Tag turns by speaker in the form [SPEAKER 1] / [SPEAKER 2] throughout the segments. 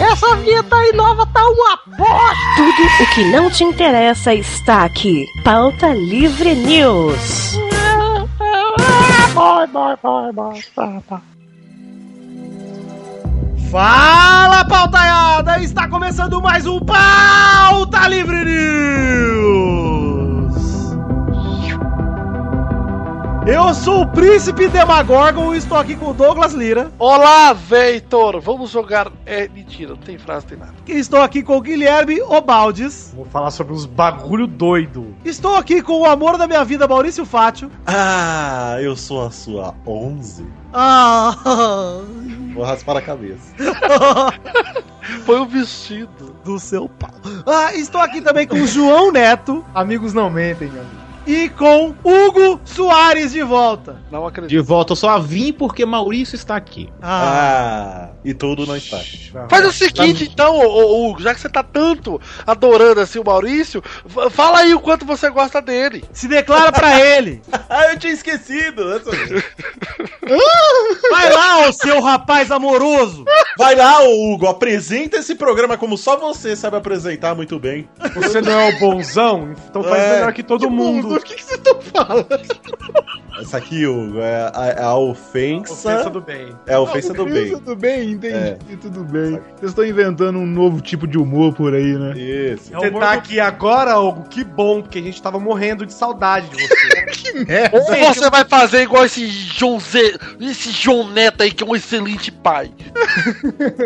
[SPEAKER 1] Essa vinheta aí nova tá uma bosta!
[SPEAKER 2] Tudo o que não te interessa está aqui. Pauta Livre News.
[SPEAKER 1] Vai, vai, vai, vai. Tá, tá.
[SPEAKER 3] Fala, pautaiada! Está começando mais um Pauta Livre News! Eu sou o Príncipe Demagorgon e estou aqui com o Douglas Lira.
[SPEAKER 4] Olá, Veitor! Vamos jogar. É mentira, não tem frase, tem nada.
[SPEAKER 3] E estou aqui com o Guilherme Obaldes.
[SPEAKER 5] Vou falar sobre uns bagulho doido.
[SPEAKER 3] Estou aqui com o amor da minha vida, Maurício Fátio.
[SPEAKER 6] Ah, eu sou a sua 11.
[SPEAKER 3] Ah,
[SPEAKER 6] Vou raspar a cabeça.
[SPEAKER 4] Foi um vestido.
[SPEAKER 3] do seu pau. Ah, estou aqui também com o João Neto
[SPEAKER 5] Amigos não mentem, meu amigo.
[SPEAKER 3] e com Hugo Soares de volta.
[SPEAKER 4] Não acredito.
[SPEAKER 7] De volta, eu só vim porque Maurício está aqui.
[SPEAKER 3] Ah,
[SPEAKER 6] Ah, e tudo não está.
[SPEAKER 4] Faz o seguinte, então, ô, ô, Hugo, já que você tá tanto adorando assim o Maurício, fa- fala aí o quanto você gosta dele.
[SPEAKER 3] se declara pra ele.
[SPEAKER 6] Ah, eu tinha esquecido! né, seu-
[SPEAKER 3] Vai lá, ô seu rapaz amoroso!
[SPEAKER 6] Vai lá, ô Hugo, apresenta esse programa como só você sabe apresentar muito bem.
[SPEAKER 5] Você não é o bonzão? Então faz
[SPEAKER 6] É,
[SPEAKER 5] melhor que todo mundo.
[SPEAKER 4] O que, que você tá falando?
[SPEAKER 6] Essa aqui, Hugo, é a, é a ofensa.
[SPEAKER 5] Ofensa do bem.
[SPEAKER 6] É a ofensa do bem.
[SPEAKER 8] Tá Tudo bem,
[SPEAKER 6] É.
[SPEAKER 8] entendi, tudo bem. Vocês estão inventando um novo tipo de humor por aí, né?
[SPEAKER 7] É
[SPEAKER 6] Isso.
[SPEAKER 5] Você tá aqui agora, Hugo? Que bom, porque a gente tava morrendo de saudade de você.
[SPEAKER 4] Ou você vai fazer igual esse João Zé, esse João Neto aí, que é um excelente pai.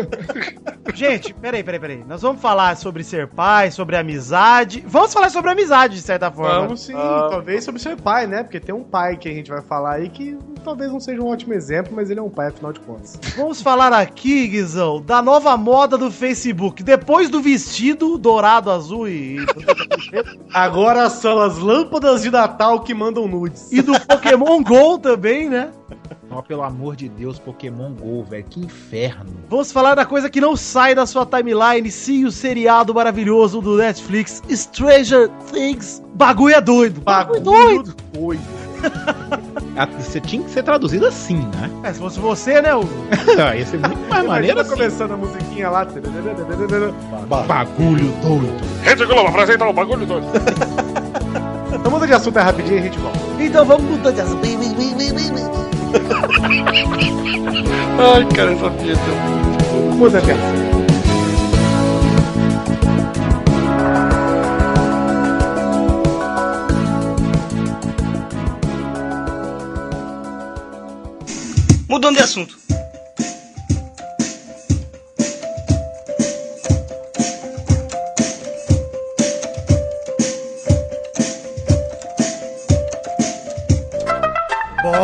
[SPEAKER 3] Gente, peraí, peraí, peraí. Nós vamos falar sobre ser pai, sobre amizade. Vamos falar sobre amizade, de certa forma.
[SPEAKER 5] Vamos sim, talvez sobre seu pai, né? Porque tem um pai que a gente vai falar aí que talvez não seja um ótimo exemplo, mas ele é um pai, afinal de contas.
[SPEAKER 3] Vamos falar aqui, Guizão, da nova moda do Facebook. Depois do vestido dourado, azul e,
[SPEAKER 5] Agora são as lâmpadas de Natal que mandam nudes.
[SPEAKER 3] e do Pokémon GO também, né?
[SPEAKER 7] Ó, pelo amor de Deus, Pokémon
[SPEAKER 5] Oh.
[SPEAKER 7] GO, velho, que inferno.
[SPEAKER 3] Vamos falar da coisa que não sai da sua timeline, sim, o seriado maravilhoso do Netflix, Stranger Things. Bagulho é doido.
[SPEAKER 5] Bagulho
[SPEAKER 3] doido.
[SPEAKER 5] Oi.
[SPEAKER 7] Ah, Você tinha que ser traduzido assim, né?
[SPEAKER 3] É, se fosse você, né, Hugo?
[SPEAKER 7] Ah, Ia ser muito mais maneiro
[SPEAKER 5] Imagina
[SPEAKER 7] assim.
[SPEAKER 5] começando a musiquinha lá. tadadadadadadada.
[SPEAKER 7] Bagulho doido.
[SPEAKER 4] Rede Globo, apresenta o bagulho doido.
[SPEAKER 5] Então muda de assunto aí rapidinho e a gente volta.
[SPEAKER 3] Então vamos mudar de assunto.
[SPEAKER 4] Ai, cara, essa pieta.
[SPEAKER 5] Muda de assunto.
[SPEAKER 1] Mudando de assunto.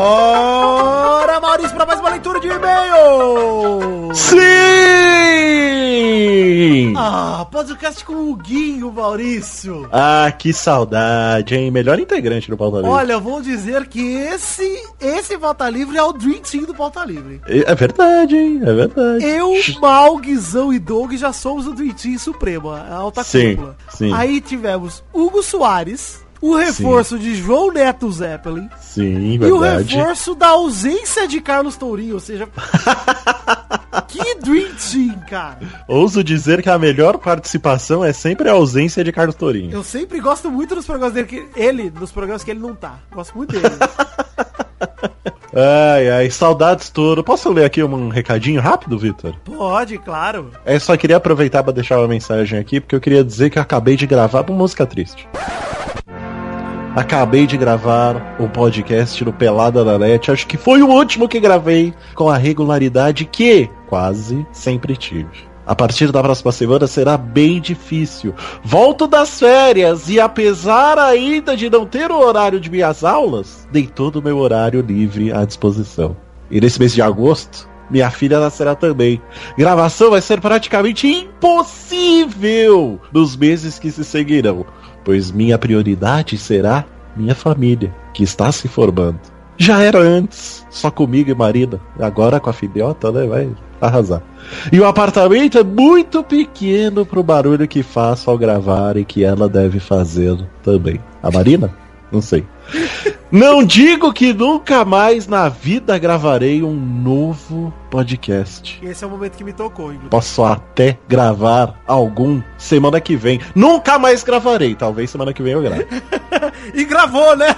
[SPEAKER 3] Bora, Maurício, para mais uma leitura de e-mail!
[SPEAKER 6] Sim!
[SPEAKER 3] Ah, podcast com o Guinho, Maurício.
[SPEAKER 6] Ah, que saudade, hein? Melhor integrante do Pauta Livre.
[SPEAKER 3] Olha, eu vou dizer que esse, esse Pauta Livre é o Dream Team do Pauta Livre.
[SPEAKER 6] É verdade, hein? É verdade.
[SPEAKER 3] Eu, Mal, Guizão e Doug já somos o Dream Team Suprema, a alta
[SPEAKER 6] Sim,
[SPEAKER 3] cúpula.
[SPEAKER 6] sim.
[SPEAKER 3] Aí tivemos Hugo Soares, o reforço de João Neto Zeppelin
[SPEAKER 6] Sim,
[SPEAKER 3] e o
[SPEAKER 6] verdade.
[SPEAKER 3] reforço da ausência de Carlos Tourinho, ou seja... que Dream Team, cara!
[SPEAKER 6] Ouso dizer que a melhor participação é sempre a ausência de Carlos Tourinho.
[SPEAKER 3] Eu sempre gosto muito dos programas dele, que ele, dos programas que ele não tá. Gosto muito dele.
[SPEAKER 6] Ai, ai, saudades todo. Posso ler aqui um recadinho rápido, Vitor?
[SPEAKER 3] Pode, claro.
[SPEAKER 6] Eu É, só queria aproveitar pra deixar uma mensagem aqui, porque eu queria dizer que eu acabei de gravar uma música triste. Acabei de gravar o podcast do Pelada da Net, acho que foi o último que gravei com a regularidade que quase sempre tive. A partir da próxima semana será bem difícil. Volto das férias e apesar ainda de não ter o horário de minhas aulas, dei todo o meu horário livre à disposição. E nesse mês de agosto, minha filha nascerá também. Gravação vai ser praticamente impossível nos meses que se seguirão, pois minha prioridade será minha família, que está se formando. Já era antes, só comigo e Marina. Agora com a filhota, né? Vai arrasar. E o apartamento é muito pequeno pro barulho que faço ao gravar e que ela deve fazer também. A Marina? Não sei. Não digo que nunca mais na vida gravarei um novo podcast.
[SPEAKER 3] Esse é o momento que me tocou, inclusive.
[SPEAKER 6] Posso até gravar algum semana que vem. Nunca mais gravarei. Talvez semana que vem eu grave.
[SPEAKER 3] E gravou, né?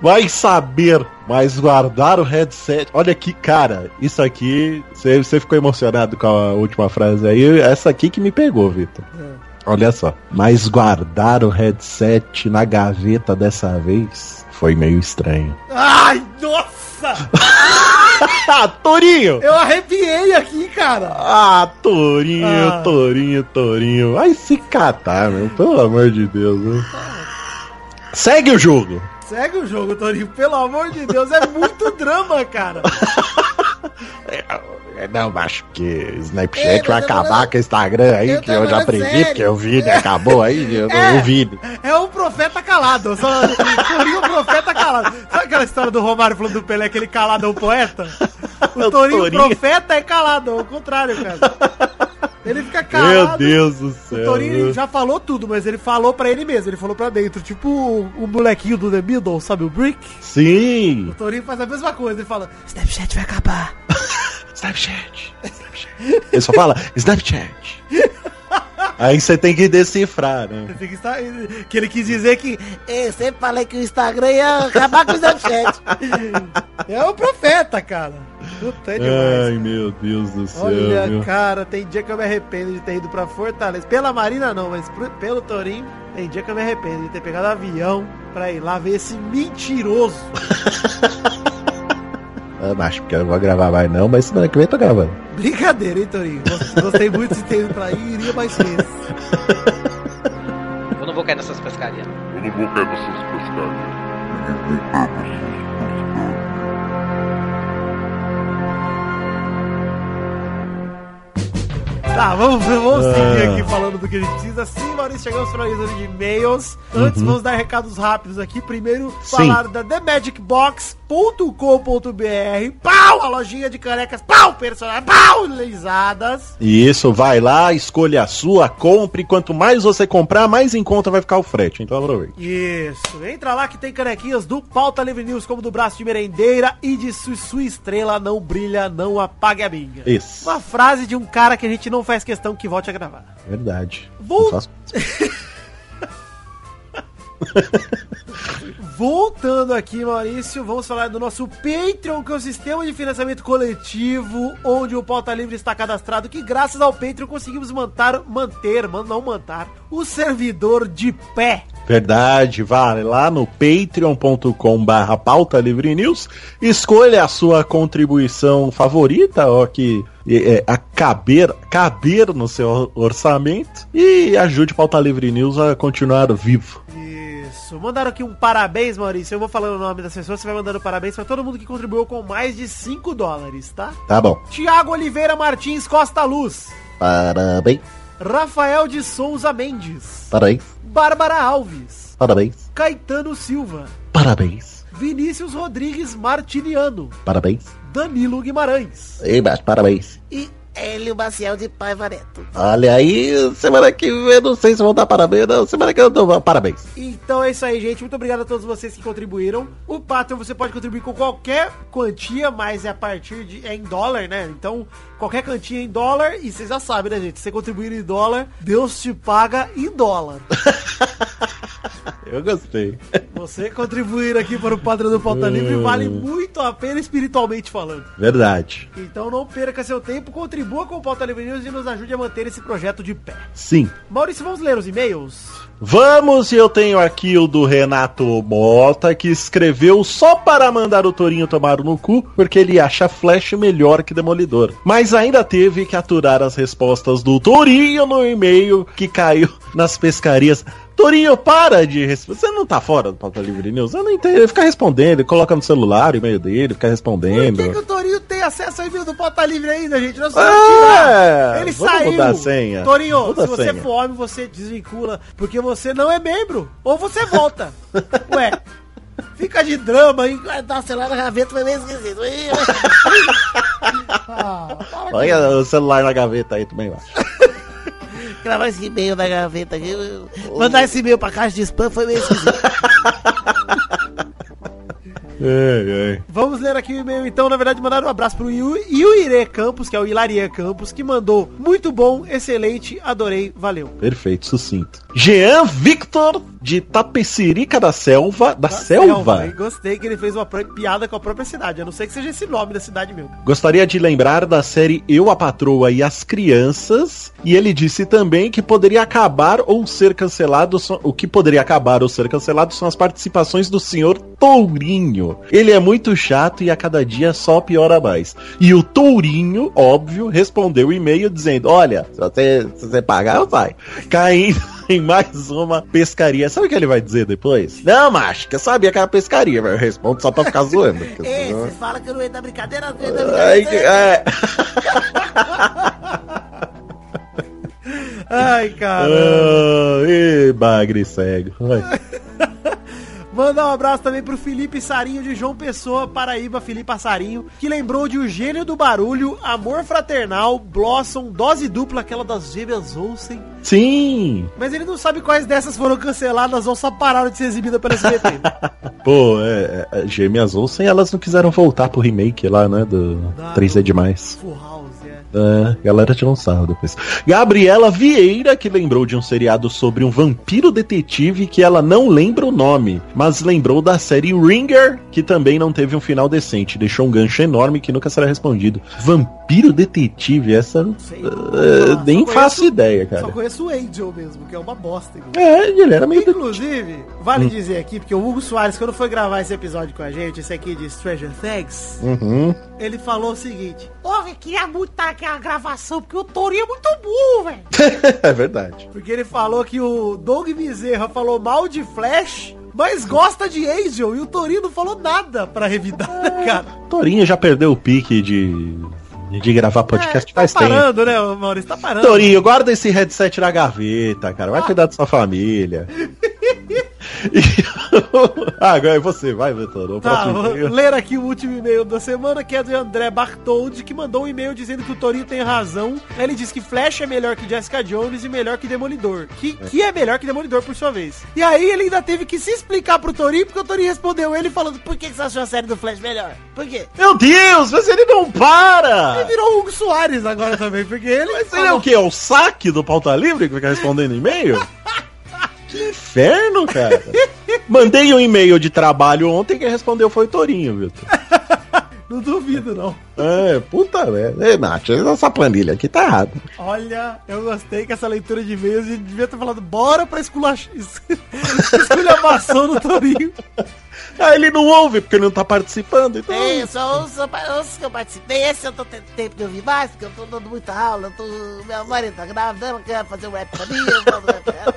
[SPEAKER 6] Vai saber, mas guardar o headset. Olha que cara, isso aqui. Você você ficou emocionado com a última frase aí. Essa aqui que me pegou, Vitor. Olha só. Mas guardar o headset na gaveta dessa vez foi meio estranho.
[SPEAKER 3] Ai, nossa!
[SPEAKER 6] Ah, Torinho!
[SPEAKER 3] Eu arrepiei aqui, cara.
[SPEAKER 6] Ah, Torinho,
[SPEAKER 3] Ah.
[SPEAKER 6] Torinho, Torinho. Vai se catar, meu. Pelo amor de Deus. Meu. Segue o jogo.
[SPEAKER 3] Segue o jogo, Torinho. Pelo amor de Deus, é muito drama, cara.
[SPEAKER 6] É, Não, acho que Snapchat vai acabar com o Instagram aí,
[SPEAKER 3] eu
[SPEAKER 6] que eu
[SPEAKER 3] tô
[SPEAKER 6] já
[SPEAKER 3] falando
[SPEAKER 6] previ,
[SPEAKER 3] sério.
[SPEAKER 6] porque o Vini acabou aí, eu não ouvi.
[SPEAKER 3] É um profeta calado. Só... Torinho é um profeta calado. Sabe aquela história do Romário falando do Pelé que ele calado é um poeta? O Torinho,
[SPEAKER 6] Torinho.
[SPEAKER 3] profeta é calado, é o contrário, cara. Ele fica calado.
[SPEAKER 6] Meu Deus do céu.
[SPEAKER 3] O Torinho já falou tudo, mas ele falou pra ele mesmo, ele falou pra dentro. Tipo o, o molequinho do The Middle, sabe? O Brick.
[SPEAKER 6] Sim.
[SPEAKER 3] O Torinho faz a mesma coisa, ele fala: Snapchat vai acabar.
[SPEAKER 6] Snapchat. Snapchat. Ele só fala Snapchat. Aí você tem que decifrar, né?
[SPEAKER 3] Tem que estar- Que ele quis dizer que "Ei, eu sempre falei que o Instagram ia acabar com o Snapchat. é o profeta, cara. Puta, é demais.
[SPEAKER 6] Ai, meu Deus do céu.
[SPEAKER 3] Olha,
[SPEAKER 6] meu.
[SPEAKER 3] cara, tem dia que eu me arrependo de ter ido pra Fortaleza. Pela Marina não, mas pro- pelo Torinho, tem dia que eu me arrependo de ter pegado avião pra ir lá ver esse mentiroso.
[SPEAKER 6] Eu não Ah, acho porque eu não vou gravar mais não, mas semana que vem eu tô gravando.
[SPEAKER 3] Brincadeira, hein, Torinho? Gost- Gostei muito de ter ido pra aí e iria mais vezes.
[SPEAKER 9] Eu não vou cair nessas pescarias.
[SPEAKER 3] Tá, vamos, vamos seguir
[SPEAKER 6] Ah.
[SPEAKER 3] aqui falando do que a gente diz. Assim, Maurício, chegamos para o de e-mails. Antes, vamos dar recados rápidos aqui. Primeiro,
[SPEAKER 6] Uhum. Sim.
[SPEAKER 3] falar da TheMagicBox.com.br. Pau! A lojinha de canecas, pau! Personagens, pau! Leisadas.
[SPEAKER 6] E isso, vai lá, escolha a sua, compre. Quanto mais você comprar, mais em conta vai ficar o frete. Então aproveita.
[SPEAKER 3] Isso, entra lá que tem canequinhas do Pauta Livre News, como do braço de merendeira e de sua, sua estrela não brilha, não apague a minha.
[SPEAKER 6] Isso.
[SPEAKER 3] Uma frase de um cara que a gente não faz questão que volte a gravar.
[SPEAKER 6] Verdade.
[SPEAKER 3] Vou-
[SPEAKER 6] Não faço-
[SPEAKER 3] Voltando aqui, Maurício, vamos falar do nosso Patreon, que é o sistema de financiamento coletivo, onde o Pauta Livre está cadastrado, que graças ao Patreon conseguimos manter, manter, mano, não manter, o servidor de pé.
[SPEAKER 6] Verdade, vai lá no patreon.com barra pauta livre news, escolha a sua contribuição favorita, ó, que é, é, a caber, caber no seu orçamento e ajude o Pauta Livre News a continuar vivo.
[SPEAKER 3] Isso. Mandaram aqui um parabéns, Maurício. Eu vou falando o nome das pessoas, você vai mandando parabéns pra todo mundo que contribuiu com mais de 5 dólares, tá?
[SPEAKER 6] Tá bom.
[SPEAKER 3] Tiago Oliveira Martins Costa Luz.
[SPEAKER 6] Parabéns,
[SPEAKER 3] Rafael de Souza Mendes.
[SPEAKER 6] parabéns,
[SPEAKER 3] Bárbara Alves.
[SPEAKER 6] parabéns,
[SPEAKER 3] Caetano Silva.
[SPEAKER 6] parabéns,
[SPEAKER 3] Vinícius Rodrigues Martiniano.
[SPEAKER 6] parabéns,
[SPEAKER 3] Danilo Guimarães.
[SPEAKER 6] e mais parabéns.
[SPEAKER 3] E Hélio Maciel de Paiva Neto.
[SPEAKER 6] Olha aí, semana que vem, eu não sei se vão dar parabéns, não, semana que eu dou parabéns.
[SPEAKER 3] Então é isso aí, gente. Muito obrigado a todos vocês que contribuíram. O Patreon você pode contribuir com qualquer quantia, mas é a partir de. É em dólar, né? Então, qualquer quantia em dólar. E vocês já sabem, né, gente? Se você contribuir em dólar, Deus te paga em dólar.
[SPEAKER 6] Eu gostei.
[SPEAKER 3] Você contribuir aqui para o Padrão do Pauta
[SPEAKER 6] É.
[SPEAKER 3] Livre vale muito a pena espiritualmente falando.
[SPEAKER 6] Hum, Verdade.
[SPEAKER 3] Então não perca seu tempo, contribua com o Pauta Livre News e nos ajude a manter esse projeto de pé.
[SPEAKER 6] Sim.
[SPEAKER 3] Maurício, vamos ler os e-mails?
[SPEAKER 6] Vamos, e eu tenho aqui o do Renato Mota, que escreveu só para mandar o Torinho tomar no cu, porque ele acha Flash melhor que Demolidor. Mas ainda teve que aturar as respostas do Torinho no e-mail que caiu nas pescarias. Torinho, para de responder. Você não tá fora do Pauta Livre News? Eu não entendo. Ele fica respondendo, ele coloca no celular o e-mail dele, fica
[SPEAKER 3] Por
[SPEAKER 6] respondendo.
[SPEAKER 3] que, que o Torinho tem acesso ao e-mail do Pauta Livre ainda, gente? Nós precisamos tirar.
[SPEAKER 6] Ah,
[SPEAKER 3] Ele
[SPEAKER 6] É, vamos
[SPEAKER 3] saiu.
[SPEAKER 6] mudar a senha.
[SPEAKER 3] Torinho, se
[SPEAKER 6] Muda a
[SPEAKER 3] você
[SPEAKER 6] senha.
[SPEAKER 3] for homem, você desvincula, porque você não é membro. Ou você volta. Ué. Fica de drama, hein? Ah, Dá uma selada na gaveta, foi meio esquisito. Ih, ah, para com
[SPEAKER 6] Olha o celular na gaveta aí também, eu acho.
[SPEAKER 3] Gravar esse e-mail na gaveta aqui. Mandar esse e-mail pra caixa de spam foi meio esquisito.
[SPEAKER 6] É, é.
[SPEAKER 3] Vamos ler aqui o e-mail então. Na verdade, mandar um abraço pro Yu, Yuire Campos, que é o Hilaria Campos, que mandou muito bom, excelente, adorei, valeu.
[SPEAKER 6] Perfeito, sucinto. Jean Victor de Tapecirica da Selva. Da, selva.
[SPEAKER 3] hein? Gostei que ele fez uma pro- piada com a própria cidade. A não ser que seja esse nome da cidade mesmo.
[SPEAKER 6] Gostaria de lembrar da série Eu, a Patroa e as Crianças. E ele disse também que poderia acabar ou ser cancelado. só- O que poderia acabar ou ser cancelado são as participações do senhor Tourinho. Ele é muito chato e a cada dia só piora mais. E o Tourinho, óbvio, respondeu o e-mail dizendo: Olha, se você, se você pagar, vai. Caindo. Em mais uma pescaria. Sabe o que ele vai dizer depois? Não, macho, que eu sabia que era pescaria, mas eu respondo só pra ficar zoando. porque senão-
[SPEAKER 3] fala que eu não entro na brincadeira, não
[SPEAKER 6] Ai, que- é.
[SPEAKER 3] Ai, cara.
[SPEAKER 6] Ah, e bagre cego. Vai.
[SPEAKER 3] Mandar um abraço também pro Felipe Sarinho de João Pessoa, Paraíba, Felipe Sarinho, que lembrou de O Gênio do Barulho, Amor Fraternal, Blossom, Dose Dupla, aquela das gêmeas Olsen.
[SPEAKER 6] Sim!
[SPEAKER 3] Mas ele não sabe quais dessas foram canceladas ou só pararam de ser exibidas pela SBT.
[SPEAKER 6] Pô, é, é, é, Gêmeas Olsen, elas não quiseram voltar pro remake lá, né? Do 3D demais.
[SPEAKER 3] Full House, é.
[SPEAKER 6] É, galera tirou um sarro depois. Gabriela Vieira, que lembrou de um seriado sobre um vampiro detetive que ela não lembra o nome, mas lembrou da série Ringer, que também não teve um final decente. Deixou um gancho enorme que nunca será respondido. Vampiro detetive, essa. eh, nem
[SPEAKER 3] Só
[SPEAKER 6] faço
[SPEAKER 3] conheço-
[SPEAKER 6] ideia, cara.
[SPEAKER 3] Só conheço o Angel mesmo, que é uma bosta. inclusive.
[SPEAKER 6] É, ele era meio
[SPEAKER 3] Inclusive, vale
[SPEAKER 6] Hum.
[SPEAKER 3] dizer aqui, porque o Hugo Soares, quando foi gravar esse episódio com a gente, esse aqui de Stranger Things,
[SPEAKER 6] Uhum.
[SPEAKER 3] ele falou o seguinte:
[SPEAKER 10] Ô, velho, queria muito estar aquela gravação, porque o Torinho é muito burro, velho.
[SPEAKER 6] é verdade.
[SPEAKER 3] Porque ele falou que o Doug Bezerra falou mal de Flash, mas gosta de Angel. E o Torinho não falou nada pra revidar, né, cara?
[SPEAKER 6] Torinho já perdeu o pique de, de gravar podcast faz
[SPEAKER 3] tá
[SPEAKER 6] tempo.
[SPEAKER 3] parando, né, Maurício? Tá parando.
[SPEAKER 6] é Torinho, guarda esse headset na gaveta, cara. Vai cuidar da sua família. E- ah, agora é você, vai, Vitor. O
[SPEAKER 3] Tá,
[SPEAKER 6] próximo
[SPEAKER 3] vou
[SPEAKER 6] e-mail.
[SPEAKER 3] ler aqui o último e-mail da semana, que é do André Bartold, que mandou um e-mail dizendo que o Torinho tem razão. Ele diz que Flash é melhor que Jessica Jones e melhor que Demolidor. Que é, que é melhor que Demolidor, por sua vez. E aí ele ainda teve que se explicar pro Torinho, porque o Torinho respondeu ele falando: Por que que você achou a série do Flash melhor? Por quê?
[SPEAKER 6] Meu Deus, mas ele não
[SPEAKER 3] Ele
[SPEAKER 6] para!
[SPEAKER 3] virou um o Hugo Soares agora também, porque ele.
[SPEAKER 6] Ah. Mas ele é o quê? É o saque do pauta livre que fica respondendo e-mail? que inferno, cara. Mandei um e-mail de trabalho ontem que respondeu foi o Torinho, Vitor.
[SPEAKER 3] Não duvido, não.
[SPEAKER 6] É, puta merda. Ei, Nath, essa planilha aqui tá errada.
[SPEAKER 3] Olha, eu gostei que essa leitura de e-mails e devia ter falado, bora pra esculach... esculhambação no Torinho.
[SPEAKER 6] Ah, ele não ouve porque ele não tá participando, então.
[SPEAKER 3] É,
[SPEAKER 10] eu só ouço, que eu participei. Esse eu tô tendo tempo de ouvir mais, porque eu tô dando muita aula. Eu tô, minha marido tá grávida, ela quer fazer um rap pra mim. Eu mando rap pra ela.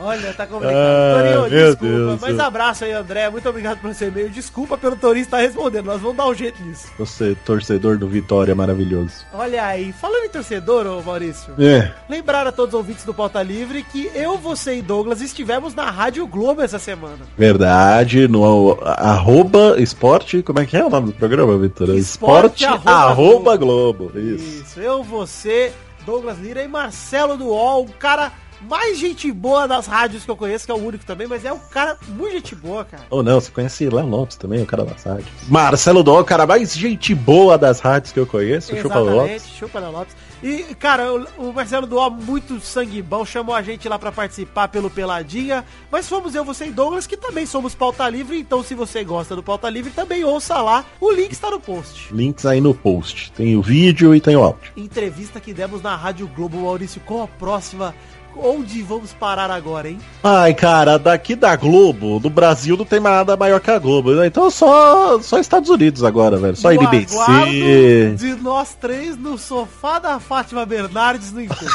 [SPEAKER 3] Olha, tá complicado.
[SPEAKER 6] Ah,
[SPEAKER 3] Torinho,
[SPEAKER 6] meu
[SPEAKER 3] desculpa,
[SPEAKER 6] Deus.
[SPEAKER 3] mas abraço aí, André. Muito obrigado pelo seu e-mail. Desculpa pelo Torinho estar respondendo, nós vamos dar um jeito nisso.
[SPEAKER 6] Você, torcedor do Vitória, maravilhoso.
[SPEAKER 3] Olha aí, falando em torcedor, ô Maurício,
[SPEAKER 6] É.
[SPEAKER 3] lembrar a todos os ouvintes do Pauta Livre que eu, você e Douglas estivemos na Rádio Globo essa semana.
[SPEAKER 6] Verdade, no arroba esporte. Como é que é o nome do programa, Vitor?
[SPEAKER 3] Esporte
[SPEAKER 6] Esporte,
[SPEAKER 3] arroba
[SPEAKER 6] arroba Globo. Isso.
[SPEAKER 3] Isso, eu, você, Douglas Lira e Marcelo do UOL, o cara mais gente boa das rádios que eu conheço, que é o único também, mas é um cara muito gente boa, cara.
[SPEAKER 6] Ou não, você conhece Léo Lopes também, o cara das rádios. Marcelo Dó, o cara mais gente boa das rádios que eu conheço, chupa Lopes.
[SPEAKER 3] Chupa Léo Lopes. E, cara, o, o Marcelo do UOL, muito sangue bom, chamou a gente lá pra participar pelo Peladinha, mas fomos eu, você e Douglas, que também somos Pauta Livre, então se você gosta do Pauta Livre, também ouça lá, o link está no post.
[SPEAKER 6] Links aí no post. Tem o vídeo e tem o áudio.
[SPEAKER 3] Entrevista que demos na Rádio Globo, Maurício, qual a próxima? Onde vamos parar agora, hein?
[SPEAKER 6] Ai, cara, daqui da Globo, do Brasil não tem nada maior que a Globo. né? Então só, só Estados Unidos agora, velho. Só
[SPEAKER 3] Do
[SPEAKER 6] NBC.
[SPEAKER 3] aguardo De nós três no sofá da Fátima Bernardes no encontro.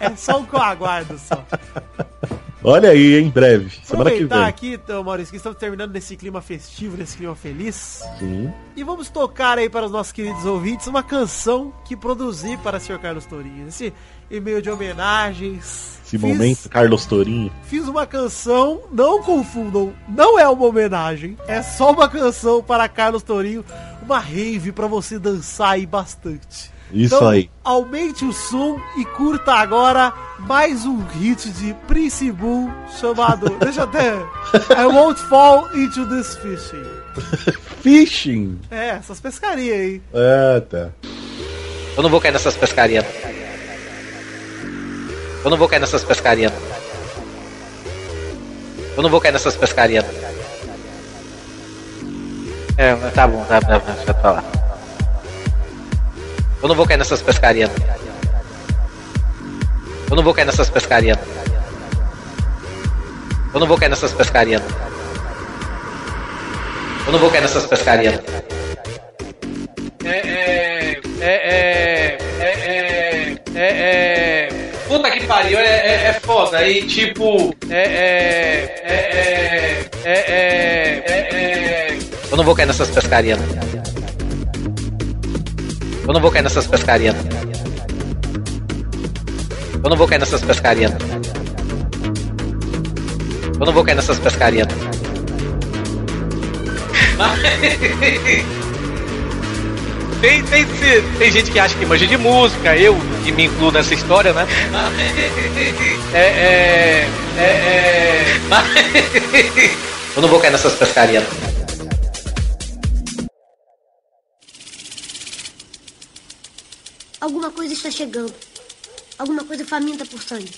[SPEAKER 3] é só o que eu aguardo, só.
[SPEAKER 6] Olha aí, em breve. Semana que
[SPEAKER 3] Aproveitar
[SPEAKER 6] vem.
[SPEAKER 3] aqui, então, Maurício, que estamos terminando nesse clima festivo, nesse clima feliz.
[SPEAKER 6] Sim.
[SPEAKER 3] E vamos tocar aí para os nossos queridos ouvintes uma canção que produzi para o Sr. Carlos Tourinho. Esse e-mail de homenagens.
[SPEAKER 6] Esse momento, Carlos Torinho.
[SPEAKER 3] Fiz uma canção, não confundam, não é uma homenagem, é só uma canção para Carlos Tourinho, uma rave para você dançar aí bastante.
[SPEAKER 6] Isso
[SPEAKER 11] Então,
[SPEAKER 6] aí.
[SPEAKER 11] Aumente o som e curta agora mais um hit de Prince Bull chamado. Deixa eu até. I won't fall into this fishing.
[SPEAKER 6] Fishing.
[SPEAKER 11] É, essas pescarias aí.
[SPEAKER 6] Ah, tá.
[SPEAKER 9] Eu não vou cair nessas pescarias. Eu não vou cair nessas pescarias. Eu não vou cair nessas pescarias. É, tá bom, tá bom, deixa pra lá. Eu não vou cair nessas pescarias. Eu não vou cair nessas pescarias. Eu não vou cair nessas pescarias. Eu não vou cair nessas pescarias. É, é, é, é, é, é, é, é. Puta que pariu, é, é, é foda. E tipo, é, é, é, é, é, é, é. Eu não vou cair nessas pescarias. Eu não vou cair nessas pescarias. Eu não vou cair nessas pescarias. Eu não vou cair nessas pescarias.
[SPEAKER 12] Tem, tem, tem, tem gente que acha que manja de música, eu que me incluo nessa história, né?
[SPEAKER 9] É, é, é, é. Eu não vou cair nessas pescarias.
[SPEAKER 13] Alguma coisa está chegando. Alguma coisa faminta por sangue.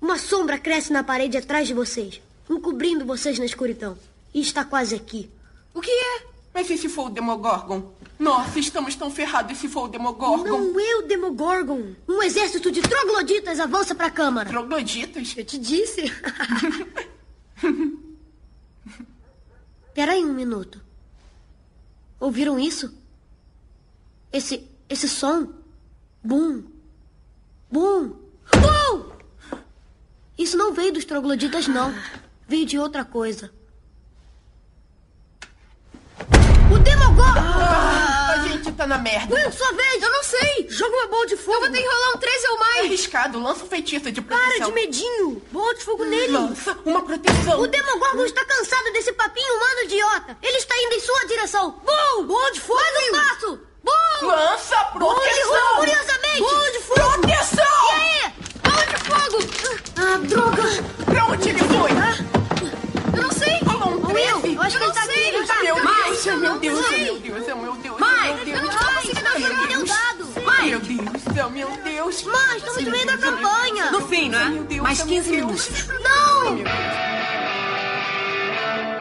[SPEAKER 13] Uma sombra cresce na parede atrás de vocês, encobrindo vocês na escuridão. E está quase aqui.
[SPEAKER 14] O que é? Mas e se for o Demogorgon? Nossa, estamos tão ferrados e se for o Demogorgon.
[SPEAKER 13] Não eu, Demogorgon. Um exército de trogloditas avança para a Câmara.
[SPEAKER 14] Trogloditas?
[SPEAKER 13] Eu te disse. Peraí um minuto. Ouviram isso? Esse, esse som? Bum. Bum. Bum! Isso não veio dos trogloditas, não. Veio de outra coisa. O Demogorgon!
[SPEAKER 14] A gente tá na merda.
[SPEAKER 13] Will, sua vez! Eu não sei! Joga uma bola de fogo! Eu vou ter que rolar um 13 ou
[SPEAKER 14] É arriscado, lança um feitiço de proteção.
[SPEAKER 13] Para de medinho! Bola de fogo nele!
[SPEAKER 14] Lança uma proteção.
[SPEAKER 13] O Demogorgon está cansado desse papinho humano idiota! Ele está indo em sua direção! Bom! Bola de fogo! Mais um passo! Bom!
[SPEAKER 14] Lança a proteção.
[SPEAKER 13] Bola de fogo, curiosamente! Bola de fogo!
[SPEAKER 14] Proteção.
[SPEAKER 13] E aí? É! Bola de fogo! Ah, droga!
[SPEAKER 14] Pra onde ele foi?
[SPEAKER 13] Eu não sei!
[SPEAKER 14] Rolou um
[SPEAKER 13] Will,
[SPEAKER 14] 13.
[SPEAKER 13] eu acho que ele tá aqui, ele tá
[SPEAKER 14] Meu
[SPEAKER 13] aqui.
[SPEAKER 14] Deus,
[SPEAKER 13] Eu
[SPEAKER 14] meu
[SPEAKER 13] não
[SPEAKER 14] Deus,
[SPEAKER 13] sei.
[SPEAKER 14] meu Deus, meu Deus,
[SPEAKER 13] Mãe,
[SPEAKER 14] meu Deus. assim
[SPEAKER 13] eu não tô conseguindo
[SPEAKER 14] Ai, meu
[SPEAKER 13] tirar meu
[SPEAKER 14] Deus.
[SPEAKER 13] dado. Mãe.
[SPEAKER 14] Meu Deus, do céu, meu Deus.
[SPEAKER 13] Mãe, estamos no meio da campanha.
[SPEAKER 14] No fim, não é? Meu Deus, Mais 15 minutos.
[SPEAKER 13] Não!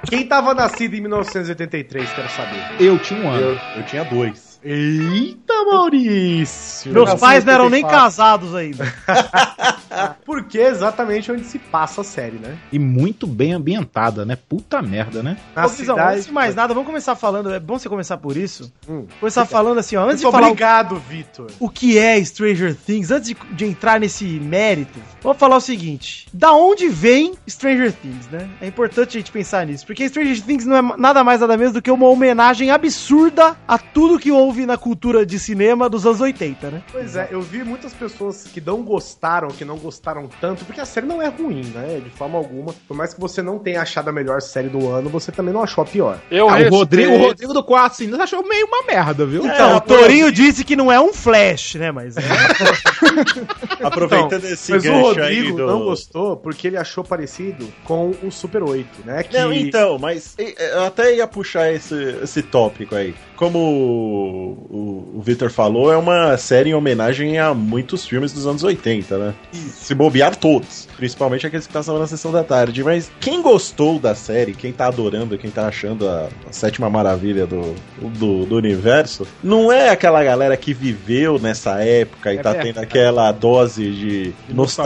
[SPEAKER 5] Quem tava nascido em 1983, quero saber?
[SPEAKER 7] Eu tinha um ano.
[SPEAKER 6] Eu tinha dois.
[SPEAKER 5] Eita, Maurício!
[SPEAKER 3] Meus pais não eram nem
[SPEAKER 5] 84.
[SPEAKER 3] casados ainda.
[SPEAKER 5] Porque é exatamente onde se passa a série, né?
[SPEAKER 7] E muito bem ambientada, né? Puta merda, né?
[SPEAKER 5] Na
[SPEAKER 3] Ô, Guizão,
[SPEAKER 5] cidade- Hum.
[SPEAKER 3] antes de mais nada, vamos começar falando. É bom você começar por isso? começar falando assim, ó. Antes de
[SPEAKER 5] Muito
[SPEAKER 3] falar o-
[SPEAKER 5] obrigado, Vitor.
[SPEAKER 3] o que é Stranger Things, antes de, de entrar nesse mérito, vamos falar o seguinte: da onde vem Stranger Things, né? É importante a gente pensar nisso, porque Stranger Things não é ma- nada mais nada menos do que uma homenagem absurda a tudo que houve na cultura de cinema dos anos 80, né?
[SPEAKER 5] Pois é, eu vi muitas pessoas que não gostaram, que não gostaram tanto, porque a série não é ruim, né? De forma alguma. Por mais que você não tenha achado a melhor série do ano, você também não achou a pior.
[SPEAKER 8] Eu
[SPEAKER 7] Ah, o, Rodrigo, o Rodrigo do 4 ainda achou meio uma merda, viu?
[SPEAKER 5] É,
[SPEAKER 3] Então, o Torinho disse que não é um flash, né? Mas.
[SPEAKER 6] Aproveitando esse
[SPEAKER 5] Mas o
[SPEAKER 6] gancho
[SPEAKER 5] Rodrigo
[SPEAKER 6] aí do...
[SPEAKER 5] não gostou porque ele achou parecido com o Super 8, né? Que...
[SPEAKER 6] Não, então, mas e- eu até ia puxar esse, esse tópico aí. Como o, o, o Victor falou, é uma série em homenagem a muitos filmes dos anos 80, né? E se bobear todos, principalmente aqueles que passavam na sessão da tarde. Mas quem gostou da série, quem tá adorando, quem tá achando a, a sétima maravilha do, do, do universo, não é aquela galera que viveu nessa época e
[SPEAKER 5] É
[SPEAKER 6] tá
[SPEAKER 5] verdade.
[SPEAKER 6] tendo aquela dose de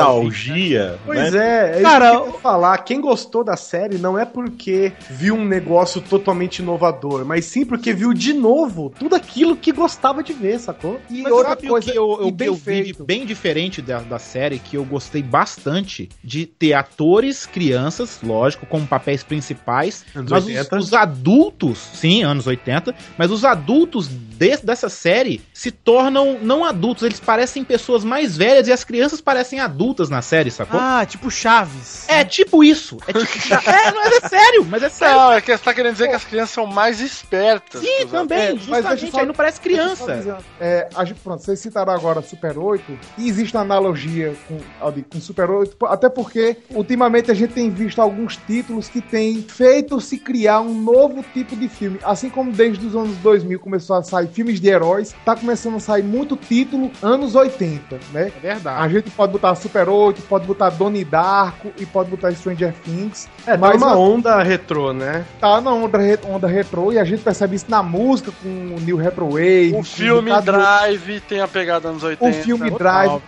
[SPEAKER 6] nostalgia,
[SPEAKER 5] Pois
[SPEAKER 6] né?
[SPEAKER 5] é, é
[SPEAKER 3] Cara,
[SPEAKER 5] isso que eu queria falar. Quem gostou da série não é porque viu um negócio totalmente inovador, mas sim porque viu de novo tudo aquilo que gostava de ver, sacou?
[SPEAKER 7] E
[SPEAKER 5] Mas
[SPEAKER 7] outra
[SPEAKER 5] sabe o
[SPEAKER 7] coisa que eu, eu,
[SPEAKER 5] e bem
[SPEAKER 7] eu vi de
[SPEAKER 5] feito.
[SPEAKER 7] bem diferente da, da série, que eu gostei bastante de ter atores, crianças, lógico, como papéis principais,
[SPEAKER 5] Anos
[SPEAKER 7] mas
[SPEAKER 5] 80.
[SPEAKER 7] Os, os adultos, sim, anos 80, mas os adultos de- dessa série se tornam não adultos, eles parecem pessoas mais velhas e as crianças parecem adultas na série, sacou?
[SPEAKER 3] Ah, tipo Chaves.
[SPEAKER 7] É tipo isso. É tipo. é, não, mas é sério, mas é sério.
[SPEAKER 8] Não, é que você tá querendo dizer que as crianças são mais espertas.
[SPEAKER 7] Sim,
[SPEAKER 8] Cusão.
[SPEAKER 7] também,
[SPEAKER 5] mas deixa eu
[SPEAKER 7] justamente
[SPEAKER 5] só
[SPEAKER 7] aí não parece
[SPEAKER 8] Só
[SPEAKER 7] criança.
[SPEAKER 8] dizendo, é, a gente- pronto, vocês citaram agora Super 8, e existe uma analogia com, ao de- com Super 8, po- até porque ultimamente a gente tem visto alguns títulos que têm feito se criar um novo tipo de filme. Assim como desde os anos 2000 começou a sair filmes de heróis, tá começando a sair muito título anos 80, né?
[SPEAKER 7] É verdade.
[SPEAKER 8] A gente pode botar Super 8, pode botar Donnie Darko e pode botar Stranger Things.
[SPEAKER 5] É, tá
[SPEAKER 8] mas
[SPEAKER 5] uma
[SPEAKER 8] a-
[SPEAKER 5] onda retrô, né?
[SPEAKER 8] tá na onda, re- onda retrô e a gente percebe isso na música com o New Retro Wave.
[SPEAKER 4] O filme Drive tem a pegada anos 80.
[SPEAKER 8] tá O filme Drive.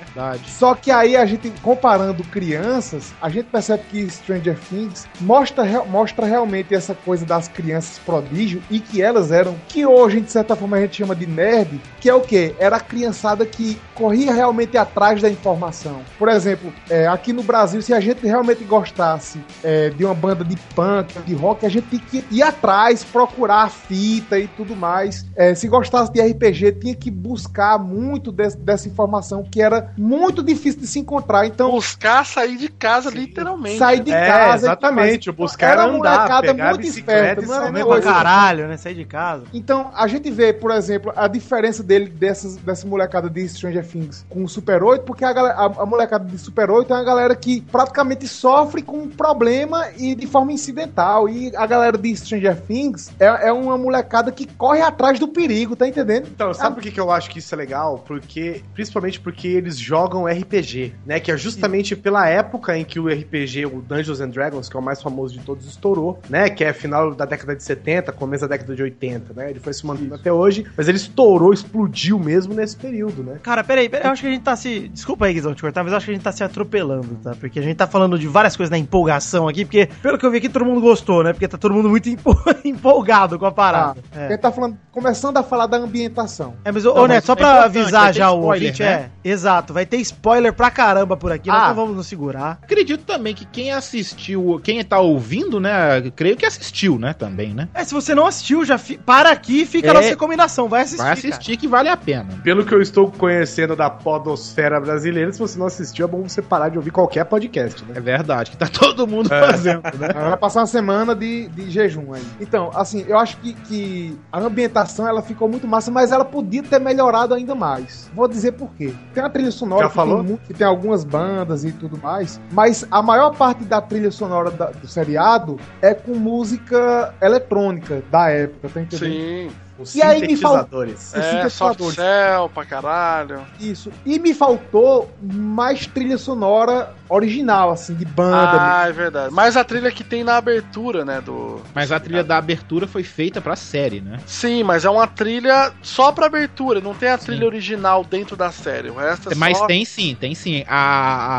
[SPEAKER 8] Só que aí a gente, comparando crianças, a gente percebe que Stranger Things mostra, re- mostra realmente essa coisa das crianças prodígio e que elas eram, que hoje, de certa forma, a gente chama de nerd, que é o quê? Era a criançada que corria realmente atrás da informação. Por exemplo, é, aqui no Brasil, se a gente realmente gostasse é, de uma banda de punk, de rock, a gente tinha que ir atrás, procurar a fita e tudo mais. É, se gostasse de RPG, tinha que buscar muito des- dessa informação, que era muito difícil de se encontrar. Então,
[SPEAKER 4] buscar sair de casa, literalmente.
[SPEAKER 8] Sair de
[SPEAKER 5] É,
[SPEAKER 8] casa.
[SPEAKER 5] exatamente,
[SPEAKER 8] tipo,
[SPEAKER 5] buscar
[SPEAKER 8] era
[SPEAKER 5] andar,
[SPEAKER 8] uma molecada
[SPEAKER 5] pegar a
[SPEAKER 8] muito
[SPEAKER 5] bicicleta
[SPEAKER 8] esperta.
[SPEAKER 5] é e
[SPEAKER 8] não era
[SPEAKER 5] sair
[SPEAKER 8] uma
[SPEAKER 5] pra
[SPEAKER 8] coisa- assim.
[SPEAKER 3] Caralho, né? Sair de casa.
[SPEAKER 8] Então, a gente vê, por exemplo, a diferença dele, dessas, dessa molecada de Stranger Things com o Super 8, porque a, galera- a- a molecada de Super 8 é uma galera que praticamente sofre com um problema e de forma incidental. E a galera de Stranger Things é, é uma molecada que corre atrás do perigo, tá entendendo?
[SPEAKER 5] Então, sabe por que, que eu acho que isso é legal? Porque, principalmente porque eles jogam RPG, né? Que é justamente pela época em que o RPG, o Dungeons and Dragons, que é o mais famoso de todos, estourou, né? Que é final da década de 70, começo da década de 80, né? Ele foi se mantendo até hoje, mas ele estourou, explodiu mesmo nesse período, né?
[SPEAKER 3] Cara, peraí, peraí, eu acho que a gente tá se. Desculpa aí, Guizão, te cortar, mas eu acho que a gente tá se atropelando, tá? Porque a gente tá falando de várias coisas na empolgação aqui, porque, pelo que eu vi aqui, todo mundo gostou, né? Porque tá todo mundo muito empo- empolgado com a parada.
[SPEAKER 8] É.
[SPEAKER 3] É.
[SPEAKER 8] Ele tá falando, começando a falar da ambientação.
[SPEAKER 3] É, mas, ô,
[SPEAKER 8] Não,
[SPEAKER 3] ô, Neto,
[SPEAKER 8] mas
[SPEAKER 3] só
[SPEAKER 8] é
[SPEAKER 3] pra
[SPEAKER 8] importante, vai
[SPEAKER 3] avisar
[SPEAKER 8] ter
[SPEAKER 3] já o
[SPEAKER 8] spoiler,
[SPEAKER 3] ouvinte,
[SPEAKER 8] né?
[SPEAKER 3] é. Exato, vai ter spoiler pra caramba por aqui, nós
[SPEAKER 7] Ah.
[SPEAKER 3] não vamos nos segurar.
[SPEAKER 7] Acredito também que quem assistiu, quem tá ouvindo, né? Creio que assistiu, né? Também, né?
[SPEAKER 3] É, se você não assistiu, já fi- para aqui e fica a
[SPEAKER 7] É.
[SPEAKER 3] nossa recomendação. Vai assistir.
[SPEAKER 7] Vai assistir que vale a pena.
[SPEAKER 5] Pelo que eu estou conhecendo da podosfera brasileira, se você não assistiu, é bom você parar de ouvir qualquer podcast, né?
[SPEAKER 7] É
[SPEAKER 5] É.
[SPEAKER 7] verdade, que tá todo mundo fazendo,
[SPEAKER 4] É
[SPEAKER 7] né?
[SPEAKER 8] Vai passar uma semana de, de jejum aí. Então, assim, eu acho que, que a ambientação ela ficou muito massa, mas ela podia ter melhorado ainda mais. Vou dizer por quê. Tem uma trilha sonora
[SPEAKER 5] Já
[SPEAKER 8] que,
[SPEAKER 5] falou?
[SPEAKER 8] Tem, mu- que tem algumas bandas e tudo mais, mas a maior parte da trilha sonora da- do seriado é com música eletrônica da época, tá entendendo?
[SPEAKER 4] Sim.
[SPEAKER 8] E aí me fal- Os
[SPEAKER 4] É,
[SPEAKER 8] sintetizadores.
[SPEAKER 4] Softcell pra caralho.
[SPEAKER 8] Isso. E me faltou mais trilha sonora original, assim, de banda.
[SPEAKER 4] Ah, é verdade. Mas a trilha que tem na abertura, né? Do...
[SPEAKER 7] Mas a trilha da abertura foi feita pra série, né?
[SPEAKER 4] Sim, mas é uma trilha só pra abertura, não tem a trilha original dentro da série. O resto é
[SPEAKER 7] Mas
[SPEAKER 4] só...
[SPEAKER 7] tem sim, tem sim. A,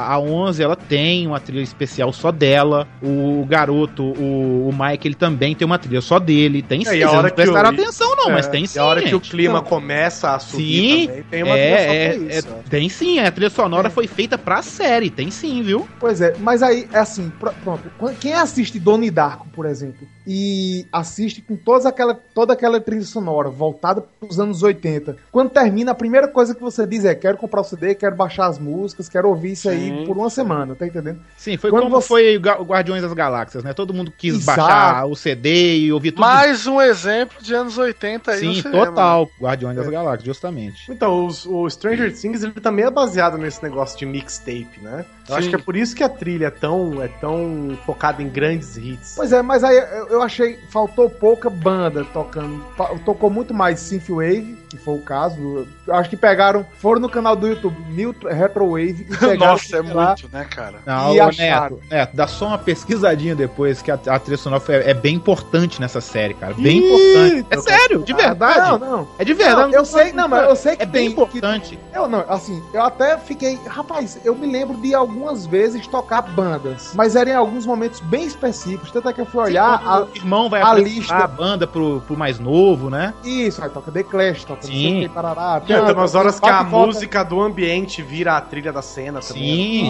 [SPEAKER 7] a, a 11, ela tem uma trilha especial só dela. O garoto, o, o Mike, ele também tem uma trilha só dele. Tem sim.
[SPEAKER 5] É, e a
[SPEAKER 7] vocês
[SPEAKER 5] hora
[SPEAKER 7] não
[SPEAKER 5] que o-
[SPEAKER 7] prestaram atenção, não,
[SPEAKER 5] É,
[SPEAKER 7] mas tem
[SPEAKER 5] e
[SPEAKER 7] sim.
[SPEAKER 5] a hora que o
[SPEAKER 7] gente.
[SPEAKER 5] clima
[SPEAKER 7] Não.
[SPEAKER 5] começa a
[SPEAKER 7] Sim,
[SPEAKER 5] subir também, tem uma trilha só
[SPEAKER 7] é,
[SPEAKER 5] pra
[SPEAKER 7] é,
[SPEAKER 5] isso,
[SPEAKER 7] é, tem sim, a trilha
[SPEAKER 3] É.
[SPEAKER 7] sonora foi feita pra série, tem sim, viu?
[SPEAKER 8] Pois é, mas aí é assim, pr- pronto. Qu- Quem assiste Donnie Darko, por exemplo, e assiste com todas aquela, toda aquela trilha sonora voltada para os anos 80, quando termina, a primeira coisa que você diz é: quero comprar o CD, quero baixar as músicas, quero ouvir isso aí
[SPEAKER 7] Sim.
[SPEAKER 8] por uma semana, tá entendendo?
[SPEAKER 7] Sim, foi
[SPEAKER 8] Quando
[SPEAKER 7] como foi o Ga- o Guardiões das Galáxias, né? Todo mundo quis
[SPEAKER 8] Exato.
[SPEAKER 7] baixar o CD e ouvir tudo.
[SPEAKER 4] Mais um exemplo de anos 80 aí no
[SPEAKER 7] sim,
[SPEAKER 4] cinema. né?
[SPEAKER 7] total, Guardiões
[SPEAKER 8] É.
[SPEAKER 7] das Galáxias, justamente.
[SPEAKER 5] Então, os- o Stranger Things ele também é baseado nesse negócio de mixtape, né? Eu acho
[SPEAKER 8] Sim.
[SPEAKER 5] que é por isso que a trilha é tão, é tão focada em grandes hits.
[SPEAKER 8] Pois é, mas aí eu eu achei faltou pouca banda tocando. Pa- Tocou muito mais Synthwave, que foi o caso. Eu Acho que pegaram, foram no canal do YouTube New Retrowave e pegaram
[SPEAKER 4] Nossa, é
[SPEAKER 8] sei lá,
[SPEAKER 4] muito, né, cara?
[SPEAKER 7] Não,
[SPEAKER 8] E
[SPEAKER 7] ô,
[SPEAKER 8] acharam.
[SPEAKER 7] Neto, Neto, é, dá só uma pesquisadinha depois, que a, a trilha sonora foi- é, bem importante nessa série, cara. Bem
[SPEAKER 8] Ih,
[SPEAKER 7] importante. É
[SPEAKER 8] eu
[SPEAKER 7] sério, de verdade.
[SPEAKER 8] Ah, Não, não.
[SPEAKER 7] É de verdade.
[SPEAKER 8] Não, eu sei, não, mas eu sei que
[SPEAKER 7] é bem
[SPEAKER 8] tem-
[SPEAKER 7] importante.
[SPEAKER 8] Eu não, assim, eu até fiquei. Rapaz, eu me lembro de algumas vezes tocar bandas, mas eram em alguns momentos bem específicos. Tanto é que eu fui olhar
[SPEAKER 7] Sim,
[SPEAKER 8] a.
[SPEAKER 7] o irmão vai
[SPEAKER 8] a
[SPEAKER 7] apresentar
[SPEAKER 8] lista.
[SPEAKER 7] a banda pro, pro mais novo, né?
[SPEAKER 8] Isso, aí toca The Clash, toca não sei o
[SPEAKER 7] Sim.
[SPEAKER 8] que, parará,
[SPEAKER 5] Então,
[SPEAKER 8] canta,
[SPEAKER 5] nas horas que a
[SPEAKER 8] bate e volta.
[SPEAKER 5] música do ambiente vira a trilha da cena também.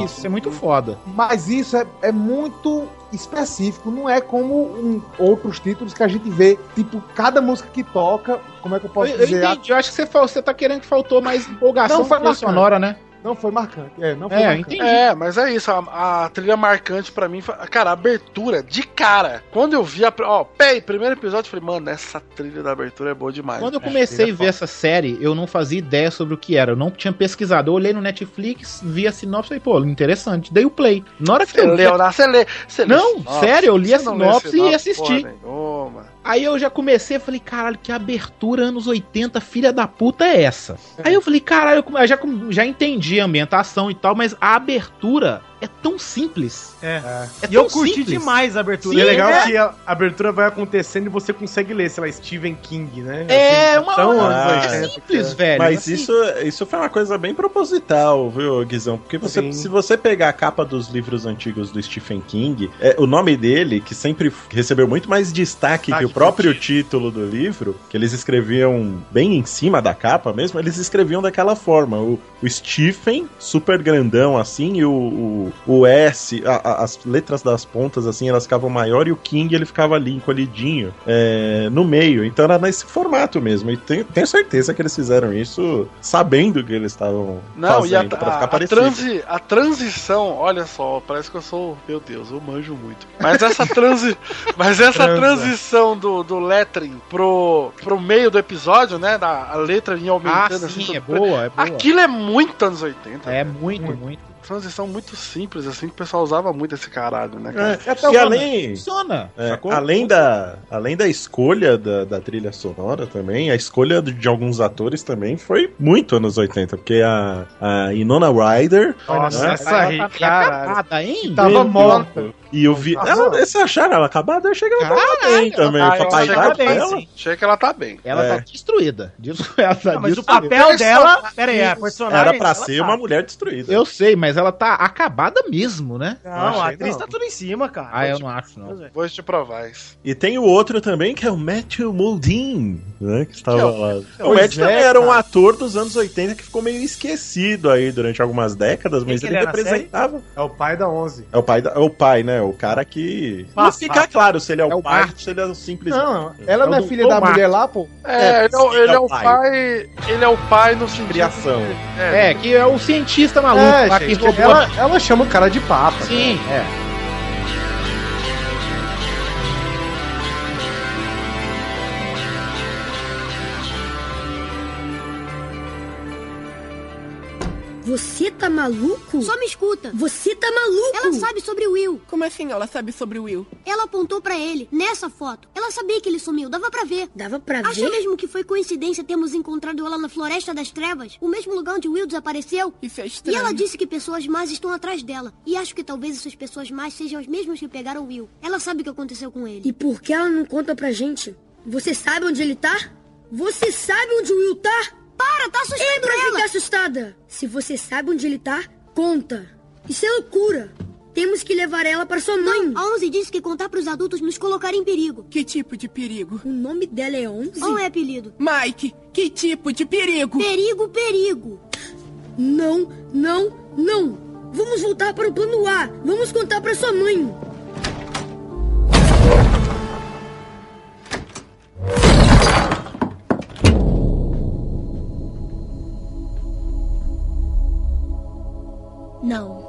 [SPEAKER 7] Sim, isso é muito foda.
[SPEAKER 8] Mas isso é, é muito específico, não é como um- outros títulos que a gente vê, tipo, cada música que toca, como é que eu posso
[SPEAKER 7] eu, eu
[SPEAKER 8] dizer?
[SPEAKER 7] entendi, eu acho que você, fal- você tá querendo que faltou mais empolgação
[SPEAKER 8] Não, foi
[SPEAKER 7] na trilha
[SPEAKER 8] bacana.
[SPEAKER 7] sonora, né?
[SPEAKER 8] Não foi marcante. É, não foi
[SPEAKER 4] É,
[SPEAKER 8] marcante.
[SPEAKER 4] É, mas é isso. A, a trilha marcante pra mim foi. Cara, a abertura de cara. Quando eu vi a. Ó, peraí, primeiro episódio, eu falei, mano, essa trilha da abertura é boa demais.
[SPEAKER 7] Quando eu comecei a ver essa série, eu não fazia ideia sobre o que era. Eu não tinha pesquisado. Eu olhei no Netflix, vi a sinopse e falei, pô, interessante. Dei o play. Na hora que
[SPEAKER 4] Você
[SPEAKER 7] eu
[SPEAKER 4] leu, né? Você lê. você lê
[SPEAKER 7] Não,
[SPEAKER 4] sinopse.
[SPEAKER 7] sério, eu li a
[SPEAKER 4] Você não lê
[SPEAKER 7] sinopse, e
[SPEAKER 4] porra
[SPEAKER 7] assisti.
[SPEAKER 4] nenhuma.
[SPEAKER 7] Aí eu já comecei, falei, caralho, que abertura anos 80, filha da puta é essa? Aí eu falei, caralho, eu come- eu já, com- já entendi a ambientação e tal, mas a abertura é tão simples.
[SPEAKER 3] É.
[SPEAKER 7] É
[SPEAKER 3] E eu
[SPEAKER 7] tão
[SPEAKER 3] curti
[SPEAKER 7] simples.
[SPEAKER 3] demais a abertura.
[SPEAKER 5] E é legal
[SPEAKER 7] é.
[SPEAKER 5] que a abertura vai acontecendo e você consegue ler, sei lá, Stephen King, né?
[SPEAKER 7] É,
[SPEAKER 5] Assim,
[SPEAKER 7] uma
[SPEAKER 5] tão
[SPEAKER 7] uma- é
[SPEAKER 5] anos 80,
[SPEAKER 7] simples,
[SPEAKER 5] cara.
[SPEAKER 7] velho.
[SPEAKER 6] Então, Mas
[SPEAKER 7] assim.
[SPEAKER 6] isso, isso foi uma coisa bem proposital, viu, Guizão? Porque você,
[SPEAKER 5] Sim.
[SPEAKER 6] se você pegar a capa dos livros antigos do Stephen King, é, o nome dele, que sempre f- recebeu muito mais destaque que o próprio título do livro, que eles escreviam bem em cima da capa mesmo, eles escreviam daquela forma. O, o Stephen, super grandão assim, e o, o, o S, a- a- as letras das pontas assim, elas ficavam maior e o King ele ficava ali encolhidinho é, no meio. Então era nesse formato mesmo. E tenho, tenho certeza que eles fizeram isso sabendo que eles estavam
[SPEAKER 4] Não, e a,
[SPEAKER 6] fazendo pra
[SPEAKER 4] a,
[SPEAKER 6] ficar
[SPEAKER 4] a,
[SPEAKER 6] parecido.
[SPEAKER 4] transi, a transição, olha só, parece que eu sou. Meu Deus, eu manjo muito. Mas essa, transi, mas essa
[SPEAKER 6] Transa.
[SPEAKER 4] transição do, do lettering pro, pro meio do episódio, né? Da, a letra vinha aumentando assim,
[SPEAKER 7] Ah, sim,
[SPEAKER 4] tudo
[SPEAKER 7] é boa, é boa.
[SPEAKER 4] Aquilo é muito anos 80.
[SPEAKER 7] É muito, muito.
[SPEAKER 4] Transição muito simples, assim, que o pessoal usava muito esse caralho, né? cara?
[SPEAKER 6] É, e além,
[SPEAKER 7] Funciona.
[SPEAKER 6] é, além, da, além da escolha da, da trilha sonora também, a escolha de, de alguns atores também foi muito anos 80, porque a, a Inona Ryder. né?
[SPEAKER 5] Nossa, essa aí,
[SPEAKER 7] tá
[SPEAKER 5] caralho.
[SPEAKER 7] acabada, hein?
[SPEAKER 5] Tava
[SPEAKER 6] Meu
[SPEAKER 5] morta.
[SPEAKER 6] Deus. E eu vi. Ela, se acharam ela acabada, eu achei que ela tava bem também.
[SPEAKER 4] Ah,
[SPEAKER 6] com
[SPEAKER 4] eu
[SPEAKER 6] a
[SPEAKER 4] achei, que ela
[SPEAKER 6] idade
[SPEAKER 4] bem,
[SPEAKER 6] dela.
[SPEAKER 4] sim. achei que ela tá bem.
[SPEAKER 7] Ela
[SPEAKER 6] É.
[SPEAKER 7] tá destruída. Diz- Ela tá
[SPEAKER 3] Não, mas o
[SPEAKER 7] destruída.
[SPEAKER 3] papel dela. Pera
[SPEAKER 7] é
[SPEAKER 3] aí, a personagem.
[SPEAKER 6] Era pra
[SPEAKER 3] ela
[SPEAKER 6] ser
[SPEAKER 3] tá-
[SPEAKER 6] uma mulher destruída.
[SPEAKER 7] Eu sei, mas ela tá acabada mesmo, né?
[SPEAKER 3] Não, a atriz
[SPEAKER 6] não.
[SPEAKER 3] tá tudo em cima, cara.
[SPEAKER 7] Ah, eu não acho, não.
[SPEAKER 4] Vou te provar isso.
[SPEAKER 6] E tem o outro também, que é o Matthew Modine, né? Que estava
[SPEAKER 4] Que é o-
[SPEAKER 6] lá.
[SPEAKER 4] que é o
[SPEAKER 6] O Matthew
[SPEAKER 4] Zé,
[SPEAKER 6] também era um
[SPEAKER 4] cara.
[SPEAKER 6] ator dos anos 80 que ficou meio esquecido aí durante algumas décadas, mas
[SPEAKER 5] que
[SPEAKER 6] ele
[SPEAKER 5] ele era na
[SPEAKER 6] representava.
[SPEAKER 5] É o pai da 11.
[SPEAKER 6] É o, pai da- é o pai, né? O cara que. Não
[SPEAKER 5] Passa.
[SPEAKER 6] fica claro se ele é o,
[SPEAKER 5] É o
[SPEAKER 6] pai,
[SPEAKER 5] Bart.
[SPEAKER 6] se ele é o simples.
[SPEAKER 8] Não, ela não
[SPEAKER 6] É
[SPEAKER 8] é
[SPEAKER 6] o
[SPEAKER 8] filha
[SPEAKER 6] Dom
[SPEAKER 8] da
[SPEAKER 6] Marcos.
[SPEAKER 8] mulher lá, pô?
[SPEAKER 4] É, ele, é, o- ele é o pai. Ele é o pai no sentido.
[SPEAKER 6] Criação.
[SPEAKER 7] É, que é o cientista maluco
[SPEAKER 8] É,
[SPEAKER 7] lá que
[SPEAKER 8] gente,
[SPEAKER 7] roubou.
[SPEAKER 8] ela, ela chama o cara de papa.
[SPEAKER 7] Sim,
[SPEAKER 5] né?
[SPEAKER 7] é.
[SPEAKER 13] Você tá maluco? Só me escuta. Você tá maluco? Ela sabe sobre o Will.
[SPEAKER 14] Como assim ela sabe sobre o Will?
[SPEAKER 13] Ela apontou pra ele, nessa foto. Ela sabia que ele sumiu, dava pra ver. Dava pra ver? Acha mesmo que foi coincidência termos encontrado ela na Floresta das Trevas? O mesmo lugar onde Will desapareceu?
[SPEAKER 14] Isso é
[SPEAKER 13] E
[SPEAKER 14] estranho.
[SPEAKER 13] ela disse que pessoas más estão atrás dela. E acho que talvez essas pessoas más sejam as mesmas que pegaram Will. Ela sabe o que aconteceu com ele. E por que ela não conta pra gente? Você sabe onde ele tá? Você sabe onde o Will tá? Para, tá assustando ela. pra ficar assustada. Se você sabe onde ele tá, conta. Isso é loucura. Temos que levar ela para sua mãe. a Onze disse que contar para os adultos nos colocaria em perigo.
[SPEAKER 14] Que tipo de perigo?
[SPEAKER 13] O nome dela é Onze? Ou é apelido?
[SPEAKER 14] Mike, que tipo de perigo?
[SPEAKER 13] Perigo, perigo. Não, não, não. Vamos voltar para o plano A. Vamos contar para sua mãe. Não.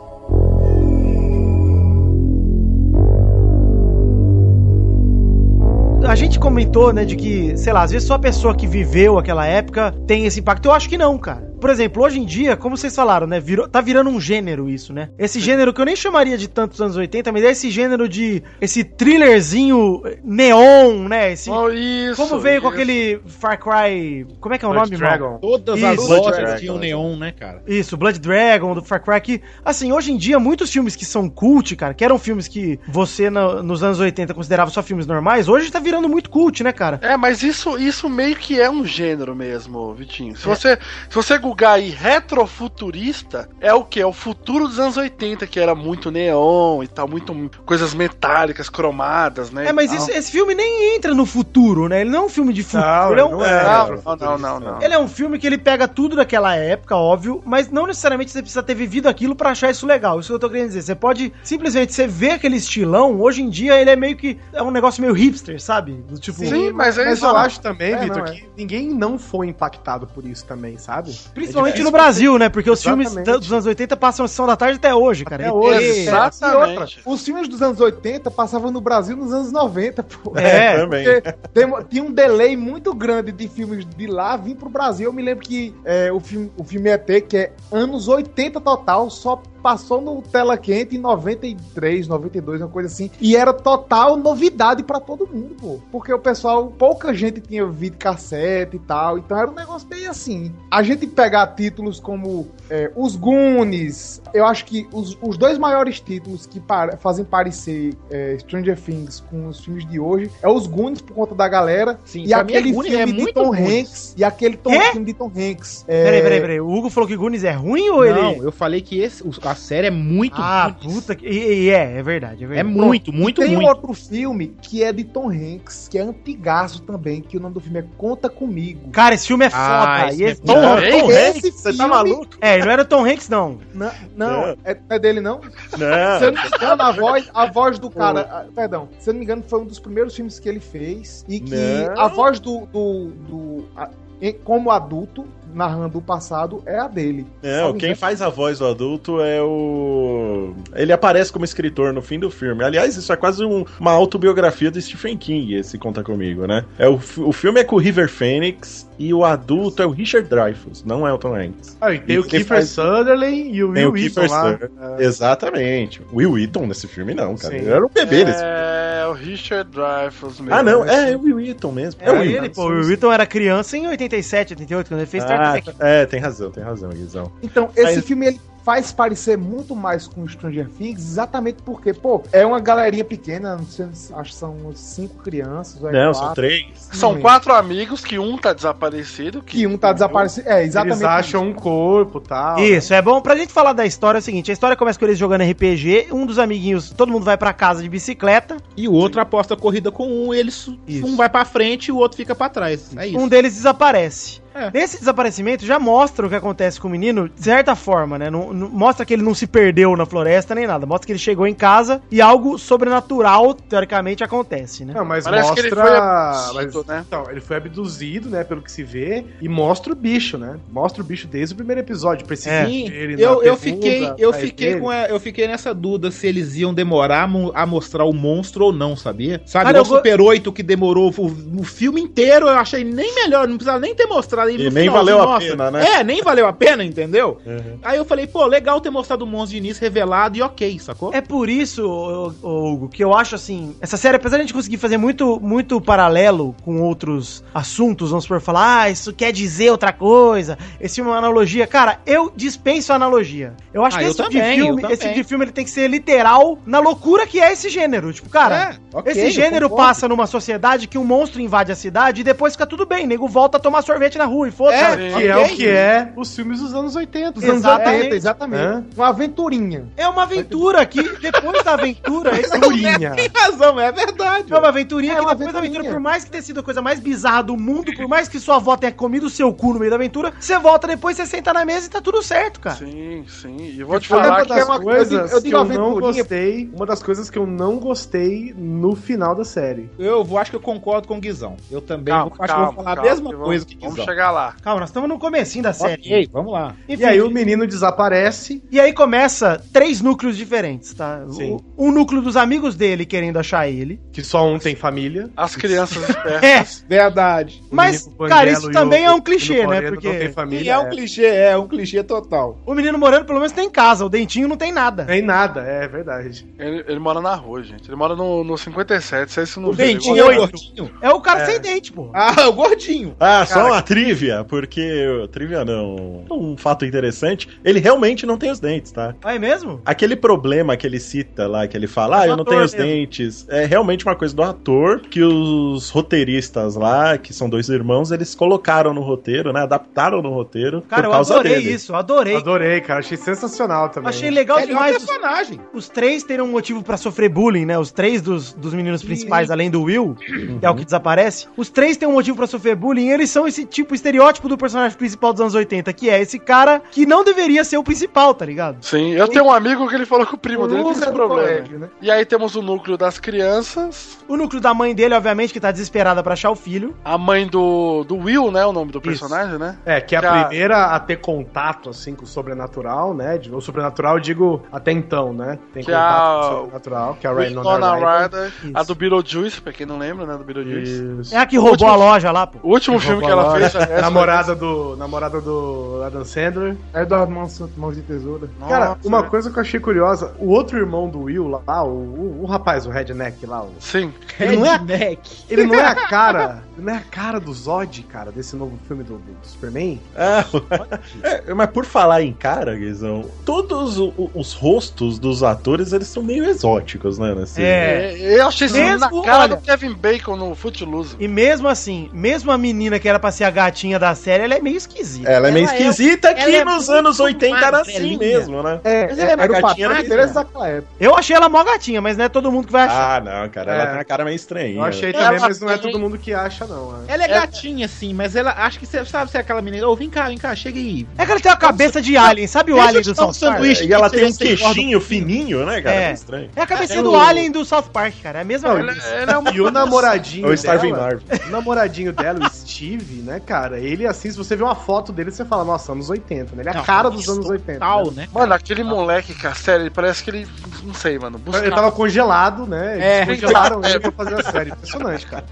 [SPEAKER 3] A gente comentou, né, de que, sei lá, às vezes só a pessoa que viveu aquela época tem esse impacto. Eu acho que não, cara. Por exemplo, hoje em dia, como vocês falaram, né, virou, tá virando um gênero isso, né? Esse gênero que eu nem chamaria de tantos anos 80, mas é esse gênero de esse thrillerzinho eh, neon, né? Esse
[SPEAKER 4] Oh, isso,
[SPEAKER 3] Como veio com
[SPEAKER 4] isso.
[SPEAKER 3] aquele Far Cry, como é que é o
[SPEAKER 5] Blood
[SPEAKER 3] nome,
[SPEAKER 5] Dragon.
[SPEAKER 3] mano?
[SPEAKER 7] Todas
[SPEAKER 3] Isso,
[SPEAKER 7] as
[SPEAKER 3] Blood
[SPEAKER 7] lojas
[SPEAKER 3] Dragon,
[SPEAKER 7] tinham neon, né, cara?
[SPEAKER 3] Isso, Blood Dragon, do Far Cry, que, assim, hoje em dia, muitos filmes que são cult, cara, que eram filmes que você, na- nos anos 80, considerava só filmes normais, hoje tá virando muito cult, né, cara?
[SPEAKER 4] É, mas isso, isso meio que é um gênero mesmo, Vitinho. Se você, se você googar aí retrofuturista, é o que? É o futuro dos anos 80, que era muito neon e tal, muito coisas metálicas, cromadas, né?
[SPEAKER 3] É, mas
[SPEAKER 4] e
[SPEAKER 3] isso-
[SPEAKER 4] tal.
[SPEAKER 3] esse filme nem entra no futuro, né? Ele não é um filme de futuro. ele, é um,
[SPEAKER 5] não é.
[SPEAKER 4] Não, não, não, não.
[SPEAKER 3] ele é um filme que ele pega tudo daquela época, óbvio, mas não necessariamente você precisa ter vivido aquilo pra achar isso legal. Isso que eu tô querendo dizer. Você pode simplesmente você vê aquele estilão, hoje em dia ele é meio que. É um negócio meio hipster, sabe? Do tipo.
[SPEAKER 5] Sim,
[SPEAKER 4] mas é
[SPEAKER 5] mas
[SPEAKER 4] isso
[SPEAKER 5] eu
[SPEAKER 4] lá.
[SPEAKER 5] acho também,
[SPEAKER 8] É,
[SPEAKER 5] Vitor,
[SPEAKER 8] não, é.
[SPEAKER 5] que ninguém não foi impactado por isso também, sabe?
[SPEAKER 3] Principalmente
[SPEAKER 5] é difícil
[SPEAKER 3] no Brasil, né? Porque os
[SPEAKER 8] Exatamente.
[SPEAKER 3] filmes da- dos anos 80 passam a sessão da tarde até hoje, cara.
[SPEAKER 8] É
[SPEAKER 3] E-
[SPEAKER 8] hoje.
[SPEAKER 3] e-
[SPEAKER 8] E outra, os filmes dos anos 80 passavam no Brasil nos anos 90, pô.
[SPEAKER 3] É,
[SPEAKER 8] Porque demo- tinha um delay muito grande de filmes de lá vir pro Brasil. Eu me lembro que é, o, filme, o filme ET, que é anos 80 total, só passou no Tela Quente em 93, 92, uma coisa assim. E era total novidade pra todo mundo, pô. Porque o pessoal, pouca gente tinha vídeo cassete e tal. Então era um negócio meio assim. A gente pegar títulos como é, Os Goonies, eu acho que os, os dois maiores títulos que par- fazem parecer é, Stranger Things com os filmes de hoje é Os Goonies, por conta da galera. e
[SPEAKER 3] pra mim é
[SPEAKER 8] aquele
[SPEAKER 3] Goonies,
[SPEAKER 8] filme
[SPEAKER 3] é
[SPEAKER 8] de
[SPEAKER 3] muito
[SPEAKER 8] Tom
[SPEAKER 3] Goonies.
[SPEAKER 8] Hanks. E aquele Tom,
[SPEAKER 3] Quê?
[SPEAKER 8] filme de Tom Hanks. é,
[SPEAKER 3] Peraí, peraí, peraí. O Hugo falou que Goonies é ruim ou ele...
[SPEAKER 7] Não, eu falei que esse, o- a série é muito
[SPEAKER 3] Ah, puta que... E, e é, é verdade, é verdade.
[SPEAKER 7] É muito,
[SPEAKER 8] E
[SPEAKER 7] muito,
[SPEAKER 8] tem
[SPEAKER 7] muito.
[SPEAKER 8] outro filme que é de Tom Hanks, que é antigaço também, que o nome do filme é Conta Comigo.
[SPEAKER 3] Cara, esse filme é
[SPEAKER 7] Ah,
[SPEAKER 3] foda.
[SPEAKER 7] esse
[SPEAKER 3] E esse
[SPEAKER 7] filme é
[SPEAKER 3] Tom,
[SPEAKER 7] foda.
[SPEAKER 3] Tom
[SPEAKER 8] Esse
[SPEAKER 3] Hanks, você tá
[SPEAKER 8] filme-
[SPEAKER 3] maluco? É, não era Tom Hanks, não.
[SPEAKER 8] Não, não, É, não é dele não?
[SPEAKER 6] Não.
[SPEAKER 8] Se eu não me engano, a voz, a voz do cara. ah, Perdão, se eu não me engano, foi um dos primeiros filmes que ele fez. E que
[SPEAKER 6] Não.
[SPEAKER 8] a voz do. do, do- a- em- como adulto, narrando o passado, é a dele.
[SPEAKER 6] Não,
[SPEAKER 8] Sabe,
[SPEAKER 6] quem
[SPEAKER 8] né?
[SPEAKER 6] faz a voz do adulto é o. Ele aparece como escritor no fim do filme. Aliás, isso é quase um- uma autobiografia do Stephen King, esse conta comigo, né? É o, fi- o filme é com o River Phoenix e o adulto é o Richard Dreyfuss, não é o Tom Hanks.
[SPEAKER 5] Ah, e tem
[SPEAKER 6] E
[SPEAKER 5] o
[SPEAKER 6] quem
[SPEAKER 5] Kiefer
[SPEAKER 6] faz-
[SPEAKER 5] Sutherland e o
[SPEAKER 6] Tem
[SPEAKER 5] Will
[SPEAKER 6] o Kiefer
[SPEAKER 5] Wheaton lá. né?
[SPEAKER 6] Sutherland. Exatamente. Will Wheaton nesse filme não, cara. Ele era um bebê nesse filme.
[SPEAKER 4] É, o Richard Dreyfuss mesmo.
[SPEAKER 6] Ah, não, é, é o Will Wheaton mesmo.
[SPEAKER 3] É,
[SPEAKER 6] o Will
[SPEAKER 3] ele,
[SPEAKER 6] Wheaton.
[SPEAKER 3] pô. O Whitton era criança em 87, 88, quando ele fez Star
[SPEAKER 6] Ah,
[SPEAKER 8] tá.
[SPEAKER 3] Trek.
[SPEAKER 6] é, tem razão, tem razão, Guizão.
[SPEAKER 8] Então, esse
[SPEAKER 6] Mas-
[SPEAKER 8] filme ele faz parecer muito mais com Stranger Things, exatamente porque, pô, é uma galerinha pequena, não sei, acho que são cinco crianças. ou é
[SPEAKER 6] Não, são
[SPEAKER 8] quatro.
[SPEAKER 6] três.
[SPEAKER 4] São
[SPEAKER 8] Sim.
[SPEAKER 4] quatro amigos que um tá desaparecido.
[SPEAKER 8] Que um tá desaparecido. É, exatamente.
[SPEAKER 5] Eles acham um corpo e tal.
[SPEAKER 3] Isso, é bom. Pra gente falar da história, é o seguinte: a história começa com eles jogando RPG, um dos amiguinhos, todo mundo vai pra casa de bicicleta,
[SPEAKER 7] E o outro aposta a corrida com um, e eles um vai pra frente e o outro fica pra trás. É isso.
[SPEAKER 3] um deles desaparece.
[SPEAKER 7] É.
[SPEAKER 3] Nesse desaparecimento já mostra o que acontece com o menino, de certa forma, né? Não- não- mostra que ele não se perdeu na floresta nem nada. Mostra que ele chegou em casa e algo sobrenatural, teoricamente, acontece, né?
[SPEAKER 5] Não, mas
[SPEAKER 4] Parece que
[SPEAKER 5] mostra.
[SPEAKER 4] ele foi abduzido, né?
[SPEAKER 5] mas- Então, ele foi abduzido, né? Pelo que se vê. E mostra o bicho, né? Mostra o bicho desde o primeiro episódio. Precisa
[SPEAKER 3] É.
[SPEAKER 5] dele na
[SPEAKER 7] Eu, eu
[SPEAKER 5] bermuda,
[SPEAKER 7] fiquei, eu
[SPEAKER 5] atrás
[SPEAKER 7] fiquei
[SPEAKER 5] dele.
[SPEAKER 7] com a- eu fiquei nessa dúvida se eles iam demorar mo- a mostrar o monstro ou não, sabia? Sabe,
[SPEAKER 3] Cara,
[SPEAKER 7] o
[SPEAKER 3] eu go-
[SPEAKER 7] Super 8 que demorou o, o filme inteiro, eu achei nem melhor, não precisava nem ter mostrado. aí
[SPEAKER 6] E
[SPEAKER 7] no
[SPEAKER 6] nem
[SPEAKER 7] finalzinho
[SPEAKER 6] valeu a
[SPEAKER 7] mostra.
[SPEAKER 6] pena, né?
[SPEAKER 7] É, nem valeu a pena, entendeu? Aí eu falei, pô, legal ter mostrado o monstro de início revelado e ok, sacou?
[SPEAKER 3] É por isso, ô- ô, Hugo, que eu acho assim. Essa série, apesar de a gente conseguir fazer muito, muito paralelo com outros assuntos, vamos por falar, ah, isso quer dizer outra coisa, esse filme é uma analogia. Cara, eu dispenso a analogia. Eu acho
[SPEAKER 7] Ah,
[SPEAKER 3] que
[SPEAKER 7] eu
[SPEAKER 3] esse tipo,
[SPEAKER 7] também,
[SPEAKER 3] de
[SPEAKER 7] eu
[SPEAKER 3] filme, esse
[SPEAKER 7] também.
[SPEAKER 3] tipo de filme ele tem que ser literal na loucura que é esse gênero. Tipo, cara.
[SPEAKER 7] É, ok, eu
[SPEAKER 3] Esse gênero
[SPEAKER 7] concordo.
[SPEAKER 3] passa numa sociedade que um monstro invade a cidade e depois fica tudo bem. Nego volta a tomar sorvete na rua e foda-se.
[SPEAKER 7] É,
[SPEAKER 3] Cara,
[SPEAKER 5] Que é o que é os filmes dos anos 80.
[SPEAKER 8] Dos anos
[SPEAKER 3] Exatamente.
[SPEAKER 8] 80, exatamente. Uma aventurinha.
[SPEAKER 3] é uma aventura que, depois da aventura, esse
[SPEAKER 5] Durinha.
[SPEAKER 7] Tem razão, é verdade.
[SPEAKER 3] É uma aventurinha
[SPEAKER 8] É
[SPEAKER 3] que
[SPEAKER 8] uma
[SPEAKER 3] depois da
[SPEAKER 8] aventurinha.
[SPEAKER 3] aventura, por mais que tenha sido a coisa mais bizarra do mundo, por mais que sua avó tenha comido o seu cu no meio da aventura, você volta depois, você senta na mesa e tá tudo certo, cara.
[SPEAKER 4] Sim, sim. E eu vou te
[SPEAKER 8] Eu lembro
[SPEAKER 4] falar que
[SPEAKER 8] das
[SPEAKER 4] é
[SPEAKER 5] das
[SPEAKER 4] uma...
[SPEAKER 5] coisas
[SPEAKER 8] eu digo- eu digo
[SPEAKER 5] que eu não
[SPEAKER 8] aventurinha.
[SPEAKER 5] gostei, uma das coisas que eu não gostei no final da série.
[SPEAKER 7] Eu vou, acho que eu concordo com o Guizão. Eu também
[SPEAKER 4] Calma,
[SPEAKER 7] vou- acho
[SPEAKER 4] calma,
[SPEAKER 7] que eu vou falar
[SPEAKER 4] calma,
[SPEAKER 7] a mesma
[SPEAKER 4] que
[SPEAKER 7] coisa que
[SPEAKER 4] vamos,
[SPEAKER 7] o
[SPEAKER 4] vamos
[SPEAKER 7] Guizão.
[SPEAKER 4] chegar lá.
[SPEAKER 3] Calma, nós estamos no comecinho da série.
[SPEAKER 7] Ok, vamos lá.
[SPEAKER 3] Enfim,
[SPEAKER 5] E aí o menino desaparece.
[SPEAKER 3] e aí começa três núcleos diferentes, tá? O-
[SPEAKER 5] Sim.
[SPEAKER 3] Um núcleo dos amigos dele querendo achar ele.
[SPEAKER 5] Que só um tem família.
[SPEAKER 4] As crianças espertas.
[SPEAKER 3] É,
[SPEAKER 7] Verdade.
[SPEAKER 5] O
[SPEAKER 3] mas,
[SPEAKER 5] menino
[SPEAKER 3] cara,
[SPEAKER 5] Banguelo
[SPEAKER 3] isso
[SPEAKER 5] e
[SPEAKER 3] também
[SPEAKER 5] o-
[SPEAKER 3] é um
[SPEAKER 5] o
[SPEAKER 3] clichê,
[SPEAKER 5] menino
[SPEAKER 3] né?
[SPEAKER 5] Moreno Não tem
[SPEAKER 3] Porque
[SPEAKER 5] família.
[SPEAKER 7] E é um clichê, é um clichê total.
[SPEAKER 3] o menino morando pelo menos tem casa, o dentinho não tem nada.
[SPEAKER 5] Nem nada, é verdade.
[SPEAKER 4] Ele, ele mora na rua, gente. Ele mora no, no 57, se isso não
[SPEAKER 7] O
[SPEAKER 4] vê,
[SPEAKER 7] Dentinho é
[SPEAKER 4] igual-
[SPEAKER 7] o gordinho?
[SPEAKER 3] É o cara sem dente, pô.
[SPEAKER 7] Ah, o gordinho.
[SPEAKER 6] Ah, só uma trivia, porque. Trivia não. Um fato interessante. Ele realmente não tem os dentes, tá?
[SPEAKER 3] Ah, É mesmo?
[SPEAKER 6] Aquele problema que ele cita lá, que ele fala, ah, eu não
[SPEAKER 3] ator
[SPEAKER 6] tenho os
[SPEAKER 3] mesmo.
[SPEAKER 6] dentes, é realmente uma coisa do ator que os roteiristas lá, que são dois irmãos, eles colocaram no roteiro, né? Adaptaram no roteiro
[SPEAKER 3] Cara,
[SPEAKER 6] por
[SPEAKER 3] eu
[SPEAKER 6] causa
[SPEAKER 3] adorei
[SPEAKER 6] dele.
[SPEAKER 3] isso, adorei.
[SPEAKER 5] Adorei, cara. Achei sensacional também.
[SPEAKER 3] Achei legal
[SPEAKER 7] Ele é um
[SPEAKER 3] demais. os-
[SPEAKER 7] personagem.
[SPEAKER 3] Os três terão um motivo pra sofrer bullying, né? Os três dos, dos
[SPEAKER 4] Uhum.
[SPEAKER 3] meninos principais, além do Will, que é o que desaparece. Os três têm um motivo pra sofrer bullying e eles são esse tipo o estereótipo do personagem principal dos anos 80, que é esse cara que não deveria ser o principal, tá ligado?
[SPEAKER 4] Sim, eu tenho um amigo que ele falou que o primo
[SPEAKER 3] O
[SPEAKER 4] dele tem
[SPEAKER 3] loser
[SPEAKER 5] é
[SPEAKER 4] esse
[SPEAKER 3] do
[SPEAKER 4] problema.
[SPEAKER 3] colégio, né?
[SPEAKER 4] E aí temos o núcleo das crianças.
[SPEAKER 3] O núcleo da mãe dele, obviamente, que tá desesperada pra achar o filho.
[SPEAKER 4] A mãe do, do Will, né? O nome do personagem, né?
[SPEAKER 5] É, que é a
[SPEAKER 4] Já-
[SPEAKER 5] primeira a ter contato, assim, com o sobrenatural, né? De- O sobrenatural, eu digo, até então, né? Tem
[SPEAKER 4] Que é
[SPEAKER 5] contato
[SPEAKER 4] a-
[SPEAKER 5] com o sobrenatural, que é a
[SPEAKER 4] Winona
[SPEAKER 5] Winona Ryder.
[SPEAKER 4] Ryder, a do Beetlejuice, pra quem não lembra, né? Do Beetlejuice.
[SPEAKER 5] Isso.
[SPEAKER 3] É a que roubou a loja lá, pô.
[SPEAKER 4] O último um filme que ela fez. é-
[SPEAKER 5] namorada do namorada do Adam Sandler.
[SPEAKER 8] É do Armando Santos, Mãos de Tesoura.
[SPEAKER 5] Cara, uma coisa que eu achei curiosa, o outro irmão do Will lá, o, o, o rapaz, o redneck lá, o...
[SPEAKER 4] Sim.
[SPEAKER 5] Ele não, é, ele não é a cara, ele não é a cara do Zod, cara, desse novo filme do, do Superman.
[SPEAKER 6] Ah, é, mas por falar em cara, Guizão, todos o- o- os rostos dos atores, eles são meio exóticos, né? nesse-
[SPEAKER 4] É, Eu achei isso
[SPEAKER 3] Mesmo-
[SPEAKER 4] na cara
[SPEAKER 3] olha-
[SPEAKER 4] do Kevin Bacon no Footloose.
[SPEAKER 3] E mesmo assim, mesmo a menina que era pra ser a gatinha da série, ela é meio esquisita.
[SPEAKER 6] Ela é meio esquisita que
[SPEAKER 3] ela é
[SPEAKER 6] nos
[SPEAKER 3] muito
[SPEAKER 6] anos 80 era assim
[SPEAKER 3] magrelinha.
[SPEAKER 6] mesmo, né?
[SPEAKER 8] É,
[SPEAKER 6] Mas ela
[SPEAKER 8] era, o
[SPEAKER 6] gatinha,
[SPEAKER 8] patrão
[SPEAKER 6] era
[SPEAKER 8] interesse
[SPEAKER 6] bizarra.
[SPEAKER 8] daquela época.
[SPEAKER 3] né? Eu achei ela mó gatinha, mas não é todo mundo que vai achar.
[SPEAKER 6] Ah, não, cara,
[SPEAKER 3] É.
[SPEAKER 6] ela tem uma cara meio estranha.
[SPEAKER 5] Eu achei também, mas não é todo mundo que acha, não. né?
[SPEAKER 7] Ela é gatinha, assim, mas ela acho que você sabe se é aquela menina. Ô, vem cá, vem cá, chega aí.
[SPEAKER 3] É que ela tem uma cabeça de alien, sabe o
[SPEAKER 7] Deixa eu
[SPEAKER 3] alien
[SPEAKER 7] te
[SPEAKER 3] do
[SPEAKER 7] dar um
[SPEAKER 3] South Park?
[SPEAKER 7] sanduíche
[SPEAKER 6] E ela
[SPEAKER 7] que
[SPEAKER 6] tem um
[SPEAKER 7] você
[SPEAKER 4] assim,
[SPEAKER 7] engorda
[SPEAKER 6] queixinho fininho, né, cara?
[SPEAKER 3] É.
[SPEAKER 6] É estranho.
[SPEAKER 3] É a cabecinha
[SPEAKER 4] Ah,
[SPEAKER 5] É
[SPEAKER 3] do
[SPEAKER 5] o-
[SPEAKER 3] alien do South Park, cara. É a mesma
[SPEAKER 5] Não,
[SPEAKER 3] coisa.
[SPEAKER 5] E o namoradinho
[SPEAKER 6] É o Starving
[SPEAKER 5] dela,
[SPEAKER 6] Marvin.
[SPEAKER 5] o namoradinho dela, o Steve, né, cara, ele assim, se você vê uma foto dele, você fala, nossa, anos 80, né? Ele é a
[SPEAKER 7] Não,
[SPEAKER 5] cara dos
[SPEAKER 7] isso
[SPEAKER 5] anos 80.
[SPEAKER 7] total, né?
[SPEAKER 4] Mano, aquele moleque, cara, sério, ele parece que ele. Não sei, mano.
[SPEAKER 5] Ele tava congelado, né?
[SPEAKER 7] É,
[SPEAKER 5] Eles congelaram ele pra fazer a série. Impressionante, cara.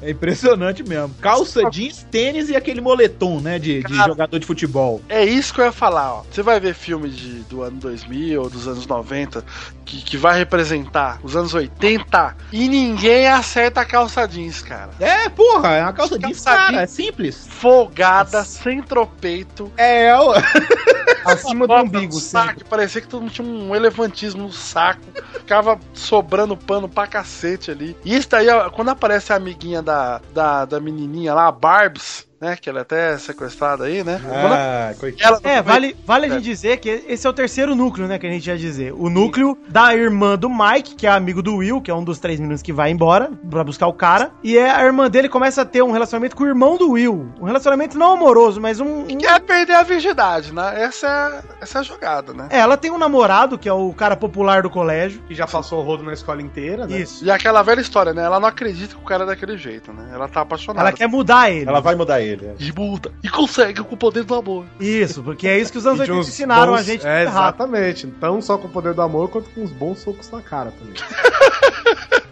[SPEAKER 7] É impressionante mesmo. Calça, jeans, tênis e aquele moletom, né? De, de jogador de futebol.
[SPEAKER 4] É isso que eu ia falar, ó. Você vai ver filme de, do ano 2000 ou dos anos 90 que, que vai representar os anos 80 e ninguém acerta a calça jeans, cara.
[SPEAKER 7] É, porra, é uma calça jeans
[SPEAKER 4] Calça
[SPEAKER 7] cara,
[SPEAKER 4] jeans.
[SPEAKER 7] é simples.
[SPEAKER 4] Folgada, sem tropeito.
[SPEAKER 7] É, o...
[SPEAKER 5] Acima do umbigo, sim.
[SPEAKER 4] saco, um parecia que todo mundo tinha um elefantismo no saco. Ficava sobrando pano pra cacete ali. E isso daí, ó, quando aparece a amiguinha da, da, da menininha lá, a Barbs, né? Que ela é até sequestrada aí, né? Quando
[SPEAKER 6] Ah,
[SPEAKER 4] ela-
[SPEAKER 3] É, vale, vale a gente dizer que esse é o terceiro núcleo, né, que a gente ia dizer. O núcleo da irmã do Mike, que é amigo do Will, que é um dos três meninos que vai embora pra buscar o cara. E é a irmã dele começa a ter um relacionamento com o irmão do Will. Um relacionamento não amoroso, mas um... um-
[SPEAKER 4] quer é perder a virgindade, né? Essa é, essa é a jogada, né?
[SPEAKER 3] É, ela tem um namorado, que é o cara popular do colégio.
[SPEAKER 5] Que já passou o rodo na escola inteira, né?
[SPEAKER 3] Isso.
[SPEAKER 4] E aquela velha história, né? Ela não acredita que o cara é daquele jeito, né? Ela tá apaixonada.
[SPEAKER 3] Ela quer mudar ele.
[SPEAKER 6] Ela vai mudar ele. é.
[SPEAKER 4] E muda. E consegue com o poder do amor.
[SPEAKER 3] Isso, porque é isso que os
[SPEAKER 5] E
[SPEAKER 3] anos
[SPEAKER 5] de
[SPEAKER 3] 80
[SPEAKER 5] uns
[SPEAKER 3] ensinaram a
[SPEAKER 5] bons-
[SPEAKER 3] gente
[SPEAKER 5] É,
[SPEAKER 3] tudo errado.
[SPEAKER 5] exatamente. Então, só com o poder do amor, quanto com uns bons socos na cara também.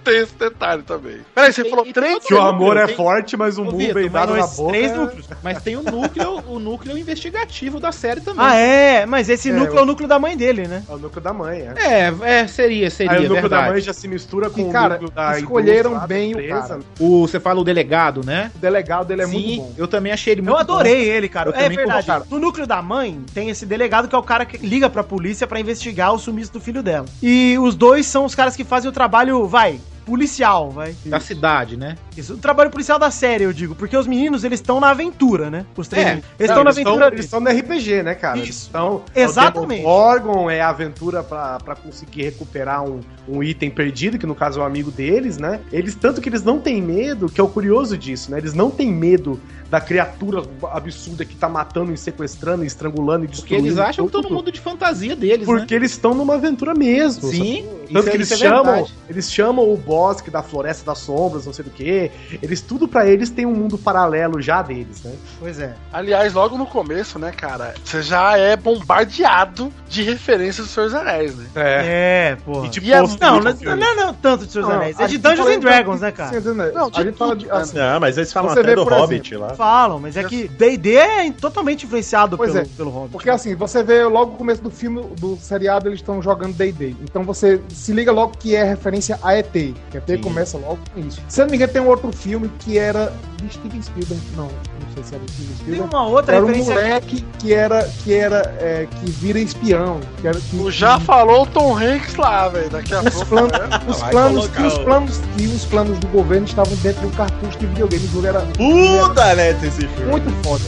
[SPEAKER 4] Tem esse detalhe também. Peraí, você falou três?
[SPEAKER 5] Que o amor é
[SPEAKER 7] tem-
[SPEAKER 5] forte, mas um
[SPEAKER 7] Ô,
[SPEAKER 5] mundo
[SPEAKER 7] Vitor,
[SPEAKER 5] bem dado na
[SPEAKER 3] Mas
[SPEAKER 5] boca.
[SPEAKER 3] três
[SPEAKER 5] é-
[SPEAKER 3] núcleos.
[SPEAKER 7] Mas tem o núcleo, o núcleo investigativo da série também.
[SPEAKER 3] Ah, é, mas esse
[SPEAKER 5] É,
[SPEAKER 3] núcleo é o núcleo da mãe dele, né?
[SPEAKER 5] É o núcleo da mãe, é.
[SPEAKER 7] É, é, seria, seria,
[SPEAKER 5] Aí o núcleo
[SPEAKER 7] verdade.
[SPEAKER 5] da mãe já se mistura com
[SPEAKER 8] E, cara,
[SPEAKER 5] o núcleo da
[SPEAKER 8] escolheram
[SPEAKER 5] indústria,
[SPEAKER 8] bem o
[SPEAKER 5] da empresa. né?
[SPEAKER 8] cara.
[SPEAKER 7] O, você fala o delegado, né?
[SPEAKER 8] O delegado dele é muito bom.
[SPEAKER 7] eu também achei ele muito
[SPEAKER 3] Eu adorei ele,
[SPEAKER 7] Então, Eu
[SPEAKER 3] cara. É
[SPEAKER 7] também curti,
[SPEAKER 3] verdade.
[SPEAKER 7] cara.
[SPEAKER 3] No núcleo da mãe, tem esse delegado que é o cara que liga pra polícia pra investigar o sumiço do filho dela. E os dois são os caras que fazem o trabalho, vai, policial, vai.
[SPEAKER 7] bom. Da cidade, né?
[SPEAKER 3] Isso, o trabalho policial da série, eu digo. Porque os meninos, eles estão na aventura, né? Os três.
[SPEAKER 7] É.
[SPEAKER 3] meninos. eles
[SPEAKER 5] Não,
[SPEAKER 3] estão na
[SPEAKER 5] eles tão-
[SPEAKER 3] aventura.
[SPEAKER 5] Eles estão no RPG, né, cara?
[SPEAKER 3] Isso.
[SPEAKER 5] Então,
[SPEAKER 3] Exatamente.
[SPEAKER 5] É o órgão é a aventura pra pra conseguir recuperar um, um item perdido, que no caso é um amigo deles, né? Eles, tanto que eles não têm medo, que é o curioso disso, né? Eles não têm medo da criatura absurda que tá matando e sequestrando, e estrangulando e
[SPEAKER 7] Porque
[SPEAKER 5] destruindo.
[SPEAKER 7] eles acham que
[SPEAKER 5] tudo,
[SPEAKER 7] todo mundo de fantasia deles, né?
[SPEAKER 5] Porque eles estão numa aventura mesmo. sabe?
[SPEAKER 7] Sim,
[SPEAKER 5] Tanto
[SPEAKER 7] isso-
[SPEAKER 5] que eles
[SPEAKER 7] isso é
[SPEAKER 5] chamam,
[SPEAKER 7] verdade.
[SPEAKER 5] eles chamam o bosque da floresta das sombras, não sei do que. Eles tudo pra eles tem um mundo paralelo já deles, né?
[SPEAKER 3] Pois é.
[SPEAKER 4] Aliás, logo no começo, né, cara? Você já é bombardeado de referências dos seus anéis, né?
[SPEAKER 3] É, porra.
[SPEAKER 5] de
[SPEAKER 4] E é-
[SPEAKER 5] posto
[SPEAKER 3] Não,
[SPEAKER 5] muito
[SPEAKER 3] não,
[SPEAKER 5] violento.
[SPEAKER 3] não, não, não tanto de Seus
[SPEAKER 8] Não,
[SPEAKER 3] Anéis.
[SPEAKER 8] a
[SPEAKER 3] É de
[SPEAKER 8] gente
[SPEAKER 3] Dungeons
[SPEAKER 8] fala
[SPEAKER 3] and Dragons, né, cara?
[SPEAKER 8] Seus Anéis.
[SPEAKER 4] Não,
[SPEAKER 8] a
[SPEAKER 4] de
[SPEAKER 8] gente fala
[SPEAKER 4] tudo,
[SPEAKER 8] de.
[SPEAKER 4] cara.
[SPEAKER 8] assim,
[SPEAKER 6] Não, Ah, mas eles falam
[SPEAKER 8] Você
[SPEAKER 6] até
[SPEAKER 8] vê,
[SPEAKER 6] do
[SPEAKER 8] por
[SPEAKER 6] Hobbit lá.
[SPEAKER 3] Falam, mas é que D&D é totalmente influenciado
[SPEAKER 8] Pois
[SPEAKER 3] pelo,
[SPEAKER 8] é.
[SPEAKER 3] pelo Hobbit. né?
[SPEAKER 8] Porque assim, você vê logo no começo do filme, do seriado, eles estão jogando D&D. Então você se liga logo que é referência a ET, que ET começa logo com isso. Se eu não me engano, tem um outro filme que era de Steven Spielberg. Não, não sei se era de Steven
[SPEAKER 3] Tem
[SPEAKER 8] Spielberg.
[SPEAKER 3] uma outra
[SPEAKER 8] Era um
[SPEAKER 3] referência
[SPEAKER 8] moleque que era, que era, é, que vira espião. Que era, que,
[SPEAKER 4] Tu já falou o Tom Hanks lá, velho. Daqui a
[SPEAKER 8] os
[SPEAKER 4] pouco. né?
[SPEAKER 8] planos, os
[SPEAKER 6] né? vai
[SPEAKER 8] planos, que
[SPEAKER 6] colocar
[SPEAKER 8] os
[SPEAKER 6] o-
[SPEAKER 8] planos, que os planos do governo estavam dentro do cartucho de videogame. O jogo era
[SPEAKER 6] Puta, né, esse filme.
[SPEAKER 8] muito foda.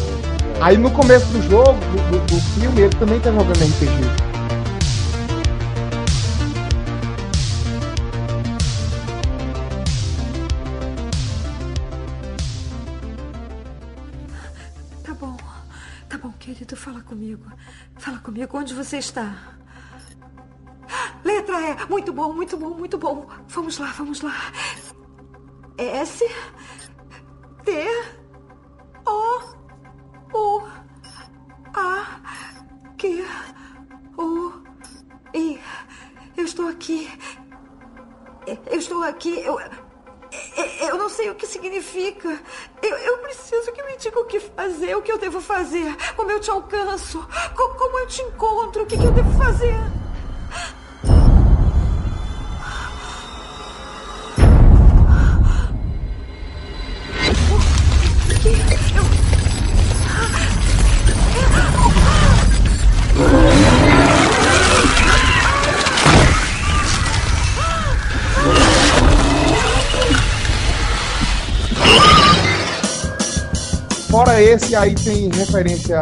[SPEAKER 8] Aí no começo do jogo, do, do- do filme, ele também tá jogando RPG.
[SPEAKER 15] bom. Tá bom, querido, fala comigo. Fala comigo, onde você está? Letra E. Muito bom, muito bom, muito bom. Vamos lá, vamos lá. É S. T. O. U. A. Q. U. I. Eu estou aqui. Eu estou aqui. Eu, eu- eu não sei o que significa. Eu, eu preciso que me diga o que fazer, o que eu devo fazer, como eu te alcanço, co- como eu te encontro, o que, que eu devo fazer.
[SPEAKER 8] Fora esse, aí tem referência.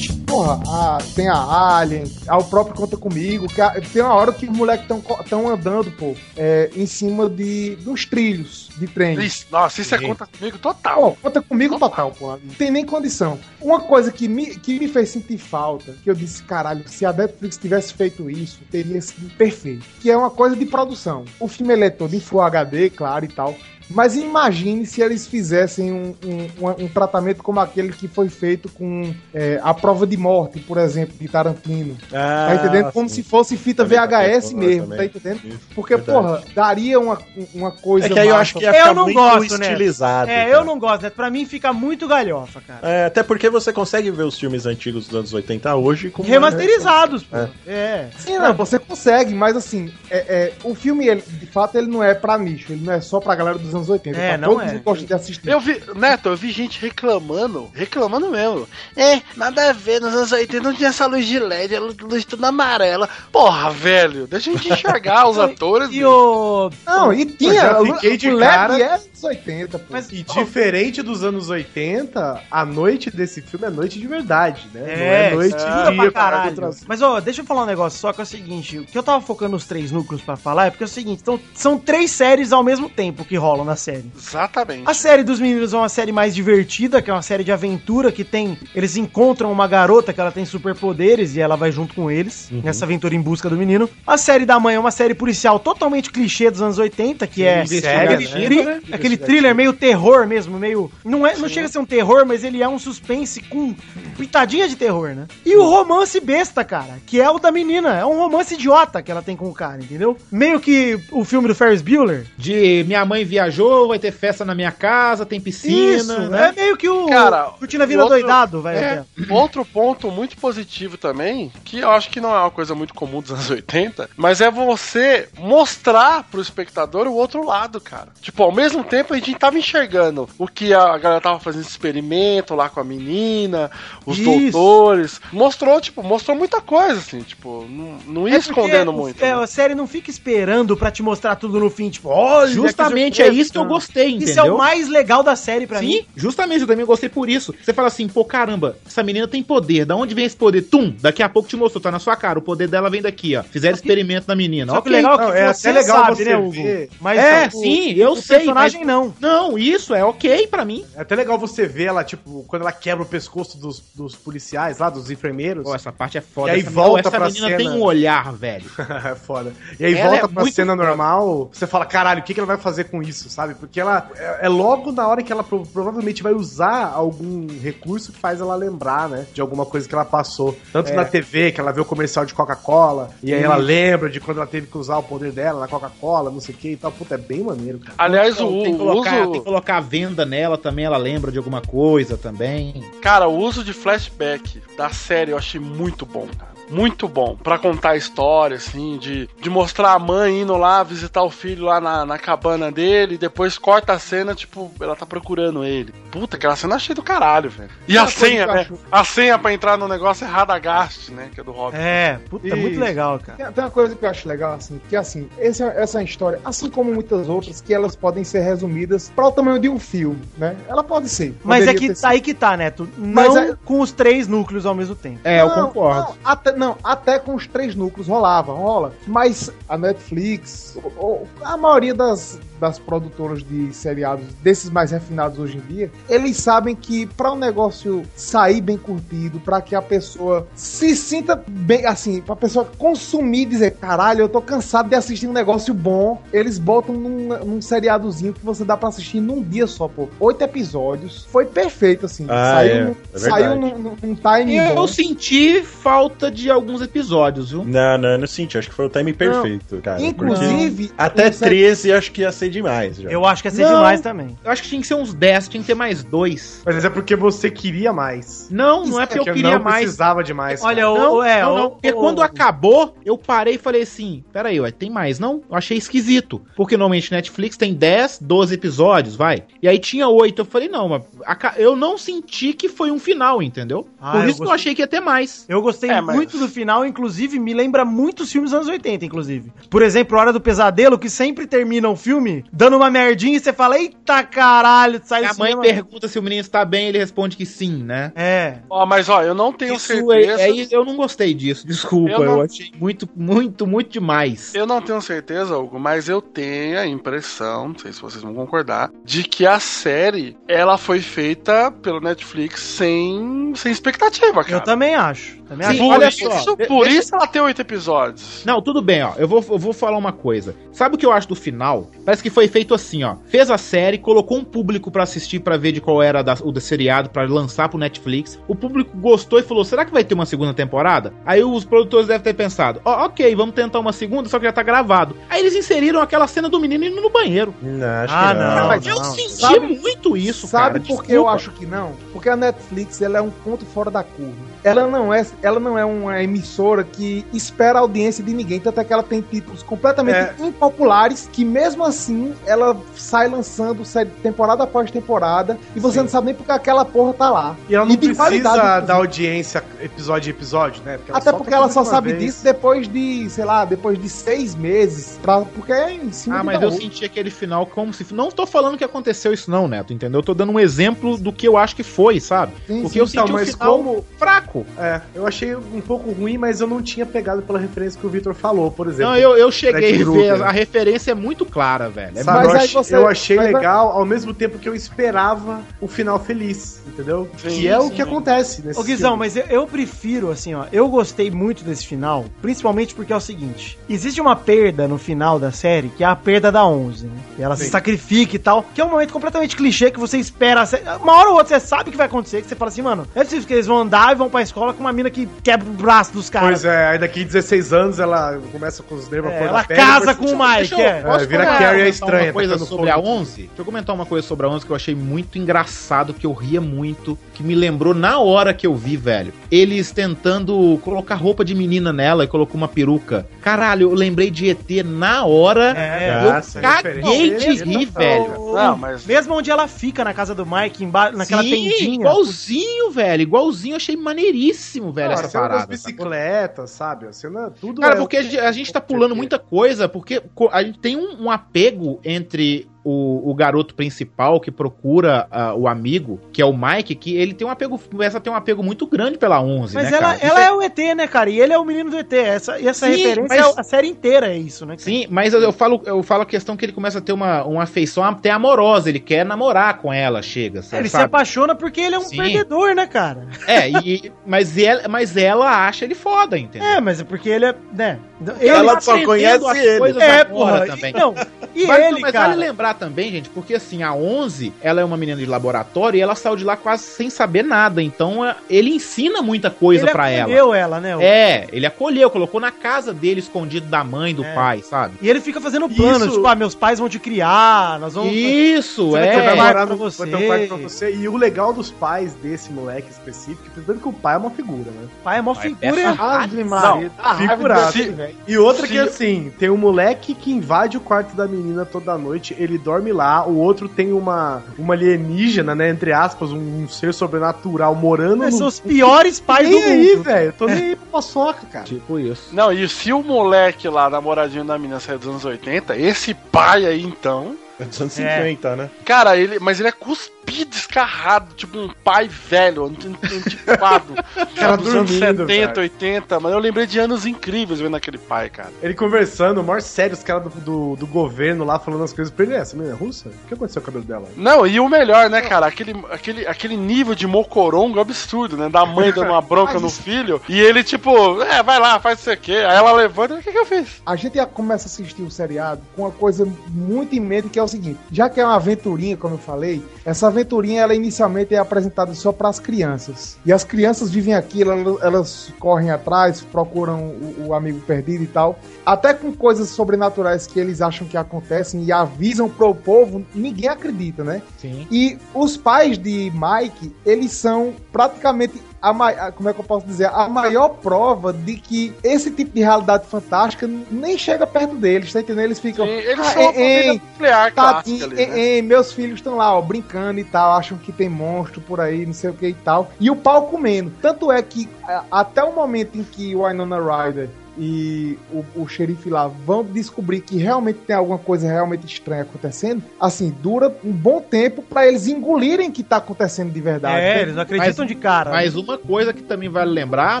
[SPEAKER 8] Porra, a- tem a Alien, ao próprio Conta Comigo. Que a- tem uma hora que os moleques estão andando, pô, é, em cima de, de uns trilhos de trem.
[SPEAKER 4] Isso, nossa, isso é conta comigo total.
[SPEAKER 8] Pô, conta comigo total, pô. Não tem nem condição. Uma coisa que me, que me fez sentir falta, que eu disse, caralho, se a Netflix tivesse feito isso, teria sido perfeito. Que é uma coisa de produção. O filme ele é todo em Full HD, claro e tal. Mas imagine se eles fizessem um, um- um- um tratamento como aquele que foi feito com é, A Prova de Morte, por exemplo, de Tarantino.
[SPEAKER 6] Ah,
[SPEAKER 8] tá entendendo? Como
[SPEAKER 6] sim.
[SPEAKER 8] se fosse fita
[SPEAKER 6] Também tá
[SPEAKER 8] VHS
[SPEAKER 6] pensando,
[SPEAKER 8] mesmo,
[SPEAKER 6] também.
[SPEAKER 8] tá entendendo? Porque,
[SPEAKER 6] verdade.
[SPEAKER 8] porra, daria uma, um, uma coisa
[SPEAKER 6] É que aí eu
[SPEAKER 8] massa.
[SPEAKER 6] acho que ia ficar muito estilizado.
[SPEAKER 3] É, eu não gosto, né? Pra mim fica muito galhofa, cara.
[SPEAKER 6] É, até porque você consegue ver os filmes antigos dos anos 80 hoje com
[SPEAKER 3] Remasterizados, pô.
[SPEAKER 6] É.
[SPEAKER 3] É.
[SPEAKER 8] Sim, não, você consegue, mas assim, é, é, o filme, ele, de fato, ele não é pra nicho, ele não é só pra galera dos anos 80.
[SPEAKER 4] É,
[SPEAKER 8] pra
[SPEAKER 4] não
[SPEAKER 8] todo
[SPEAKER 4] é.
[SPEAKER 8] mundo que gosta de assistir.
[SPEAKER 4] Eu vi, Neto, eu vi gente reclamando, reclamando mesmo. É, nada a ver, nos anos 80 não tinha essa luz de LED, a luz toda amarela. Porra, velho, deixa a gente enxergar os atores. E
[SPEAKER 3] o...
[SPEAKER 8] Não, e tinha,
[SPEAKER 5] já
[SPEAKER 8] o-
[SPEAKER 5] fiquei de
[SPEAKER 8] o LED
[SPEAKER 5] cara.
[SPEAKER 8] é dos 80, pô.
[SPEAKER 5] E diferente dos anos 80, a noite desse filme é noite de verdade, né?
[SPEAKER 3] É,
[SPEAKER 5] não é noite
[SPEAKER 3] isso
[SPEAKER 5] de
[SPEAKER 3] muda pra
[SPEAKER 5] dia,
[SPEAKER 3] caralho.
[SPEAKER 5] outra-
[SPEAKER 3] Mas, ó, deixa eu falar um negócio só que é o seguinte: o que eu tava focando os três núcleos pra falar é porque é o seguinte: então, são três séries ao mesmo tempo que rolam na série.
[SPEAKER 4] Exatamente.
[SPEAKER 3] A série dos meninos é uma série mais divertida, que é uma série de aventura que tem. Eles encontram uma garota que ela tem superpoderes e ela vai junto com eles nessa aventura em busca do menino. A série da mãe é uma série policial totalmente clichê dos anos 80, que é
[SPEAKER 5] Investigativa,
[SPEAKER 3] aquele,
[SPEAKER 5] né?
[SPEAKER 3] tri-
[SPEAKER 5] Investigativa.
[SPEAKER 3] aquele thriller meio terror mesmo, meio. Não, é, não chega a ser um terror, mas ele é um suspense com pitadinha de terror, né? E o romance besta, cara, que é o da menina. É um romance idiota que ela tem com o cara, entendeu? Meio que o filme do Ferris Bueller.
[SPEAKER 7] De minha mãe viajou, vai ter festa na minha casa, tem piscina.
[SPEAKER 3] Isso,
[SPEAKER 7] né?
[SPEAKER 3] é meio que o
[SPEAKER 4] Cara,
[SPEAKER 3] Curtindo a Vida
[SPEAKER 4] outro-
[SPEAKER 3] Doidado, vai.
[SPEAKER 4] é,
[SPEAKER 3] até.
[SPEAKER 4] Outro ponto muito positivo também, que eu acho que não é uma coisa muito comum dos anos 80, mas é você mostrar pro espectador o outro lado, cara. Tipo, ao mesmo tempo a gente tava enxergando o que a galera tava fazendo esse experimento lá com a menina, os
[SPEAKER 3] Isso.
[SPEAKER 4] doutores. Mostrou, tipo, mostrou muita coisa, assim, tipo, não, não ia
[SPEAKER 3] É porque
[SPEAKER 4] escondendo
[SPEAKER 3] o-
[SPEAKER 4] muito. né?
[SPEAKER 3] É, a série não fica esperando pra te mostrar tudo no fim, tipo, olha.
[SPEAKER 7] Justamente
[SPEAKER 3] que surpresa.
[SPEAKER 7] é isso que eu gostei,
[SPEAKER 3] Isso é
[SPEAKER 7] entendeu?
[SPEAKER 3] o mais legal da série pra mim.
[SPEAKER 7] Sim, justamente, eu também gostei por isso. Você fala assim, pô, caramba, essa menina tem poder. Da onde vem esse poder? Tum, daqui a pouco te mostrou, tá na sua cara. O poder dela vem daqui, ó. Fizeram experimento na menina.
[SPEAKER 3] Só
[SPEAKER 7] ó
[SPEAKER 3] que legal é que
[SPEAKER 5] então,
[SPEAKER 7] não,
[SPEAKER 5] é
[SPEAKER 3] você sabe, né, Hugo? Mas
[SPEAKER 7] é,
[SPEAKER 3] o-
[SPEAKER 7] sim, eu
[SPEAKER 3] o
[SPEAKER 7] sei.
[SPEAKER 3] personagem não.
[SPEAKER 7] Não, isso é ok pra mim.
[SPEAKER 5] É até legal você ver ela, tipo, quando ela quebra o pescoço dos, dos policiais lá, dos enfermeiros.
[SPEAKER 7] Pô, essa parte é foda.
[SPEAKER 5] E aí
[SPEAKER 7] essa menina-
[SPEAKER 5] volta
[SPEAKER 7] essa
[SPEAKER 5] pra
[SPEAKER 7] menina
[SPEAKER 5] cena.
[SPEAKER 7] tem um olhar, velho.
[SPEAKER 5] é foda. E aí
[SPEAKER 7] Ela
[SPEAKER 5] volta
[SPEAKER 7] é
[SPEAKER 5] pra
[SPEAKER 7] muito
[SPEAKER 5] cena normal, você fala, caralho, o que, que ela vai fazer com isso, sabe? Porque ela é, é logo na hora que ela pro- provavelmente vai usar algum recurso que faz ela lembrar, né? De alguma coisa que ela passou. Tanto
[SPEAKER 8] É.
[SPEAKER 5] na TV, que ela vê o comercial de Coca-Cola, e aí ela
[SPEAKER 8] Isso.
[SPEAKER 5] lembra de quando ela teve que usar o poder dela na Coca-Cola, não sei o que e tal. Puta, é bem maneiro, cara.
[SPEAKER 4] Aliás, o,
[SPEAKER 7] tem, que
[SPEAKER 4] o
[SPEAKER 7] colocar, tem que
[SPEAKER 4] uso,
[SPEAKER 7] colocar a venda nela também, ela lembra de alguma coisa também.
[SPEAKER 4] cara, o uso de flashback da série eu achei muito bom, cara. Muito bom pra contar a história, assim, de, de mostrar a mãe indo lá visitar o filho lá na, na cabana dele, e depois corta a cena, tipo, ela tá procurando ele. Puta, aquela cena eu achei do caralho, velho. E a
[SPEAKER 3] Aquela coisa
[SPEAKER 4] senha,
[SPEAKER 3] do
[SPEAKER 4] né?
[SPEAKER 3] cachorro.
[SPEAKER 4] A senha pra entrar no negócio é Radagast, né? Que é do Robin.
[SPEAKER 3] É, puta, muito legal, cara.
[SPEAKER 8] Tem, tem uma coisa que eu acho legal, assim, que assim, esse, essa história, assim como muitas outras, que elas podem ser resumidas para o tamanho de um filme, né? Ela pode ser.
[SPEAKER 3] Mas é
[SPEAKER 8] poderia
[SPEAKER 3] que
[SPEAKER 8] ter
[SPEAKER 3] tá aí que tá, Neto.
[SPEAKER 8] Mas
[SPEAKER 3] Não
[SPEAKER 8] é-
[SPEAKER 3] com os três núcleos ao mesmo tempo.
[SPEAKER 6] É,
[SPEAKER 8] Não, Não até, não, até com os três núcleos rolava, rola. Mas a Netflix, ou- ou a maioria das, das produtoras de seriados, desses mais refinados hoje em dia, eles sabem que para um negócio sair bem curtido, para que a pessoa se sinta bem, assim, pra pessoa consumir e dizer, caralho, eu tô cansado de assistir um negócio bom, eles botam num, num seriadozinho que você dá pra assistir num dia só, pô. Oito episódios. Foi perfeito, assim.
[SPEAKER 6] Ah, é.
[SPEAKER 8] num-
[SPEAKER 6] É
[SPEAKER 8] saiu
[SPEAKER 6] verdade.
[SPEAKER 8] num, num- num timing
[SPEAKER 7] Eu
[SPEAKER 8] bom.
[SPEAKER 7] senti falta de alguns episódios, viu?
[SPEAKER 6] Não, não, eu não senti. Acho que foi o time perfeito, cara.
[SPEAKER 8] Inclusive,
[SPEAKER 6] porque Até
[SPEAKER 7] eu sei-
[SPEAKER 6] 13 acho que ia ser demais. Já.
[SPEAKER 7] Eu acho que ia ser demais também. Eu acho que tinha que ser uns 10, tinha que ter mais dois.
[SPEAKER 5] Mas é porque você queria mais.
[SPEAKER 7] Não, não é porque eu queria
[SPEAKER 5] não
[SPEAKER 7] mais.
[SPEAKER 5] precisava de mais.
[SPEAKER 7] Olha,
[SPEAKER 5] cara.
[SPEAKER 7] não, é, não,
[SPEAKER 5] não,
[SPEAKER 7] não, porque quando acabou, eu parei e falei assim: peraí, ué, tem mais não? Eu achei esquisito. Porque normalmente Netflix tem 10, 12 episódios, vai. E aí tinha 8. Eu falei: não, mas aca- eu não senti que foi um final, entendeu?
[SPEAKER 3] Ah,
[SPEAKER 7] Por
[SPEAKER 3] eu
[SPEAKER 7] isso que eu
[SPEAKER 3] gostei.
[SPEAKER 7] achei que ia ter mais.
[SPEAKER 3] Eu gostei
[SPEAKER 4] É,
[SPEAKER 7] mas-
[SPEAKER 3] muito do final, inclusive me lembra muitos filmes dos anos 80, inclusive. Por exemplo, Hora do Pesadelo, que sempre termina um filme dando uma merdinha e você fala, eita caralho, sai
[SPEAKER 7] A
[SPEAKER 3] do
[SPEAKER 7] mãe
[SPEAKER 3] cinema-
[SPEAKER 7] pergunta se o menino está bem, ele responde que sim, né?
[SPEAKER 3] É.
[SPEAKER 4] Ó, mas ó, eu não tenho
[SPEAKER 7] Isso
[SPEAKER 4] certeza.
[SPEAKER 7] é- é isso- eu não gostei disso, desculpa.
[SPEAKER 4] Eu
[SPEAKER 7] Eu,
[SPEAKER 4] não-
[SPEAKER 7] achei muito, muito, muito demais.
[SPEAKER 4] Eu não tenho certeza, Hugo, mas eu tenho a impressão, não sei se vocês vão concordar, de que a série ela foi feita pelo Netflix sem, sem expectativa, cara.
[SPEAKER 3] Eu também acho. Também
[SPEAKER 4] Sim,
[SPEAKER 3] acho. é
[SPEAKER 4] por
[SPEAKER 7] olha
[SPEAKER 4] isso,
[SPEAKER 7] só,
[SPEAKER 4] por
[SPEAKER 7] deixa-
[SPEAKER 4] isso ela tem oito episódios.
[SPEAKER 7] Não, tudo bem, ó. Eu vou, eu vou falar uma coisa. Sabe o que eu acho do final? Parece que foi feito assim, ó. Fez a série, colocou um público pra assistir, pra ver de qual era da- o da seriado, pra lançar pro Netflix. O público gostou e falou: será que vai ter uma segunda temporada? Aí os produtores devem ter pensado: ó, ok, vamos tentar uma segunda, só que já tá gravado. Aí eles inseriram aquela cena do menino indo no banheiro.
[SPEAKER 6] Não, acho
[SPEAKER 3] Ah,
[SPEAKER 6] que
[SPEAKER 3] não.
[SPEAKER 6] não.
[SPEAKER 7] eu
[SPEAKER 3] não.
[SPEAKER 7] senti
[SPEAKER 8] Sabe-
[SPEAKER 7] muito isso, cara.
[SPEAKER 8] Sabe por que eu
[SPEAKER 7] Desculpa.
[SPEAKER 8] acho que não? Porque a Netflix ela é um ponto fora da curva. Ela não é, ela não é uma emissora que espera a audiência de ninguém, tanto é que ela tem títulos completamente
[SPEAKER 5] É.
[SPEAKER 8] impopulares que mesmo assim ela sai lançando série temporada após temporada e você não sabe nem porque aquela porra tá lá.
[SPEAKER 5] E ela não
[SPEAKER 8] de
[SPEAKER 5] precisa
[SPEAKER 8] qualidade,
[SPEAKER 5] dar audiência episódio a episódio, né? Porque
[SPEAKER 8] Até
[SPEAKER 5] solta
[SPEAKER 8] porque ela
[SPEAKER 5] tudo
[SPEAKER 8] só
[SPEAKER 5] de uma
[SPEAKER 8] sabe
[SPEAKER 5] vez.
[SPEAKER 8] disso depois de, sei lá, depois de seis meses, pra, porque é em cima
[SPEAKER 7] Ah,
[SPEAKER 5] Então,
[SPEAKER 8] de
[SPEAKER 7] mas
[SPEAKER 8] da
[SPEAKER 7] eu
[SPEAKER 8] outra.
[SPEAKER 7] senti aquele final como se. Não tô falando que aconteceu isso, não, Neto, entendeu? Eu tô dando um exemplo do que eu acho que foi, sabe?
[SPEAKER 8] Sim,
[SPEAKER 7] Porque
[SPEAKER 8] sim,
[SPEAKER 7] eu senti
[SPEAKER 5] então,
[SPEAKER 7] um
[SPEAKER 5] mas
[SPEAKER 7] final
[SPEAKER 5] como-
[SPEAKER 7] fraco.
[SPEAKER 5] É, eu achei um pouco ruim, mas eu não tinha pegado pela referência que o Victor falou, por exemplo.
[SPEAKER 7] Não, eu, eu cheguei
[SPEAKER 5] Fred
[SPEAKER 7] a ver,
[SPEAKER 5] Krueger.
[SPEAKER 7] a referência é muito clara, velho. É
[SPEAKER 5] Sabe,
[SPEAKER 8] Mas
[SPEAKER 5] eu,
[SPEAKER 8] aí
[SPEAKER 5] achei,
[SPEAKER 8] você-
[SPEAKER 5] eu achei
[SPEAKER 8] mas vai-
[SPEAKER 5] legal, ao mesmo tempo que eu esperava o final feliz, entendeu?
[SPEAKER 4] Sim,
[SPEAKER 5] que é o
[SPEAKER 4] sim.
[SPEAKER 5] que acontece nesse
[SPEAKER 3] Ô Guizão,
[SPEAKER 5] filme.
[SPEAKER 3] mas eu, eu prefiro, assim, ó. Eu gostei muito desse final, principalmente porque é o seguinte: existe uma perda no final da série, que é a perda da 11, né? E ela se
[SPEAKER 5] Sim.
[SPEAKER 3] sacrifica e tal, que é um momento completamente clichê que você espera. a sé- Uma hora ou outra você sabe o que vai acontecer, que você fala assim, mano, é possível que eles vão andar e vão pra escola com uma mina que quebra o braço dos caras.
[SPEAKER 5] Pois é, aí daqui 16 anos ela começa com os nervos à
[SPEAKER 3] É,
[SPEAKER 5] flor da
[SPEAKER 3] ela
[SPEAKER 5] pele,
[SPEAKER 3] casa
[SPEAKER 5] depois-
[SPEAKER 3] com o Mike, é.
[SPEAKER 5] É, vira
[SPEAKER 7] comentar
[SPEAKER 5] Carrie a
[SPEAKER 7] uma
[SPEAKER 5] estranha. tá
[SPEAKER 7] coisa
[SPEAKER 5] tocando
[SPEAKER 7] sobre a
[SPEAKER 5] fogo.
[SPEAKER 7] 11? Deixa eu comentar uma coisa sobre a 11 que eu achei muito engraçado, que eu ria muito, que me lembrou na hora que eu vi, velho. Eles tentando colocar roupa de menina nela e colocou uma peruca. Caralho, eu lembrei de ET na hora.
[SPEAKER 3] É.
[SPEAKER 7] eu
[SPEAKER 5] Nossa, é
[SPEAKER 7] caguei
[SPEAKER 5] diferente.
[SPEAKER 7] de rir, velho.
[SPEAKER 4] Não, mas
[SPEAKER 3] Mesmo onde ela fica na casa do Mike, emba- naquela
[SPEAKER 7] Sim,
[SPEAKER 3] tendinha.
[SPEAKER 7] Igualzinho, velho. Igualzinho, eu achei maneiríssimo, velho,
[SPEAKER 5] Não, a
[SPEAKER 7] essa
[SPEAKER 5] cena das
[SPEAKER 7] parada. tá?
[SPEAKER 5] bicicletas, sabe? A cena, tudo
[SPEAKER 7] Cara,
[SPEAKER 5] é-
[SPEAKER 7] porque a gente, a gente tá pulando muita coisa, porque co- a gente tem um, um apego entre o, o garoto principal que procura ah, o amigo, que é o Mike, que ele tem um apego, essa tem um apego muito grande pela 11,
[SPEAKER 3] Mas
[SPEAKER 7] né,
[SPEAKER 3] ela,
[SPEAKER 7] cara?
[SPEAKER 3] ela é o ET, né, cara? E ele é o menino do ET. Essa, e essa
[SPEAKER 7] Sim,
[SPEAKER 3] referência,
[SPEAKER 7] mas-
[SPEAKER 3] é a série inteira é isso, né? cara?
[SPEAKER 7] Sim, mas eu, eu falo, eu falo a questão que ele começa a ter uma, uma afeição até amorosa, ele quer namorar com ela, chega, sabe?
[SPEAKER 3] É, Ele se apaixona porque ele é um
[SPEAKER 7] Sim.
[SPEAKER 3] perdedor, né, cara?
[SPEAKER 7] É, e, mas, ela, mas ela acha ele foda, entendeu?
[SPEAKER 3] É, mas é porque ele é, né? Ele
[SPEAKER 6] Ela
[SPEAKER 7] tá
[SPEAKER 6] só
[SPEAKER 7] aprendendo
[SPEAKER 6] conhece
[SPEAKER 7] as
[SPEAKER 6] ele.
[SPEAKER 7] coisas
[SPEAKER 3] é,
[SPEAKER 7] agora
[SPEAKER 3] porra.
[SPEAKER 7] também.
[SPEAKER 3] E, não, e
[SPEAKER 7] Vale-
[SPEAKER 3] ele,
[SPEAKER 7] mas
[SPEAKER 3] cara.
[SPEAKER 7] vale lembrar também, gente, porque assim, a 11, ela é uma menina de laboratório e ela saiu de lá quase sem saber nada. Então, é- ele ensina muita coisa
[SPEAKER 3] ele
[SPEAKER 7] pra ela.
[SPEAKER 3] acolheu ela, né?
[SPEAKER 7] É, ele acolheu, colocou na casa dele, escondido da mãe, do
[SPEAKER 3] É.
[SPEAKER 7] pai, sabe?
[SPEAKER 3] E ele fica fazendo planos,
[SPEAKER 5] Isso-
[SPEAKER 3] tipo, ah, meus pais vão te criar, nós vamos...
[SPEAKER 7] Isso,
[SPEAKER 3] Você vai
[SPEAKER 5] Você
[SPEAKER 7] é.
[SPEAKER 5] vai
[SPEAKER 3] quarto
[SPEAKER 5] morar no,
[SPEAKER 3] pra você.
[SPEAKER 5] vai ter um quarto pra você. E o legal dos pais desse moleque específico, é que primeiro que o pai é uma figura, né?
[SPEAKER 3] Pai é mó
[SPEAKER 7] Vai
[SPEAKER 3] figura.
[SPEAKER 7] peça-
[SPEAKER 5] Ave
[SPEAKER 8] Maria,
[SPEAKER 5] Não, figurado.
[SPEAKER 4] se-
[SPEAKER 5] E outra
[SPEAKER 4] se-
[SPEAKER 5] que assim, tem um moleque que invade o quarto da menina toda noite, ele dorme lá, o outro tem uma, uma alienígena, né, entre aspas, um, um ser sobrenatural morando
[SPEAKER 3] Esses são
[SPEAKER 5] no...
[SPEAKER 3] os piores pais do
[SPEAKER 5] nem aí,
[SPEAKER 3] mundo.
[SPEAKER 5] velho, tô nem aí pra paçoca, cara.
[SPEAKER 7] Tipo isso.
[SPEAKER 4] Não, e se o moleque lá, namoradinho da mina, sair dos anos 80, esse pai aí então.
[SPEAKER 6] É dos anos 50, né?
[SPEAKER 4] Cara, ele. Mas ele é cuspido zumbi descarrado, tipo um pai velho, antiquado.
[SPEAKER 5] Cara
[SPEAKER 4] dos anos
[SPEAKER 5] dormindo,
[SPEAKER 4] 70,
[SPEAKER 5] cara.
[SPEAKER 4] 80, mas eu lembrei de anos incríveis vendo aquele pai, cara.
[SPEAKER 5] Ele conversando, o maior sério, os caras do, do, do governo lá falando as coisas pra ele. "É, Essa menina é russa? O que aconteceu com o cabelo dela?
[SPEAKER 4] Não, e o melhor, né, cara? Aquele, aquele, aquele nível de mocorongo absurdo, né? Da mãe dando uma bronca
[SPEAKER 8] Mas
[SPEAKER 4] no
[SPEAKER 8] isso-
[SPEAKER 4] filho e ele, tipo, é, vai lá, faz isso aqui. Aí ela levanta, o que, que eu fiz?
[SPEAKER 8] A gente já começa a assistir o seriado com uma coisa muito em mente, que é o seguinte: já que é uma aventurinha, como eu falei, essa aventurinha ela inicialmente é apresentada só para as crianças. E as crianças vivem aquilo, elas, elas correm atrás, procuram o, o amigo perdido e tal. Até com coisas sobrenaturais que eles acham que acontecem e avisam pro povo, ninguém acredita, né?
[SPEAKER 7] Sim.
[SPEAKER 8] E os pais de Mike, eles são praticamente a mai- a- como é que eu posso dizer? A maior prova de que esse tipo de realidade fantástica nem chega perto deles, tá entendendo? Eles ficam. é,
[SPEAKER 4] Sim, eles são a família nuclear clássica ali,
[SPEAKER 8] hein,
[SPEAKER 4] né?
[SPEAKER 8] hein, meus filhos estão lá, ó, brincando e tal, acham que tem monstro por aí, não sei o que e tal. E o pau comendo. Tanto é que a- até o momento em que o Winona Ryder e o, o xerife lá vão descobrir que realmente tem alguma coisa realmente estranha acontecendo, assim, dura um bom tempo pra eles engolirem que tá acontecendo de verdade. né?
[SPEAKER 3] né?
[SPEAKER 8] Tem-
[SPEAKER 7] É, de cara. Mas uma coisa que também vale lembrar, a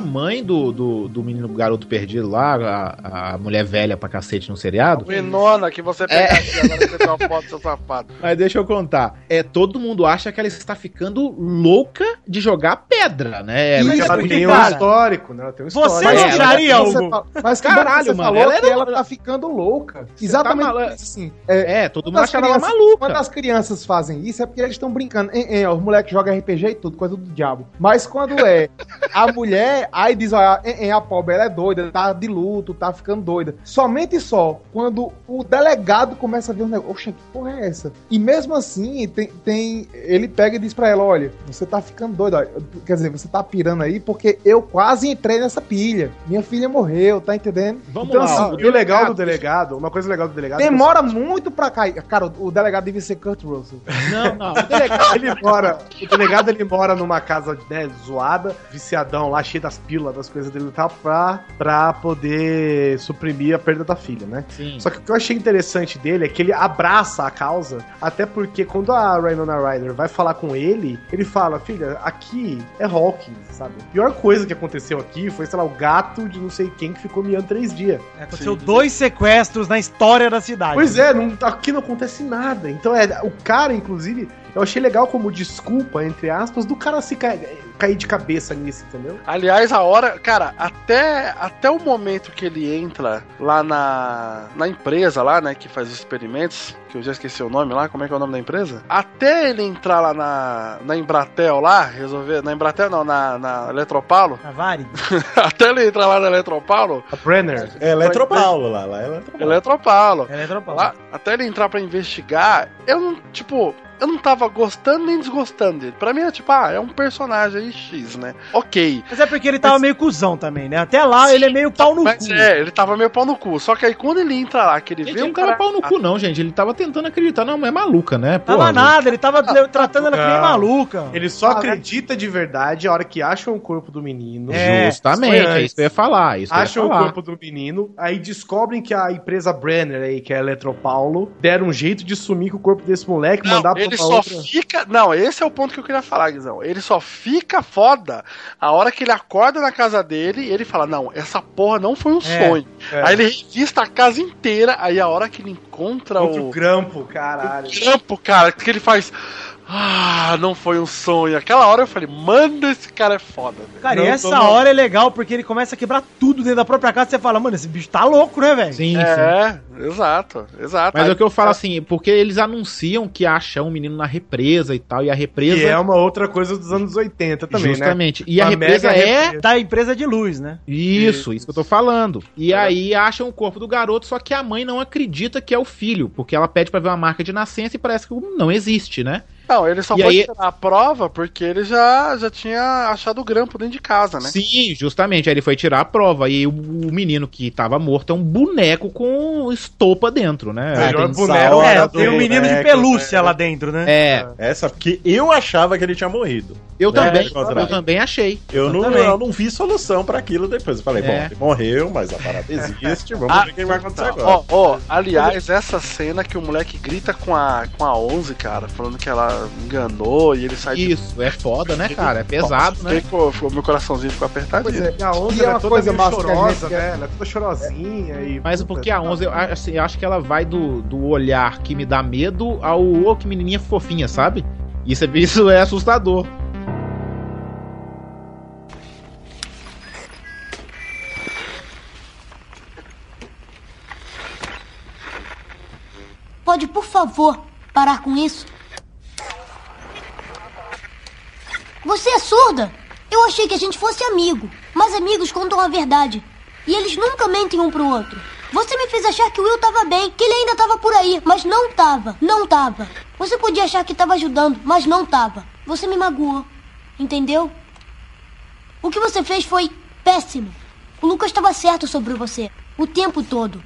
[SPEAKER 7] mãe do, do, do menino garoto perdido lá, a, a mulher velha pra cacete no seriado,
[SPEAKER 4] Menona, que você
[SPEAKER 8] É.
[SPEAKER 4] pega aqui agora pra pegar uma foto do seu sapato.
[SPEAKER 7] Mas deixa eu contar. É, todo mundo acha que ela está ficando louca de jogar pedra, né?
[SPEAKER 5] Isso,
[SPEAKER 7] Ela
[SPEAKER 5] É, porque,
[SPEAKER 7] um
[SPEAKER 5] cara,
[SPEAKER 7] histórico, né? Ela tem um
[SPEAKER 5] você
[SPEAKER 7] histórico.
[SPEAKER 5] não
[SPEAKER 7] Mas ela-
[SPEAKER 5] acharia,
[SPEAKER 7] ela-
[SPEAKER 5] Hugo?
[SPEAKER 8] Fala- Mas que
[SPEAKER 7] Caralho,
[SPEAKER 8] Caralho,
[SPEAKER 7] mano,
[SPEAKER 8] mano, falou
[SPEAKER 7] ela
[SPEAKER 8] que
[SPEAKER 7] era-
[SPEAKER 8] ela tá ficando louca.
[SPEAKER 7] Você
[SPEAKER 8] Exatamente
[SPEAKER 7] tá mala-
[SPEAKER 8] isso, assim. É,
[SPEAKER 7] todo
[SPEAKER 8] quando
[SPEAKER 7] mundo
[SPEAKER 8] as
[SPEAKER 7] acha ela
[SPEAKER 8] crianças-
[SPEAKER 7] maluca.
[SPEAKER 8] Quando as crianças fazem isso, é porque eles estão brincando. Hein, hein, ó, os moleques jogam RPG e tudo, coisa do diabo. Mas quando é a mulher, aí diz, ó, hein, hein, a pobre, ela é doida, tá de luto, tá ficando doida. Somente e só quando o delegado começa a ver um negócio, oxa, que porra é essa? E mesmo assim, tem, tem- ele pega e diz pra ela, olha, você tá ficando doida, ó, quer dizer, você tá pirando aí porque eu quase entrei nessa pilha. Minha filha morreu, tá entendendo? assim,
[SPEAKER 5] Vamos lá, e Então, assim, o legal do delegado, uma coisa legal do delegado. é
[SPEAKER 8] Demora muito pra cair. Cara, o delegado devia ser Kurt Russell.
[SPEAKER 7] Não, não.
[SPEAKER 5] O delegado, ele mora, o delegado ele mora numa casa né, zoada, viciadão lá, cheio das pílulas, das coisas dele e tal, pra, pra poder suprimir a perda da filha, né?
[SPEAKER 7] Sim.
[SPEAKER 5] Só que o que eu achei interessante dele é que ele abraça a causa, até porque quando a Winona Ryder vai falar com ele, ele fala, filha, aqui é Hawkins, sabe? A pior coisa que aconteceu aqui foi, sei lá, o gato de não sei quem que ficou miando três dias.
[SPEAKER 3] É, Aconteceu dois sequestros na história da cidade.
[SPEAKER 5] Pois é, não, aqui não acontece nada. Então é o cara, inclusive, eu achei legal como desculpa, entre aspas, do cara se ca- cair de cabeça nisso, entendeu?
[SPEAKER 4] Aliás, a hora, cara, até, até o momento que ele entra lá na, na empresa lá, né, que faz os experimentos, que eu já esqueci o nome lá, como é que é o nome da empresa? Até ele entrar lá na, na Embratel lá, resolver, na Embratel não, na, na Eletropaulo.
[SPEAKER 3] Na Vale?
[SPEAKER 4] até ele entrar lá na Eletropaulo,
[SPEAKER 5] A Brenner.
[SPEAKER 6] É Eletropaulo lá, lá é Eletropaulo.
[SPEAKER 4] Eletropaulo.
[SPEAKER 3] É Eletropaulo.
[SPEAKER 4] Lá, até ele entrar pra investigar, eu não, tipo, eu não tava gostando nem desgostando dele. Pra mim é tipo, ah, é um personagem aí X, né? Ok.
[SPEAKER 3] Mas é porque ele tava meio cuzão também, né? Até lá ele é meio pau no
[SPEAKER 4] Mas
[SPEAKER 3] cu.
[SPEAKER 4] é, ele tava meio pau no cu. Só que aí quando ele entra lá, que ele
[SPEAKER 7] Gente,
[SPEAKER 4] vê
[SPEAKER 7] ele
[SPEAKER 4] um
[SPEAKER 7] não tava
[SPEAKER 4] cara...
[SPEAKER 7] pau no cu, não, gente. Ele tava tentando acreditar na mulher maluca, né?
[SPEAKER 3] Tava
[SPEAKER 7] Porra,
[SPEAKER 3] nada, ele tava tratando ela que nem
[SPEAKER 5] Ah,
[SPEAKER 7] Ah.
[SPEAKER 5] Não.
[SPEAKER 3] maluca.
[SPEAKER 5] Ele só
[SPEAKER 3] Ah,
[SPEAKER 5] acredita de verdade a hora que acham o corpo do menino.
[SPEAKER 7] É, Justamente,
[SPEAKER 5] Foi antes.
[SPEAKER 7] é isso que eu ia falar. Isso que eu ia
[SPEAKER 5] acham
[SPEAKER 7] falar.
[SPEAKER 5] o corpo do menino, aí descobrem que a empresa Brenner aí, que é a Eletropaulo, deram um jeito de sumir com o corpo desse moleque,
[SPEAKER 4] Não,
[SPEAKER 5] mandar pra
[SPEAKER 4] ele
[SPEAKER 5] outra-
[SPEAKER 4] só fica. Não, esse é o ponto que eu queria falar, Guizão. Ele só fica foda a hora que ele acorda na casa dele e ele fala: Não, essa porra não foi um sonho.
[SPEAKER 5] é.
[SPEAKER 4] Aí ele revista a casa inteira, aí a hora que ele encontra
[SPEAKER 5] Contra
[SPEAKER 4] o.
[SPEAKER 5] o grampo, caralho.
[SPEAKER 4] Grampo, cara, que ele faz. Ah, não foi um sonho. Aquela hora eu falei, mano, esse cara é foda. velho."
[SPEAKER 3] Cara, e
[SPEAKER 4] Não,
[SPEAKER 3] essa
[SPEAKER 4] tô mal.
[SPEAKER 3] hora é legal porque ele começa a quebrar tudo dentro da própria casa. Você fala, mano, esse bicho tá louco, né, velho?
[SPEAKER 7] Sim,
[SPEAKER 4] É, exato, exato.
[SPEAKER 7] Mas
[SPEAKER 4] Aí-
[SPEAKER 7] é
[SPEAKER 4] tá
[SPEAKER 7] o que eu falo assim, porque eles anunciam que acham um menino na represa e tal, e a represa.
[SPEAKER 5] Que é uma outra coisa dos anos 80 também,
[SPEAKER 7] Justamente.
[SPEAKER 5] né?
[SPEAKER 7] E a
[SPEAKER 5] Uma
[SPEAKER 7] represa
[SPEAKER 5] mega
[SPEAKER 7] é
[SPEAKER 5] represa.
[SPEAKER 3] da empresa de luz, né?
[SPEAKER 7] Isso, isso que eu tô falando. E aí acham o corpo do garoto, só que a mãe não acredita que é o filho, porque ela pede pra ver uma marca de nascença e parece que não existe, né?
[SPEAKER 4] Não, ele só
[SPEAKER 7] E
[SPEAKER 4] pode
[SPEAKER 7] aí-
[SPEAKER 4] tirar a prova porque ele já, já tinha achado o grampo dentro de casa, né?
[SPEAKER 7] Sim, justamente. Aí ele foi tirar a prova. E o, o menino que tava morto é um boneco com estopa dentro, né?
[SPEAKER 5] É,
[SPEAKER 6] Ah,
[SPEAKER 7] Aí
[SPEAKER 6] tem
[SPEAKER 7] sauna,
[SPEAKER 6] sauna,
[SPEAKER 7] É, tem- um
[SPEAKER 5] um
[SPEAKER 6] boneco, né?
[SPEAKER 3] dentro, né?
[SPEAKER 7] É.
[SPEAKER 6] Essa, porque eu achava que ele tinha morrido.
[SPEAKER 5] É,
[SPEAKER 7] Eu
[SPEAKER 6] Né?
[SPEAKER 7] também,
[SPEAKER 6] Contra-
[SPEAKER 7] eu também achei.
[SPEAKER 6] Eu não,
[SPEAKER 7] também.
[SPEAKER 6] eu não vi solução pra aquilo depois. Eu falei, bom,
[SPEAKER 7] É.
[SPEAKER 6] ele morreu, mas a parada existe, vamos
[SPEAKER 4] Ah,
[SPEAKER 6] ver o que vai acontecer
[SPEAKER 4] tá.
[SPEAKER 6] agora.
[SPEAKER 4] Ó, ó, aliás, essa cena que o moleque grita com a, com a 11, cara, falando que ela ela enganou e ele sai
[SPEAKER 7] Isso, é foda, né, cara? É pesado, né?
[SPEAKER 4] Ficou, ficou- um meu coraçãozinho ficou apertadinho.
[SPEAKER 5] Pois é, e a Onze,
[SPEAKER 4] E
[SPEAKER 5] ela é
[SPEAKER 4] uma
[SPEAKER 5] toda
[SPEAKER 4] coisa
[SPEAKER 5] meio
[SPEAKER 4] massa que a gente
[SPEAKER 5] chorosa,
[SPEAKER 4] quer.
[SPEAKER 5] né? Ela é toda chorosinha e...
[SPEAKER 7] Mas porque a 11, eu, a- assim, eu acho que ela vai do, do olhar que me dá medo ao ô, que menininha fofinha, sabe? Isso é, isso é assustador.
[SPEAKER 13] Pode, por favor, parar com isso? Você é surda? Eu achei que a gente fosse amigo, mas amigos contam a verdade. E eles nunca mentem um pro outro. Você me fez achar que o Will tava bem, que ele ainda tava por aí, mas não tava, não tava. Você podia achar que tava ajudando, mas não tava. Você me magoou, entendeu? O que você fez foi péssimo. O Lucas estava certo sobre você, o tempo todo.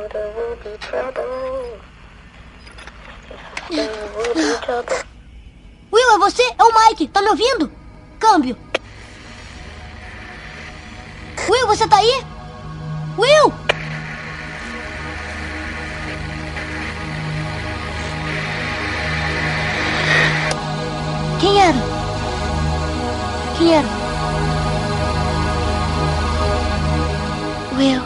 [SPEAKER 13] Will, é você? É o Mike. Tá me ouvindo? Câmbio. Will, você tá aí? Will! Quem era? Quem era? Will.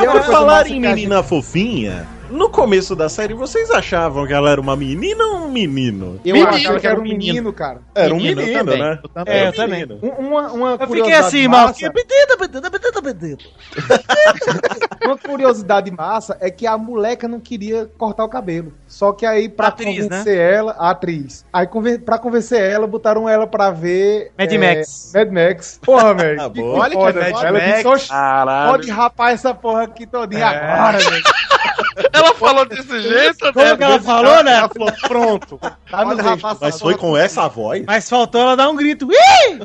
[SPEAKER 6] E por falar em menina fofinha, no começo da série vocês achavam que ela era uma menina ou um menino?
[SPEAKER 5] Eu Menino. achava que era um menino, cara.
[SPEAKER 6] Era um
[SPEAKER 5] Menino,
[SPEAKER 6] menino,
[SPEAKER 5] eu também,
[SPEAKER 6] né?
[SPEAKER 5] eu também. É, eu também.
[SPEAKER 8] Um, Uma, uma
[SPEAKER 5] Eu
[SPEAKER 1] Fiquei assim, mal.
[SPEAKER 8] massa,
[SPEAKER 1] Fiquei pedida, pedida, pedida, pedida.
[SPEAKER 8] Uma curiosidade massa é que a moleca não queria cortar o cabelo. Só que aí, pra
[SPEAKER 1] Atriz,
[SPEAKER 8] convencer ela, a atriz. Aí, conven- pra convencer ela, botaram ela pra ver.
[SPEAKER 3] Mad
[SPEAKER 8] é,
[SPEAKER 3] Max.
[SPEAKER 8] Mad Max. Porra, velho.
[SPEAKER 6] Ah,
[SPEAKER 8] que
[SPEAKER 6] boa. Olha que
[SPEAKER 8] foda,
[SPEAKER 6] é Mad
[SPEAKER 8] ela
[SPEAKER 6] Max.
[SPEAKER 8] pensou, "Oxe,
[SPEAKER 6] Caralho.
[SPEAKER 8] Pode rapar essa porra aqui todinha agora, velho.
[SPEAKER 4] Ela falou desse jeito, né?
[SPEAKER 3] Como que ela falou, né? Ela
[SPEAKER 8] falou, pronto.
[SPEAKER 3] Tá no jeito.
[SPEAKER 6] Mas foi com essa voz?
[SPEAKER 3] Mas faltou ela dar um grito. Ih!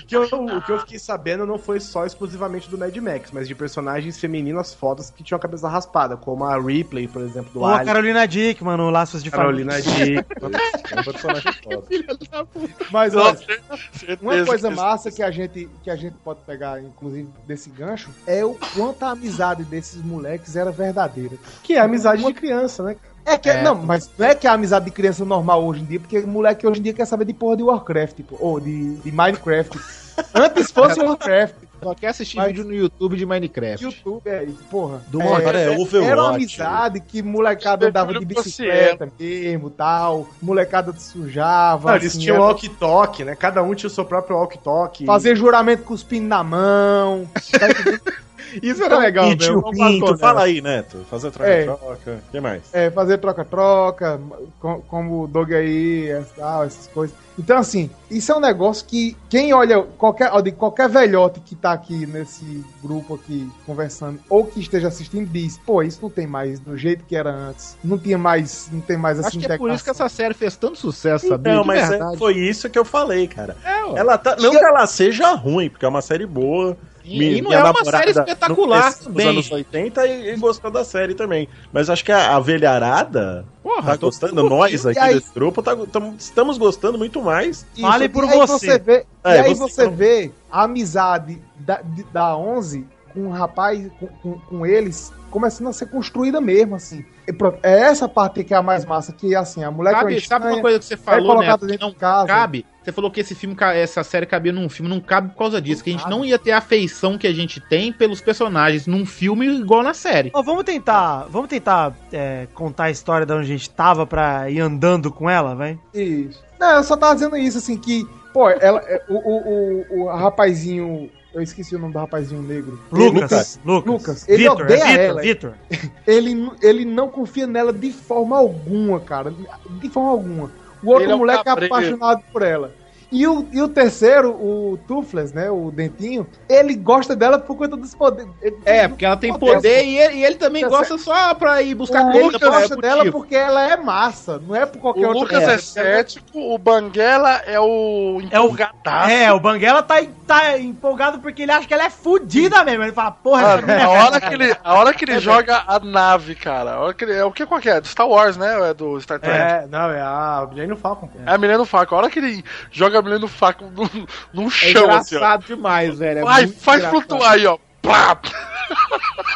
[SPEAKER 5] O que, eu, o que eu fiquei sabendo não foi só exclusivamente do Mad Max, mas de personagens femininas fodas que tinham a cabeça raspada, como a Ripley, por exemplo, do
[SPEAKER 3] Pô, a
[SPEAKER 5] Alien.
[SPEAKER 3] Carolina Dick, mano, Laços de
[SPEAKER 5] Carolina É
[SPEAKER 3] Família.
[SPEAKER 5] um
[SPEAKER 8] Mas
[SPEAKER 3] Não,
[SPEAKER 8] olha,
[SPEAKER 3] cer- certeza
[SPEAKER 8] uma coisa
[SPEAKER 3] que isso-
[SPEAKER 8] massa que a, gente, que a gente pode pegar, inclusive, desse gancho, é o quanto a amizade desses moleques era verdadeira.
[SPEAKER 5] Que é amizade de criança, né?
[SPEAKER 8] É que, Não, mas não é que é a amizade de criança normal hoje em dia, porque moleque hoje em dia quer saber de porra de Warcraft, pô, ou de, de Minecraft. Antes fosse um Warcraft.
[SPEAKER 7] Só quer assistir vídeo no YouTube de Minecraft.
[SPEAKER 8] YouTube, é, e, porra.
[SPEAKER 7] Do Minecraft, é Overwatch.
[SPEAKER 8] Era uma amizade que molecada dava de bicicleta mesmo, tal. Molecada sujava.
[SPEAKER 5] Não, eles
[SPEAKER 8] assim,
[SPEAKER 5] tinham
[SPEAKER 8] era-
[SPEAKER 5] walk-talk, né? Cada um tinha o seu próprio walk-talk.
[SPEAKER 8] Fazer juramento cuspindo na mão. Tá
[SPEAKER 7] Isso
[SPEAKER 5] é
[SPEAKER 8] era legal,
[SPEAKER 6] E
[SPEAKER 8] velho.
[SPEAKER 6] tio
[SPEAKER 8] Eu concordo com
[SPEAKER 6] Pinto,
[SPEAKER 8] ela.
[SPEAKER 6] fala aí, Neto. Fazer troca-troca. O que mais?
[SPEAKER 8] É, fazer troca-troca, com- como o Doug aí, as- tal, essas coisas. Então, assim, isso é um negócio que quem olha, qualquer, ó, de qualquer velhote que tá aqui nesse grupo aqui conversando, ou que esteja assistindo, diz, pô, isso não tem mais do jeito que era antes. Não tinha mais, não tem mais essa
[SPEAKER 7] Acho que é por isso que
[SPEAKER 8] integração."
[SPEAKER 7] essa série fez tanto sucesso, sabia?
[SPEAKER 6] Não,
[SPEAKER 7] De
[SPEAKER 6] mas é-
[SPEAKER 7] verdade.
[SPEAKER 6] foi isso que eu falei, cara.
[SPEAKER 8] É,
[SPEAKER 7] ó.
[SPEAKER 6] ela tá, não que ela seja ruim, porque é uma série boa.
[SPEAKER 7] E- e não é uma série espetacular
[SPEAKER 6] Nos
[SPEAKER 7] também.
[SPEAKER 6] anos 80 e, e gostou da série também. Mas acho que a, a velharada tá gostando.
[SPEAKER 8] curtindo.
[SPEAKER 6] Nós aqui
[SPEAKER 8] E aí-
[SPEAKER 6] desse grupo tá- tam- estamos gostando muito mais. É,
[SPEAKER 8] Isso, e aí vê,
[SPEAKER 7] É,
[SPEAKER 8] e aí você, vê a amizade da, de- da 11 com o rapaz, com, com- com eles, começando a ser construída mesmo, assim. E pronto, é essa parte que é a mais massa, que assim, a mulher
[SPEAKER 7] Sabe, sabe uma coisa que você
[SPEAKER 8] é
[SPEAKER 7] falou, né? Que não cabe. Você falou que esse filme, ca- essa série cabia num filme, não cabe por causa disso, que a gente não ia ter a afeição que a gente tem pelos personagens num filme igual na série.
[SPEAKER 3] Ó, vamos tentar, vamos tentar é, contar a história de onde a gente tava pra ir andando com ela, vai?
[SPEAKER 8] Isso. Não, eu só tava dizendo isso, assim, que, pô, ela, é, o, o, o, o rapazinho. Eu esqueci o nome do rapazinho negro.
[SPEAKER 3] Lucas, Lucas.
[SPEAKER 8] Lucas, ele
[SPEAKER 3] Vitor,
[SPEAKER 8] odeia
[SPEAKER 3] é Vitor,
[SPEAKER 8] ela.
[SPEAKER 3] Vitor.
[SPEAKER 8] Ele, n- ele não confia nela de forma alguma, cara. De forma alguma. O outro
[SPEAKER 5] Ele é um
[SPEAKER 8] moleque é
[SPEAKER 5] cabreiro.
[SPEAKER 8] apaixonado por ela. E o, e o terceiro, o Tufles, né? O Dentinho, ele gosta dela por conta dos poderes.
[SPEAKER 7] É, porque ela tem poder e ele, e ele também
[SPEAKER 8] Tá
[SPEAKER 7] gosta só pra ir buscar
[SPEAKER 8] o
[SPEAKER 7] comida
[SPEAKER 8] Lucas
[SPEAKER 7] pra
[SPEAKER 8] gosta dela
[SPEAKER 7] executivo.
[SPEAKER 8] porque ela é massa, não é por qualquer
[SPEAKER 4] O
[SPEAKER 8] outra
[SPEAKER 4] Lucas
[SPEAKER 8] coisa.
[SPEAKER 4] é cético, o Banguela é o empolgadaço.
[SPEAKER 3] É, o Banguela tá, em- tá empolgado porque ele acha que ela é fudida mesmo. Ele fala, porra, essa
[SPEAKER 4] Mano,
[SPEAKER 3] mina é
[SPEAKER 4] Ah, a hora que ele, a hora
[SPEAKER 3] É
[SPEAKER 4] que ele
[SPEAKER 3] bem.
[SPEAKER 4] joga a nave, cara. a hora que ele- é o que qual que é? Do Star Wars, né? Ou É do Star Trek.
[SPEAKER 5] É, não, é a Jane Falcon. pô.
[SPEAKER 4] É a Milena no Faco. A hora que ele joga a Milena no Faco num, num
[SPEAKER 7] É
[SPEAKER 4] chão, assim, ó.
[SPEAKER 7] engraçado demais, velho. é
[SPEAKER 4] Vai,
[SPEAKER 7] muito
[SPEAKER 4] faz
[SPEAKER 7] engraçado.
[SPEAKER 4] flutuar aí, ó. Pá!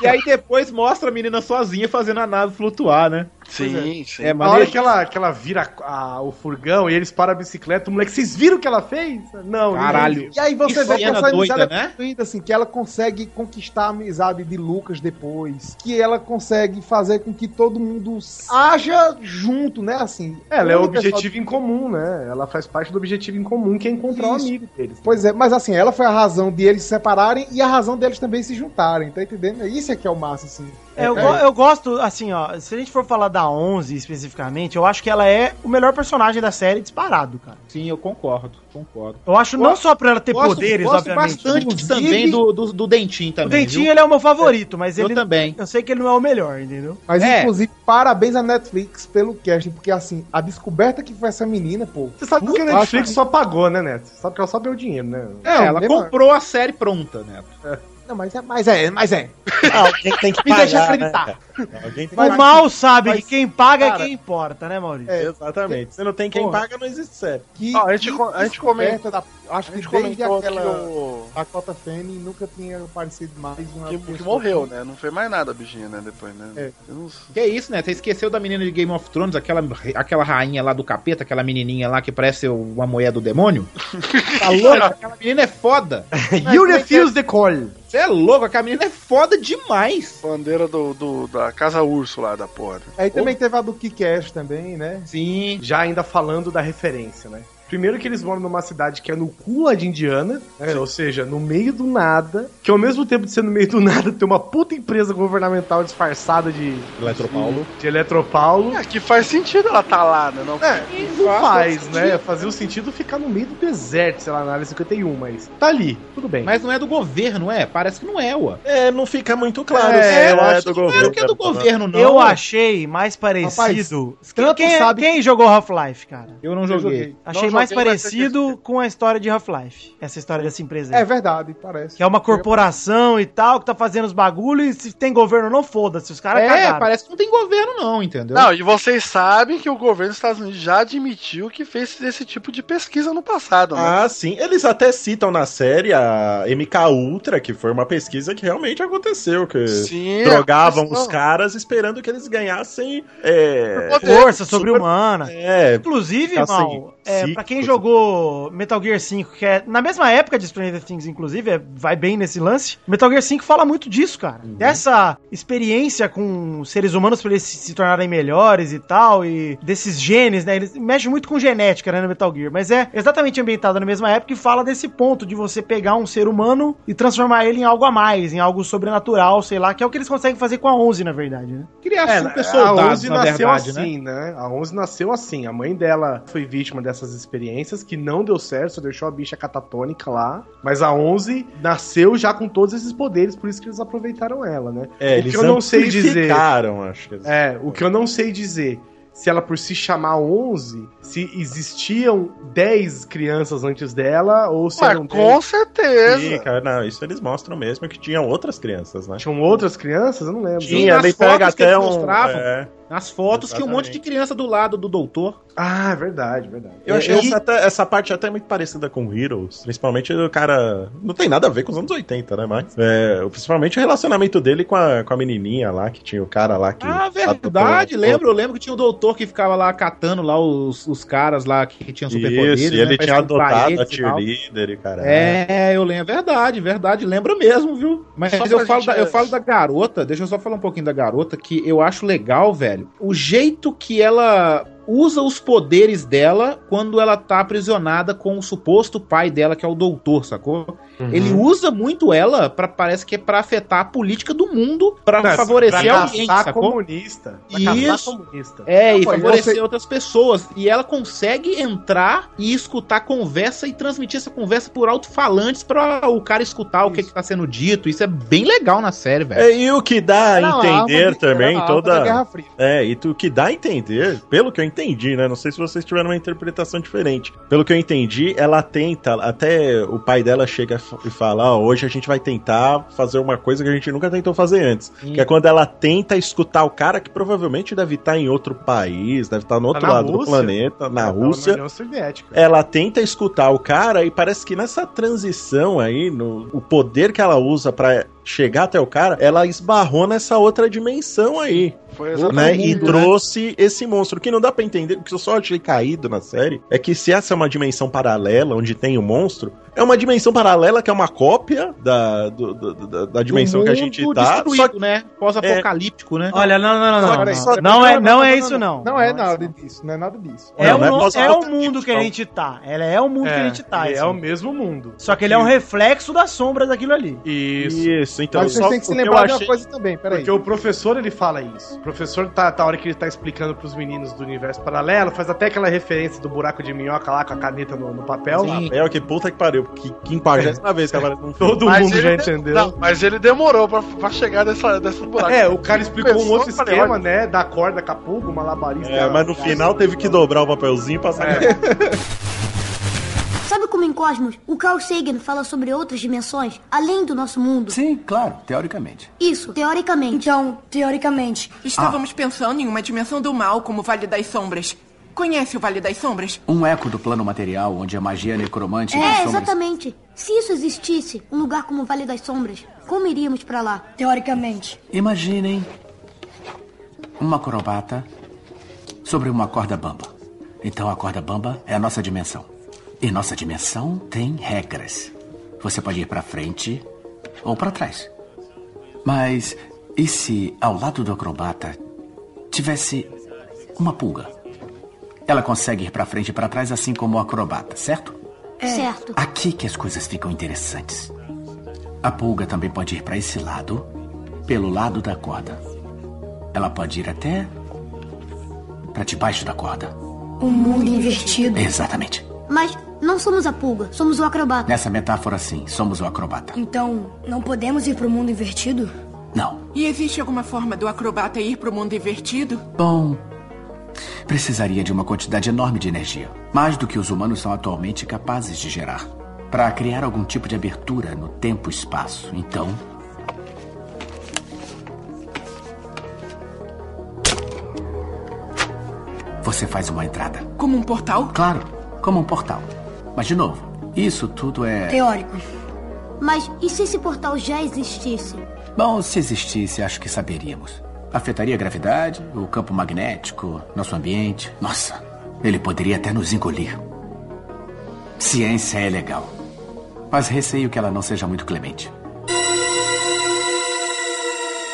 [SPEAKER 7] E aí depois mostra a menina sozinha fazendo a nave flutuar, né?
[SPEAKER 4] Sim, sim.
[SPEAKER 7] É,
[SPEAKER 5] Na hora
[SPEAKER 7] mas
[SPEAKER 5] que ela, que ela vira a- o furgão e eles param a bicicleta, o moleque, vocês viram o que ela fez? Não.
[SPEAKER 7] Caralho.
[SPEAKER 5] ninguém viu. E aí você
[SPEAKER 8] Você
[SPEAKER 5] vê
[SPEAKER 8] vê
[SPEAKER 5] que
[SPEAKER 8] que
[SPEAKER 5] essa
[SPEAKER 8] essa
[SPEAKER 5] amizade
[SPEAKER 8] doida,
[SPEAKER 5] é
[SPEAKER 8] né? assim, que ela consegue conquistar a amizade de Lucas depois, que ela consegue fazer com que todo mundo haja junto, né? Assim,
[SPEAKER 5] Ela é o
[SPEAKER 8] Lucas só-
[SPEAKER 5] objetivo em comum, né? Ela faz parte do objetivo em comum, que é encontrar um
[SPEAKER 8] Isso.
[SPEAKER 5] amigo deles.
[SPEAKER 8] Pois é, mas assim, ela foi a razão de eles se separarem e a razão deles também se juntarem, tá entendendo? Isso é que é o massa, assim.
[SPEAKER 3] É, eu, go- eu gosto, assim, ó, se a gente for falar da 11 especificamente, eu acho que ela é o melhor personagem da série disparado, cara.
[SPEAKER 7] Sim, eu concordo, concordo.
[SPEAKER 3] Eu acho não só por ela ter
[SPEAKER 7] Gosto-
[SPEAKER 3] poderes,
[SPEAKER 7] gosto
[SPEAKER 3] obviamente. né?
[SPEAKER 7] bastante também do, do, do Dentinho
[SPEAKER 3] O
[SPEAKER 7] também.
[SPEAKER 3] Dentinho,
[SPEAKER 7] viu?
[SPEAKER 3] ele é o meu favorito, mas
[SPEAKER 7] Eu
[SPEAKER 3] ele...
[SPEAKER 7] também.
[SPEAKER 3] Eu sei que ele não é o melhor, entendeu?
[SPEAKER 8] Mas,
[SPEAKER 3] É.
[SPEAKER 8] inclusive, parabéns à Netflix pelo casting, porque, assim, a descoberta que foi essa menina, pô.
[SPEAKER 5] Você sabe que a
[SPEAKER 8] Puta,
[SPEAKER 5] Netflix
[SPEAKER 8] acho-
[SPEAKER 5] só pagou, né, Neto? Você sabe que ela só deu dinheiro, né?
[SPEAKER 8] É,
[SPEAKER 7] ela
[SPEAKER 8] mesmo-
[SPEAKER 7] comprou a série pronta, né? Ah,
[SPEAKER 8] Não, mas é, mas é, mas é.
[SPEAKER 6] Alguém tem que
[SPEAKER 8] Me deixa
[SPEAKER 6] pagar,
[SPEAKER 8] acreditar.
[SPEAKER 6] né, cara? Alguém tem que
[SPEAKER 3] o
[SPEAKER 6] pagar.
[SPEAKER 3] mal sabe que quem paga
[SPEAKER 6] cara-
[SPEAKER 3] é quem importa, né, Maurício?
[SPEAKER 6] É, exatamente. Se não tem quem
[SPEAKER 8] Porra.
[SPEAKER 6] paga, não existe série.
[SPEAKER 8] Que,
[SPEAKER 4] Ó, a gente
[SPEAKER 8] que
[SPEAKER 4] co- a gente
[SPEAKER 8] descoberta
[SPEAKER 4] comenta-
[SPEAKER 8] da- acho
[SPEAKER 4] a
[SPEAKER 8] que
[SPEAKER 4] gente
[SPEAKER 8] desde
[SPEAKER 4] comentou
[SPEAKER 8] aquela
[SPEAKER 4] aqui no-
[SPEAKER 8] Dakota Fanning nunca tinha aparecido mais uma
[SPEAKER 4] Que,
[SPEAKER 8] pessoa- assim.
[SPEAKER 4] que morreu, né? Não fez mais nada a bichinha, né? Depois, né? Eu não sei.
[SPEAKER 7] Que é isso, né? Você esqueceu da menina de Game of Thrones, aquela, aquela rainha lá do capeta, aquela menininha lá que parece uma moeda do demônio? Tá louco? Aquela menina é foda.
[SPEAKER 4] é
[SPEAKER 5] You refuse the call.
[SPEAKER 7] Você é louco, aquela menina é foda demais.
[SPEAKER 4] Bandeira do, do- da Casa Urso lá da porra. né?
[SPEAKER 8] Aí também teve a do Kick-Ass também, né?
[SPEAKER 7] Sim.
[SPEAKER 5] Já ainda falando da referência, né? Primeiro que eles moram numa cidade que é no cu lá de Indiana, né? ou seja, no meio do nada, que ao mesmo tempo de ser no meio do nada, tem uma puta empresa governamental disfarçada de...
[SPEAKER 7] Eletropaulo.
[SPEAKER 5] De Eletropaulo.
[SPEAKER 4] É, que faz sentido ela tá lá, né? Não,
[SPEAKER 5] É, não faz, né? Fazia o sentido ficar no meio do deserto, sei lá, na área 51, mas tá ali, tudo bem.
[SPEAKER 7] Mas não é do governo, é? Parece que não é, ué.
[SPEAKER 6] É, não fica muito claro
[SPEAKER 5] É,
[SPEAKER 6] se
[SPEAKER 5] eu
[SPEAKER 6] ela é
[SPEAKER 5] acho que-
[SPEAKER 6] do governo.
[SPEAKER 7] Claro que é do governo, não.
[SPEAKER 3] eu
[SPEAKER 7] ué.
[SPEAKER 3] achei mais parecido...
[SPEAKER 8] tanto
[SPEAKER 3] quem, é-
[SPEAKER 8] sabe-
[SPEAKER 3] quem jogou Half-Life, cara?
[SPEAKER 7] Eu não joguei.
[SPEAKER 3] Achei mais
[SPEAKER 4] Não joguei, mas
[SPEAKER 3] parecido com a história de Half-Life. Essa história dessa empresa aí.
[SPEAKER 8] É verdade, parece.
[SPEAKER 3] Que é uma corporação e tal, que tá fazendo os bagulhos, e se tem governo não foda-se, os caras
[SPEAKER 7] É,
[SPEAKER 3] cagaram.
[SPEAKER 7] parece que não tem governo, não, entendeu?
[SPEAKER 4] Não, e vocês sabem que o governo dos Estados Unidos já admitiu que fez esse tipo de pesquisa no passado, né?
[SPEAKER 6] Ah, sim. Eles até citam na série a MK Ultra, que foi uma pesquisa que realmente aconteceu, que
[SPEAKER 4] Sim, é,
[SPEAKER 6] drogavam
[SPEAKER 4] aconteceu.
[SPEAKER 6] os caras esperando que eles ganhassem é,
[SPEAKER 3] Força sobre-humana.
[SPEAKER 6] É,
[SPEAKER 3] Inclusive,
[SPEAKER 6] Assim,
[SPEAKER 3] mal, é, pra quem
[SPEAKER 6] psíquicos.
[SPEAKER 3] jogou Metal Gear 5, que é na mesma época de Stranger Things, inclusive, é- vai bem nesse lance, Metal Gear 5 fala muito disso, cara.
[SPEAKER 4] Uhum.
[SPEAKER 3] Dessa experiência com seres humanos pra eles se, se tornarem melhores e tal, e desses genes, né? Eles mexem muito com genética, né, no Metal Gear, mas é exatamente ambientado na mesma época e fala desse ponto de você pegar um ser humano e transformar ele em algo a mais, em algo sobrenatural, sei lá, que é o que eles conseguem fazer com a 11, na verdade, né?
[SPEAKER 7] Criar
[SPEAKER 5] É,
[SPEAKER 7] super soldados, na
[SPEAKER 5] nasceu
[SPEAKER 7] verdade, né?
[SPEAKER 5] assim, né? A 11 nasceu assim. A mãe dela foi vítima dessas experiências que não deu certo, só deixou a bicha catatônica lá. Mas a 11 nasceu já com todos esses poderes, por isso que eles aproveitaram ela, né?
[SPEAKER 6] é,
[SPEAKER 5] o
[SPEAKER 6] eles
[SPEAKER 5] que eu não sei dizer.
[SPEAKER 6] amplificaram, acho que eles-
[SPEAKER 5] É, o que eu não sei dizer. Se ela por se chamar 11, se existiam 10 crianças antes dela, ou se
[SPEAKER 4] Ué,
[SPEAKER 5] eram
[SPEAKER 4] com
[SPEAKER 5] 10.
[SPEAKER 6] Ih,
[SPEAKER 4] certeza.
[SPEAKER 6] cara, não, isso eles mostram mesmo que tinham outras crianças, né?
[SPEAKER 5] Tinham outras crianças? Eu não lembro.
[SPEAKER 7] Tinha. nas
[SPEAKER 6] ele
[SPEAKER 7] fotos
[SPEAKER 6] pega
[SPEAKER 7] que eles
[SPEAKER 6] até um.
[SPEAKER 7] mostravam.
[SPEAKER 6] é.
[SPEAKER 7] Nas fotos tinha um monte de
[SPEAKER 6] Exatamente.
[SPEAKER 7] criança do lado do doutor.
[SPEAKER 5] Ah, é verdade, verdade.
[SPEAKER 6] Eu achei
[SPEAKER 7] é
[SPEAKER 5] E-
[SPEAKER 6] essa, até- essa parte até muito parecida com Heroes, principalmente o cara. Não tem nada a ver com os anos 80, né? Mas. é, principalmente o relacionamento dele com a, com a menininha lá, que tinha o cara lá que.
[SPEAKER 7] Ah, verdade,
[SPEAKER 6] adotou-
[SPEAKER 7] lembro, eu lembro que tinha o doutor que ficava lá catando lá os, os caras lá que tinham superpoderes,
[SPEAKER 6] Isso, e
[SPEAKER 7] né?
[SPEAKER 6] ele tinha
[SPEAKER 7] Parece que
[SPEAKER 6] adotado a
[SPEAKER 7] paredes e tal.
[SPEAKER 6] cheerleader e cara.
[SPEAKER 7] É, eu lembro, é verdade, verdade, lembra mesmo, viu? Mas
[SPEAKER 4] Só pra
[SPEAKER 7] eu falo,
[SPEAKER 4] gente-
[SPEAKER 7] da, eu falo da garota, deixa eu só falar um pouquinho da garota, que eu acho legal, velho, o jeito que ela usa os poderes dela quando ela tá aprisionada com o suposto pai dela, que é o doutor, sacou? Ele usa muito ela para parece que é pra afetar a política do mundo, pra
[SPEAKER 5] é, Pra-
[SPEAKER 7] favorecer
[SPEAKER 5] pra
[SPEAKER 7] alguém,
[SPEAKER 5] caçar
[SPEAKER 7] sacou?
[SPEAKER 5] comunista. Pra caçar
[SPEAKER 7] Isso.
[SPEAKER 5] comunista.
[SPEAKER 7] É, e
[SPEAKER 5] Não, pô,
[SPEAKER 7] favorecer
[SPEAKER 5] você-
[SPEAKER 7] outras pessoas. E ela consegue entrar e escutar conversa e transmitir essa conversa por alto-falantes pra o cara escutar o que, que tá sendo dito. Isso é bem legal na série, velho.
[SPEAKER 6] É, e o que dá
[SPEAKER 7] Era
[SPEAKER 6] a
[SPEAKER 7] uma arma
[SPEAKER 6] entender
[SPEAKER 7] de-
[SPEAKER 6] também
[SPEAKER 7] era uma arma da Guerra
[SPEAKER 6] toda.
[SPEAKER 7] Fria.
[SPEAKER 6] É, e tu- o que dá a entender, pelo que eu entendi, né? Não sei se vocês tiveram uma interpretação diferente. Pelo que eu entendi, ela tenta, até o pai dela chega e fala: "Ó, hoje a gente vai tentar fazer uma coisa que a gente nunca tentou fazer antes. Que é quando ela tenta escutar o cara que provavelmente deve estar em outro país, deve estar no outro
[SPEAKER 5] Tá na
[SPEAKER 6] lado do
[SPEAKER 5] Rússia.
[SPEAKER 6] planeta, na
[SPEAKER 7] tá
[SPEAKER 5] Não,
[SPEAKER 6] Rússia. É,
[SPEAKER 5] Na União Soviética.
[SPEAKER 6] Ela tenta escutar o cara e parece que nessa transição aí, no, o poder que ela usa pra chegar até o cara, ela esbarrou nessa outra dimensão aí.
[SPEAKER 4] Foi
[SPEAKER 6] né?
[SPEAKER 4] exatamente
[SPEAKER 6] E
[SPEAKER 4] isso, né?
[SPEAKER 6] trouxe esse monstro. O que não dá pra entender, o que eu só achei caído na série, é que se essa é uma dimensão paralela, onde tem o monstro, é uma dimensão paralela que é uma cópia da, do- do- da, da dimensão que a gente
[SPEAKER 7] mundo
[SPEAKER 6] tá.
[SPEAKER 7] destruído,
[SPEAKER 6] Só
[SPEAKER 7] né? Pós-apocalíptico, né?
[SPEAKER 10] Olha, não, não, não,
[SPEAKER 6] Só
[SPEAKER 10] não.
[SPEAKER 6] que
[SPEAKER 10] Não,
[SPEAKER 6] só-
[SPEAKER 10] não é, não é isso, não.
[SPEAKER 8] Não é nada disso, não é nada disso.
[SPEAKER 10] É,
[SPEAKER 8] Não, não
[SPEAKER 10] o,
[SPEAKER 8] posso-
[SPEAKER 10] é o mundo que a gente tá. Ela é o mundo que a
[SPEAKER 8] É,
[SPEAKER 10] gente tá.
[SPEAKER 8] ele é o
[SPEAKER 10] mesmo mundo. Só que ele é um reflexo das sombras daquilo ali.
[SPEAKER 6] Isso. Isso, então.
[SPEAKER 8] Mas vocês
[SPEAKER 5] só
[SPEAKER 8] têm que se
[SPEAKER 5] porque eu
[SPEAKER 8] lembrar de uma
[SPEAKER 5] achei-
[SPEAKER 8] coisa também, peraí.
[SPEAKER 5] Porque o professor, ele fala isso. O professor, tá, tá a hora que ele tá explicando pros meninos do universo paralelo, faz até aquela referência do buraco de minhoca lá com a caneta no, no papel. Ah,
[SPEAKER 6] É o que puta que pariu. Que
[SPEAKER 5] É,
[SPEAKER 6] quinquagésima vez que aparece num filme.
[SPEAKER 5] Todo mundo já entendeu.
[SPEAKER 4] Não, mas ele demorou pra, pra chegar nessa, nessa buraco.
[SPEAKER 5] É, o cara explicou um
[SPEAKER 4] Começou,
[SPEAKER 5] outro
[SPEAKER 4] eu falei,
[SPEAKER 5] esquema,
[SPEAKER 4] olha,
[SPEAKER 5] né? Da corda, capulgo, malabarista.
[SPEAKER 6] É, mas no final teve que dobrar o papelzinho e passar.
[SPEAKER 13] Sabe como em Cosmos o Carl Sagan fala sobre outras dimensões além do nosso mundo? Sim, claro, teoricamente. Isso, teoricamente. Então, teoricamente.
[SPEAKER 16] Estávamos pensando em uma dimensão do mal como o Vale das Sombras. Conhece o Vale das Sombras?
[SPEAKER 17] Um eco do plano material onde a magia necromante
[SPEAKER 13] É, exatamente. Se isso existisse, um lugar como o Vale das Sombras, como iríamos pra lá? Teoricamente.
[SPEAKER 17] Imaginem uma acrobata sobre uma corda bamba. Então a corda bamba é a nossa dimensão. E nossa dimensão tem regras. Você pode ir pra frente ou pra trás. Mas e se ao lado do acrobata tivesse uma pulga? Ela consegue ir pra frente e pra trás assim como o acrobata, certo?
[SPEAKER 13] Certo.
[SPEAKER 17] Aqui que as coisas ficam interessantes. A pulga também pode ir para esse lado, pelo lado da corda. Ela pode ir até para debaixo da corda.
[SPEAKER 13] Um mundo invertido.
[SPEAKER 17] Exatamente.
[SPEAKER 13] Mas não somos a pulga, somos o acrobata.
[SPEAKER 17] Nessa metáfora, sim, somos o acrobata.
[SPEAKER 16] Então, não podemos ir pro mundo invertido?
[SPEAKER 17] Não.
[SPEAKER 16] E existe alguma forma do acrobata ir pro mundo invertido?
[SPEAKER 17] Bom, precisaria de uma quantidade enorme de energia, mais do que os humanos são atualmente capazes de gerar, para criar algum tipo de abertura no tempo e espaço. Então, você faz uma entrada.
[SPEAKER 16] Como um portal?
[SPEAKER 17] Claro, como um portal. Mas de novo, isso tudo é
[SPEAKER 13] Teórico. Mas e se esse portal já existisse?
[SPEAKER 17] Bom, se existisse, acho que saberíamos. Afetaria a gravidade, o campo magnético, nosso ambiente. Nossa, ele poderia até nos engolir. Ciência é legal. Mas receio que ela não seja muito clemente.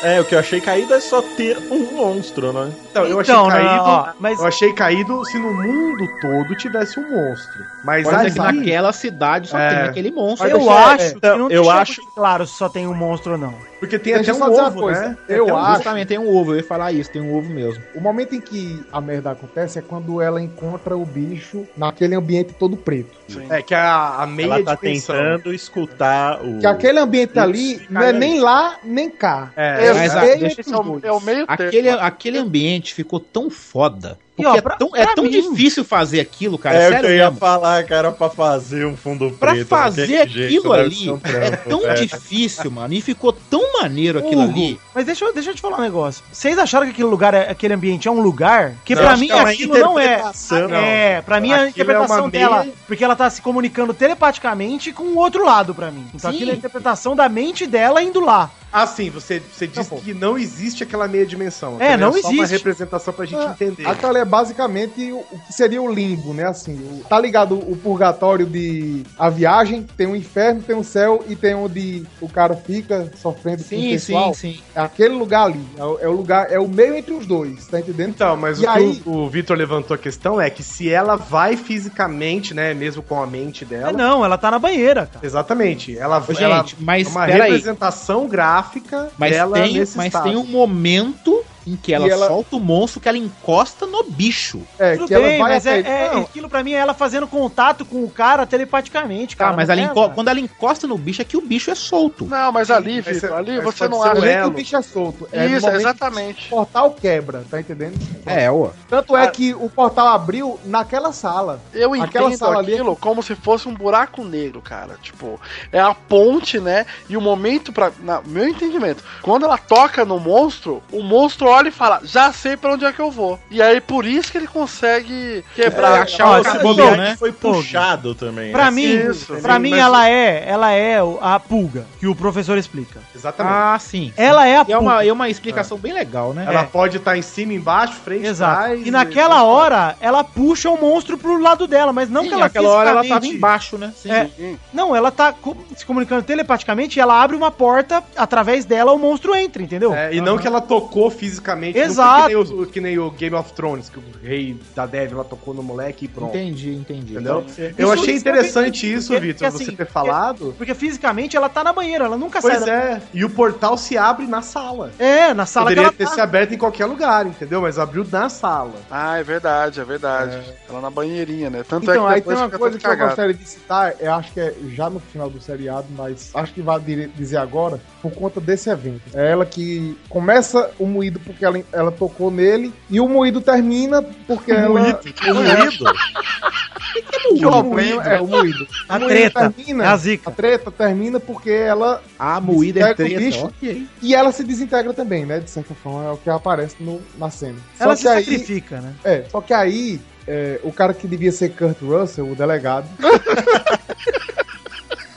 [SPEAKER 6] É, o que eu achei caído é só ter um monstro, né?
[SPEAKER 5] Então, eu achei caído. Eu achei caído se no mundo todo tivesse um monstro. Mas
[SPEAKER 7] Mas é
[SPEAKER 5] ali,
[SPEAKER 7] que naquela cidade só tem aquele monstro.
[SPEAKER 5] Mas
[SPEAKER 10] Eu
[SPEAKER 5] deixa- é,
[SPEAKER 10] acho que
[SPEAKER 5] então,
[SPEAKER 10] não
[SPEAKER 5] eu
[SPEAKER 10] deixa
[SPEAKER 5] acho-
[SPEAKER 10] muito claro se só tem um monstro ou não.
[SPEAKER 5] Porque
[SPEAKER 7] tem até
[SPEAKER 8] Deixa eu
[SPEAKER 7] um
[SPEAKER 8] só dizer uma
[SPEAKER 7] ovo,
[SPEAKER 8] coisa.
[SPEAKER 7] né?
[SPEAKER 8] Eu
[SPEAKER 7] Tem um-
[SPEAKER 8] acho.
[SPEAKER 7] Justamente, tem um ovo. Eu ia falar isso, tem um ovo mesmo.
[SPEAKER 8] O momento em que a merda acontece é quando ela encontra o bicho naquele ambiente todo preto.
[SPEAKER 5] É que a, a meia
[SPEAKER 6] Ela tá
[SPEAKER 5] dimensão.
[SPEAKER 6] tentando escutar o.
[SPEAKER 8] Que aquele ambiente ali não é
[SPEAKER 5] cara-
[SPEAKER 8] nem lá, nem cá.
[SPEAKER 7] É, mas a-
[SPEAKER 8] meio
[SPEAKER 7] deixa
[SPEAKER 8] entre
[SPEAKER 7] eu- um
[SPEAKER 8] os dois.
[SPEAKER 7] Aquele, aquele ambiente ficou tão foda.
[SPEAKER 8] E,
[SPEAKER 7] Porque
[SPEAKER 8] ó,
[SPEAKER 7] é tão, é tão difícil fazer aquilo, cara.
[SPEAKER 6] é o que
[SPEAKER 7] sério
[SPEAKER 6] eu ia
[SPEAKER 7] mesmo.
[SPEAKER 6] falar, cara, pra fazer um fundo preto.
[SPEAKER 7] Pra
[SPEAKER 6] não
[SPEAKER 7] fazer
[SPEAKER 6] tem jeito,
[SPEAKER 7] aquilo
[SPEAKER 4] né?
[SPEAKER 6] deve
[SPEAKER 7] ali
[SPEAKER 6] ser um
[SPEAKER 7] é
[SPEAKER 6] trampo,
[SPEAKER 7] tão
[SPEAKER 6] velho.
[SPEAKER 7] difícil, mano. E ficou tão maneiro aquilo
[SPEAKER 10] Hugo,
[SPEAKER 7] ali.
[SPEAKER 10] Mas deixa eu, deixa eu te falar um negócio. Vocês acharam que aquele lugar, é- aquele ambiente é um lugar? Que
[SPEAKER 7] Não,
[SPEAKER 10] pra
[SPEAKER 7] acho
[SPEAKER 10] mim
[SPEAKER 7] que é uma
[SPEAKER 10] aquilo não é.
[SPEAKER 7] interpretação.
[SPEAKER 10] É, pra mim
[SPEAKER 7] Aquilo é
[SPEAKER 10] a
[SPEAKER 7] uma
[SPEAKER 10] interpretação
[SPEAKER 7] meia-
[SPEAKER 10] dela. Porque ela tá se comunicando telepaticamente com o outro lado pra mim. Então
[SPEAKER 7] Sim.
[SPEAKER 10] aquilo é a interpretação da mente dela indo lá.
[SPEAKER 5] Assim, você, você diz que não existe aquela meia dimensão.
[SPEAKER 8] É,
[SPEAKER 5] Aquela
[SPEAKER 8] não
[SPEAKER 5] é só uma
[SPEAKER 8] existe.
[SPEAKER 5] representação pra gente
[SPEAKER 8] Ah,
[SPEAKER 5] entender.
[SPEAKER 8] Aquela é basicamente o o que seria o limbo, né? Assim, o- tá ligado o purgatório de a viagem, tem o inferno, tem o céu e tem onde o cara fica sofrendo com
[SPEAKER 5] Sim,
[SPEAKER 8] o pessoal.
[SPEAKER 5] sim, sim.
[SPEAKER 8] É aquele lugar ali, é o, é o lugar, é o meio entre os dois, tá entendendo?
[SPEAKER 5] Então, mas
[SPEAKER 8] e
[SPEAKER 5] o
[SPEAKER 8] aí,
[SPEAKER 5] que o, o Vitor levantou a questão é que se ela vai fisicamente, né, mesmo com a mente dela.
[SPEAKER 3] É, não, ela tá na banheira, cara.
[SPEAKER 5] Exatamente. Ela,
[SPEAKER 3] Ô,
[SPEAKER 5] ela
[SPEAKER 3] gente, mas
[SPEAKER 5] é uma
[SPEAKER 3] peraí.
[SPEAKER 5] representação gráfica
[SPEAKER 7] Mas,
[SPEAKER 5] dela
[SPEAKER 7] tem,
[SPEAKER 5] nesse
[SPEAKER 7] mas
[SPEAKER 5] estado.
[SPEAKER 7] tem um momento em que ela,
[SPEAKER 5] E ela-
[SPEAKER 7] solta o monstro que ela encosta no bicho.
[SPEAKER 3] Tudo bem, mas é, é- aquilo pra mim é ela fazendo contato com o cara telepaticamente, cara.
[SPEAKER 7] Tá, mas
[SPEAKER 3] não
[SPEAKER 7] ela
[SPEAKER 3] é,
[SPEAKER 7] enco-
[SPEAKER 3] cara?
[SPEAKER 7] quando ela encosta no bicho é que o bicho é solto.
[SPEAKER 4] Não, mas ali, Vitor, ali você não acha.
[SPEAKER 8] o jeito que o bicho é solto. É no
[SPEAKER 4] Isso,
[SPEAKER 8] momento
[SPEAKER 4] exatamente.
[SPEAKER 8] que O portal quebra, tá entendendo?
[SPEAKER 7] É, ó.
[SPEAKER 8] Tanto é que o portal abriu naquela sala.
[SPEAKER 4] Eu entendo
[SPEAKER 8] Aquela sala ali é
[SPEAKER 4] aquilo como se fosse um buraco negro, cara. Tipo, é a ponte, né? E o momento para meu entendimento, quando ela toca no monstro, o monstro olha e fala: "Já sei pra onde é que eu vou". E aí por isso que ele consegue quebrar
[SPEAKER 6] Ó,
[SPEAKER 4] o
[SPEAKER 6] esse
[SPEAKER 4] caminho,
[SPEAKER 6] bobear que Foi puxado também.
[SPEAKER 3] Pra
[SPEAKER 6] né?
[SPEAKER 3] mim, pra mim ela é, ela é o- a pulga que o professor explica.
[SPEAKER 5] Exatamente.
[SPEAKER 7] Ah, sim.
[SPEAKER 3] Ela é a
[SPEAKER 7] E é uma,
[SPEAKER 3] pulga.
[SPEAKER 7] é uma explicação bem legal, né?
[SPEAKER 5] Ela
[SPEAKER 7] É.
[SPEAKER 5] pode estar em cima, embaixo, frente,
[SPEAKER 3] Exato.
[SPEAKER 5] trás.
[SPEAKER 3] e naquela hora, ela puxa o monstro pro lado dela, mas não
[SPEAKER 7] Sim,
[SPEAKER 3] que ela
[SPEAKER 7] aquela hora ela
[SPEAKER 3] fisicamente-
[SPEAKER 7] tava embaixo, né? Sim.
[SPEAKER 3] É. Não, ela tá co- se comunicando telepaticamente e ela abre uma porta, através dela o monstro entra, entendeu?
[SPEAKER 5] É, e não que ela tocou fisicamente. não foi
[SPEAKER 3] Exato.
[SPEAKER 5] que, nem o, que nem o Game of Thrones, que o rei da Dev ela tocou no moleque e pronto.
[SPEAKER 7] Entendi, entendi.
[SPEAKER 5] Entendeu?
[SPEAKER 7] Pode ser.
[SPEAKER 5] Eu
[SPEAKER 3] Isso-
[SPEAKER 5] achei
[SPEAKER 3] isso
[SPEAKER 5] interessante isso,
[SPEAKER 3] porque-
[SPEAKER 5] Vitor,
[SPEAKER 3] porque,
[SPEAKER 5] você
[SPEAKER 3] assim,
[SPEAKER 5] ter falado.
[SPEAKER 3] Porque fisicamente ela tá na banheira, ela nunca
[SPEAKER 5] Pois
[SPEAKER 3] sai
[SPEAKER 5] é, e o portal se abre na sala.
[SPEAKER 3] da... É, na sala
[SPEAKER 5] Poderia
[SPEAKER 3] que
[SPEAKER 5] ter
[SPEAKER 3] ela
[SPEAKER 5] se
[SPEAKER 3] tá.
[SPEAKER 5] aberto em qualquer lugar, entendeu? Mas abriu na sala.
[SPEAKER 4] Ah, é verdade, é verdade. Ela na banheirinha, né? Tanto
[SPEAKER 8] então,
[SPEAKER 4] é
[SPEAKER 8] aí
[SPEAKER 4] que
[SPEAKER 8] tem
[SPEAKER 4] depois
[SPEAKER 8] uma
[SPEAKER 4] fica
[SPEAKER 8] coisa
[SPEAKER 4] tudo
[SPEAKER 8] que eu
[SPEAKER 4] cagado.
[SPEAKER 8] gostaria de citar, eu acho que é já no final do seriado, mas acho que vai dire- dizer agora, por conta desse evento. É ela que começa o moído porque ela, ela tocou nele, e o moído termina porque ela. O moído?
[SPEAKER 4] Que
[SPEAKER 8] O moído é o moído.
[SPEAKER 3] A
[SPEAKER 8] O moído
[SPEAKER 3] treta,
[SPEAKER 8] termina-
[SPEAKER 3] é a zica.
[SPEAKER 8] A treta termina porque ela.
[SPEAKER 7] A moída é
[SPEAKER 8] desintegra o
[SPEAKER 7] treta,
[SPEAKER 8] bicho,
[SPEAKER 7] ok.
[SPEAKER 8] E ela se desintegra também, né? De certa forma, é o que aparece no, na cena.
[SPEAKER 3] Ela
[SPEAKER 8] Só
[SPEAKER 3] se
[SPEAKER 8] que aí-
[SPEAKER 3] sacrifica, né?
[SPEAKER 8] é, só que aí, é, o cara que devia ser Kurt Russell, o delegado.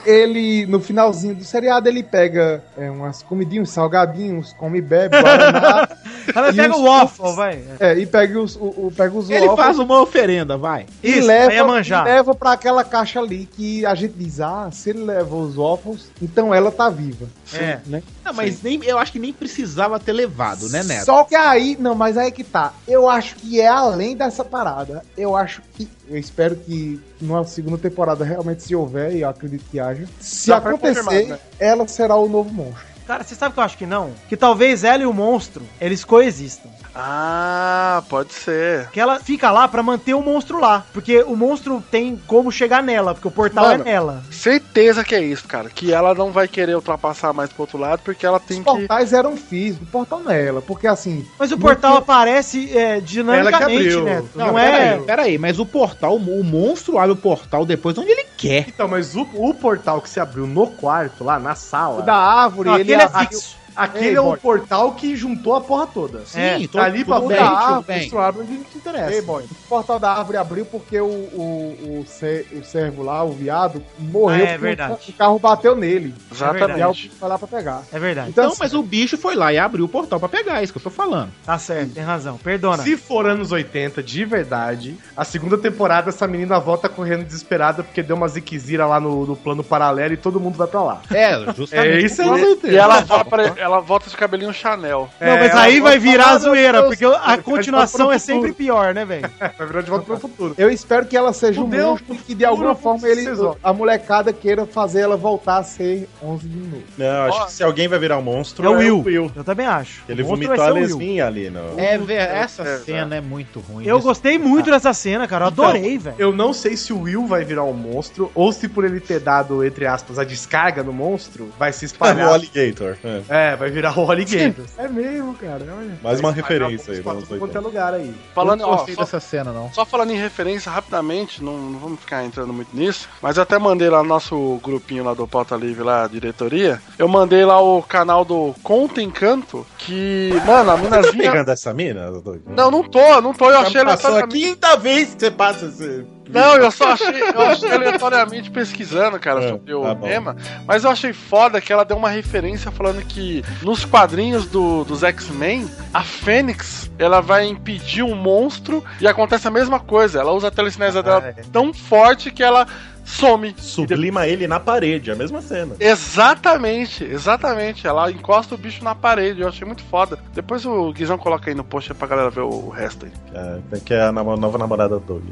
[SPEAKER 8] ele, no finalzinho do seriado, ele pega é, umas comidinhas, salgadinhos, come e bebe, guaraná.
[SPEAKER 3] Ela
[SPEAKER 8] E
[SPEAKER 3] pega
[SPEAKER 8] os
[SPEAKER 3] o waffle, vai.
[SPEAKER 8] é, e pega os, o, o- pega os
[SPEAKER 7] Ele
[SPEAKER 8] waffles
[SPEAKER 7] faz uma oferenda, vai.
[SPEAKER 8] e
[SPEAKER 3] Isso, é
[SPEAKER 8] leva,
[SPEAKER 7] é
[SPEAKER 3] pra Iemanjá.
[SPEAKER 8] e leva pra aquela caixa ali que a gente diz, ah, se ele levou os waffles, então ela tá viva.
[SPEAKER 3] É.
[SPEAKER 8] Né?
[SPEAKER 7] Não, mas nem, eu acho que nem precisava ter levado, né, Neto?
[SPEAKER 8] Só que aí, não, mas aí que tá. Eu acho que é além dessa parada. Eu acho que. Eu espero que numa segunda temporada realmente se houver, e eu acredito que haja. Se
[SPEAKER 3] Já foi
[SPEAKER 8] acontecer,
[SPEAKER 3] confirmado, né?
[SPEAKER 8] ela será o novo monstro.
[SPEAKER 3] Cara, você sabe que eu acho que não? Que talvez ela e o monstro, eles coexistam.
[SPEAKER 4] Ah, pode ser.
[SPEAKER 3] Que ela fica lá pra manter o monstro lá. Porque o monstro tem como chegar nela, porque o portal
[SPEAKER 4] Mano,
[SPEAKER 3] é nela.
[SPEAKER 4] Certeza que é isso, cara. Que ela não vai querer ultrapassar mais pro outro lado, porque ela tem
[SPEAKER 8] Os
[SPEAKER 4] que.
[SPEAKER 8] portais eram físicos, o portal nela, porque assim.
[SPEAKER 3] Mas o
[SPEAKER 8] no
[SPEAKER 3] portal
[SPEAKER 8] fi-
[SPEAKER 3] aparece é, dinamicamente,
[SPEAKER 5] abriu.
[SPEAKER 3] Neto.
[SPEAKER 7] Não,
[SPEAKER 3] Não,
[SPEAKER 7] peraí,
[SPEAKER 3] é.
[SPEAKER 7] Peraí, mas o portal, o monstro abre o portal depois onde ele quer.
[SPEAKER 5] Então, mas o, o portal que se abriu no quarto, lá na
[SPEAKER 8] O
[SPEAKER 5] sala.
[SPEAKER 8] da árvore,
[SPEAKER 3] Não,
[SPEAKER 8] ele
[SPEAKER 3] aquele é
[SPEAKER 8] a-
[SPEAKER 3] fixo.
[SPEAKER 5] Aquele
[SPEAKER 8] Ei,
[SPEAKER 5] é o
[SPEAKER 8] boy.
[SPEAKER 5] portal que juntou a porra toda.
[SPEAKER 3] Sim, É.
[SPEAKER 7] tô-
[SPEAKER 5] tá ali pra
[SPEAKER 7] tudo
[SPEAKER 5] frente,
[SPEAKER 7] bem,
[SPEAKER 5] o
[SPEAKER 7] tudo
[SPEAKER 5] monstro
[SPEAKER 7] bem.
[SPEAKER 5] abre onde não te interessa.
[SPEAKER 8] Ei, boy, o portal da árvore abriu porque o, o, o, ser- o servo lá, o viado,
[SPEAKER 3] Ah,
[SPEAKER 8] morreu
[SPEAKER 3] é
[SPEAKER 8] porque o
[SPEAKER 3] verdade.
[SPEAKER 8] ca- o carro bateu nele.
[SPEAKER 4] Exatamente.
[SPEAKER 8] E aí o bicho foi lá pra pegar.
[SPEAKER 3] É verdade.
[SPEAKER 8] Então,
[SPEAKER 7] Não, mas o bicho foi lá e abriu o portal pra pegar, é isso que eu tô falando.
[SPEAKER 3] Tá certo, tem razão. Perdona.
[SPEAKER 5] Se for anos 80, de verdade, a segunda temporada essa menina volta correndo desesperada porque deu uma ziquezira lá no, no plano paralelo e todo mundo vai pra lá.
[SPEAKER 7] É,
[SPEAKER 5] É
[SPEAKER 7] justamente.
[SPEAKER 5] isso aí.
[SPEAKER 4] E ela volta, ela volta de cabelinho Chanel.
[SPEAKER 3] não, mas
[SPEAKER 5] ela
[SPEAKER 3] aí vai virar
[SPEAKER 8] Ah,
[SPEAKER 3] a zoeira,
[SPEAKER 8] meu Deus,
[SPEAKER 3] porque a
[SPEAKER 8] cara,
[SPEAKER 3] continuação
[SPEAKER 8] vai
[SPEAKER 3] é
[SPEAKER 8] pro futuro.
[SPEAKER 3] sempre pior, né, velho?
[SPEAKER 5] Vai virar de volta pro futuro.
[SPEAKER 8] Eu espero que ela seja um
[SPEAKER 5] Fudeu,
[SPEAKER 8] monstro e que de alguma
[SPEAKER 5] fudeu,
[SPEAKER 8] forma ele,
[SPEAKER 5] precisou.
[SPEAKER 8] a molecada queira fazer ela voltar a ser 11 de novo.
[SPEAKER 6] Não, acho
[SPEAKER 4] Ó.
[SPEAKER 6] que se alguém vai virar um monstro,
[SPEAKER 3] É o Will.
[SPEAKER 5] Will.
[SPEAKER 3] Eu também acho.
[SPEAKER 6] Ele
[SPEAKER 3] O monstro
[SPEAKER 6] vomitou a
[SPEAKER 3] vai ser o Will.
[SPEAKER 6] lesbinha ali, não.
[SPEAKER 7] É, ver, essa
[SPEAKER 4] É,
[SPEAKER 7] cena é muito ruim.
[SPEAKER 3] Eu
[SPEAKER 7] Isso-
[SPEAKER 3] gostei muito
[SPEAKER 7] Ah.
[SPEAKER 3] dessa cena, cara. Eu adorei,
[SPEAKER 5] Então,
[SPEAKER 3] velho.
[SPEAKER 5] Eu não sei se o Will vai virar um monstro ou se por ele ter dado, entre aspas, a descarga no monstro, vai se
[SPEAKER 6] o
[SPEAKER 5] espalhar.
[SPEAKER 6] Alligator. é.
[SPEAKER 5] é, vai virar o Holly Gators.
[SPEAKER 8] É mesmo, cara. Olha.
[SPEAKER 6] Mais uma
[SPEAKER 5] Vai
[SPEAKER 6] referência aí.
[SPEAKER 5] pra
[SPEAKER 6] vamos
[SPEAKER 5] tudo
[SPEAKER 6] dizer.
[SPEAKER 5] quanto é lugar aí.
[SPEAKER 4] Falando,
[SPEAKER 7] eu não
[SPEAKER 4] ó,
[SPEAKER 7] gostei
[SPEAKER 4] só-
[SPEAKER 7] dessa cena, não.
[SPEAKER 4] Só falando em referência, rapidamente, não, não vamos ficar entrando muito nisso, mas eu até mandei lá no nosso grupinho lá do Pauta Livre, lá, diretoria, eu mandei lá o canal do Conta Encanto, que, mano, a
[SPEAKER 3] é
[SPEAKER 6] Você tá
[SPEAKER 4] minazinha...
[SPEAKER 6] pegando essa mina? Doug?
[SPEAKER 4] Não, não tô, não tô, eu
[SPEAKER 6] Já
[SPEAKER 4] achei ela...
[SPEAKER 6] passou a quinta vez que você passa esse
[SPEAKER 4] Não, eu só achei, eu achei aleatoriamente pesquisando, cara, sobre o
[SPEAKER 6] tá bom.
[SPEAKER 4] tema. Mas eu achei foda que ela deu uma referência falando que nos quadrinhos do, dos X-Men, a Fênix ela vai impedir um monstro e acontece a mesma coisa. Ela usa a telecinese dela tão forte que ela some.
[SPEAKER 6] Sublima ele na parede, a mesma cena.
[SPEAKER 4] Exatamente, exatamente. Ela encosta o bicho na parede. Eu achei muito foda. Depois o Guizão coloca aí no post aí pra galera ver o resto aí.
[SPEAKER 6] É, que é a namo- nova namorada do Doug.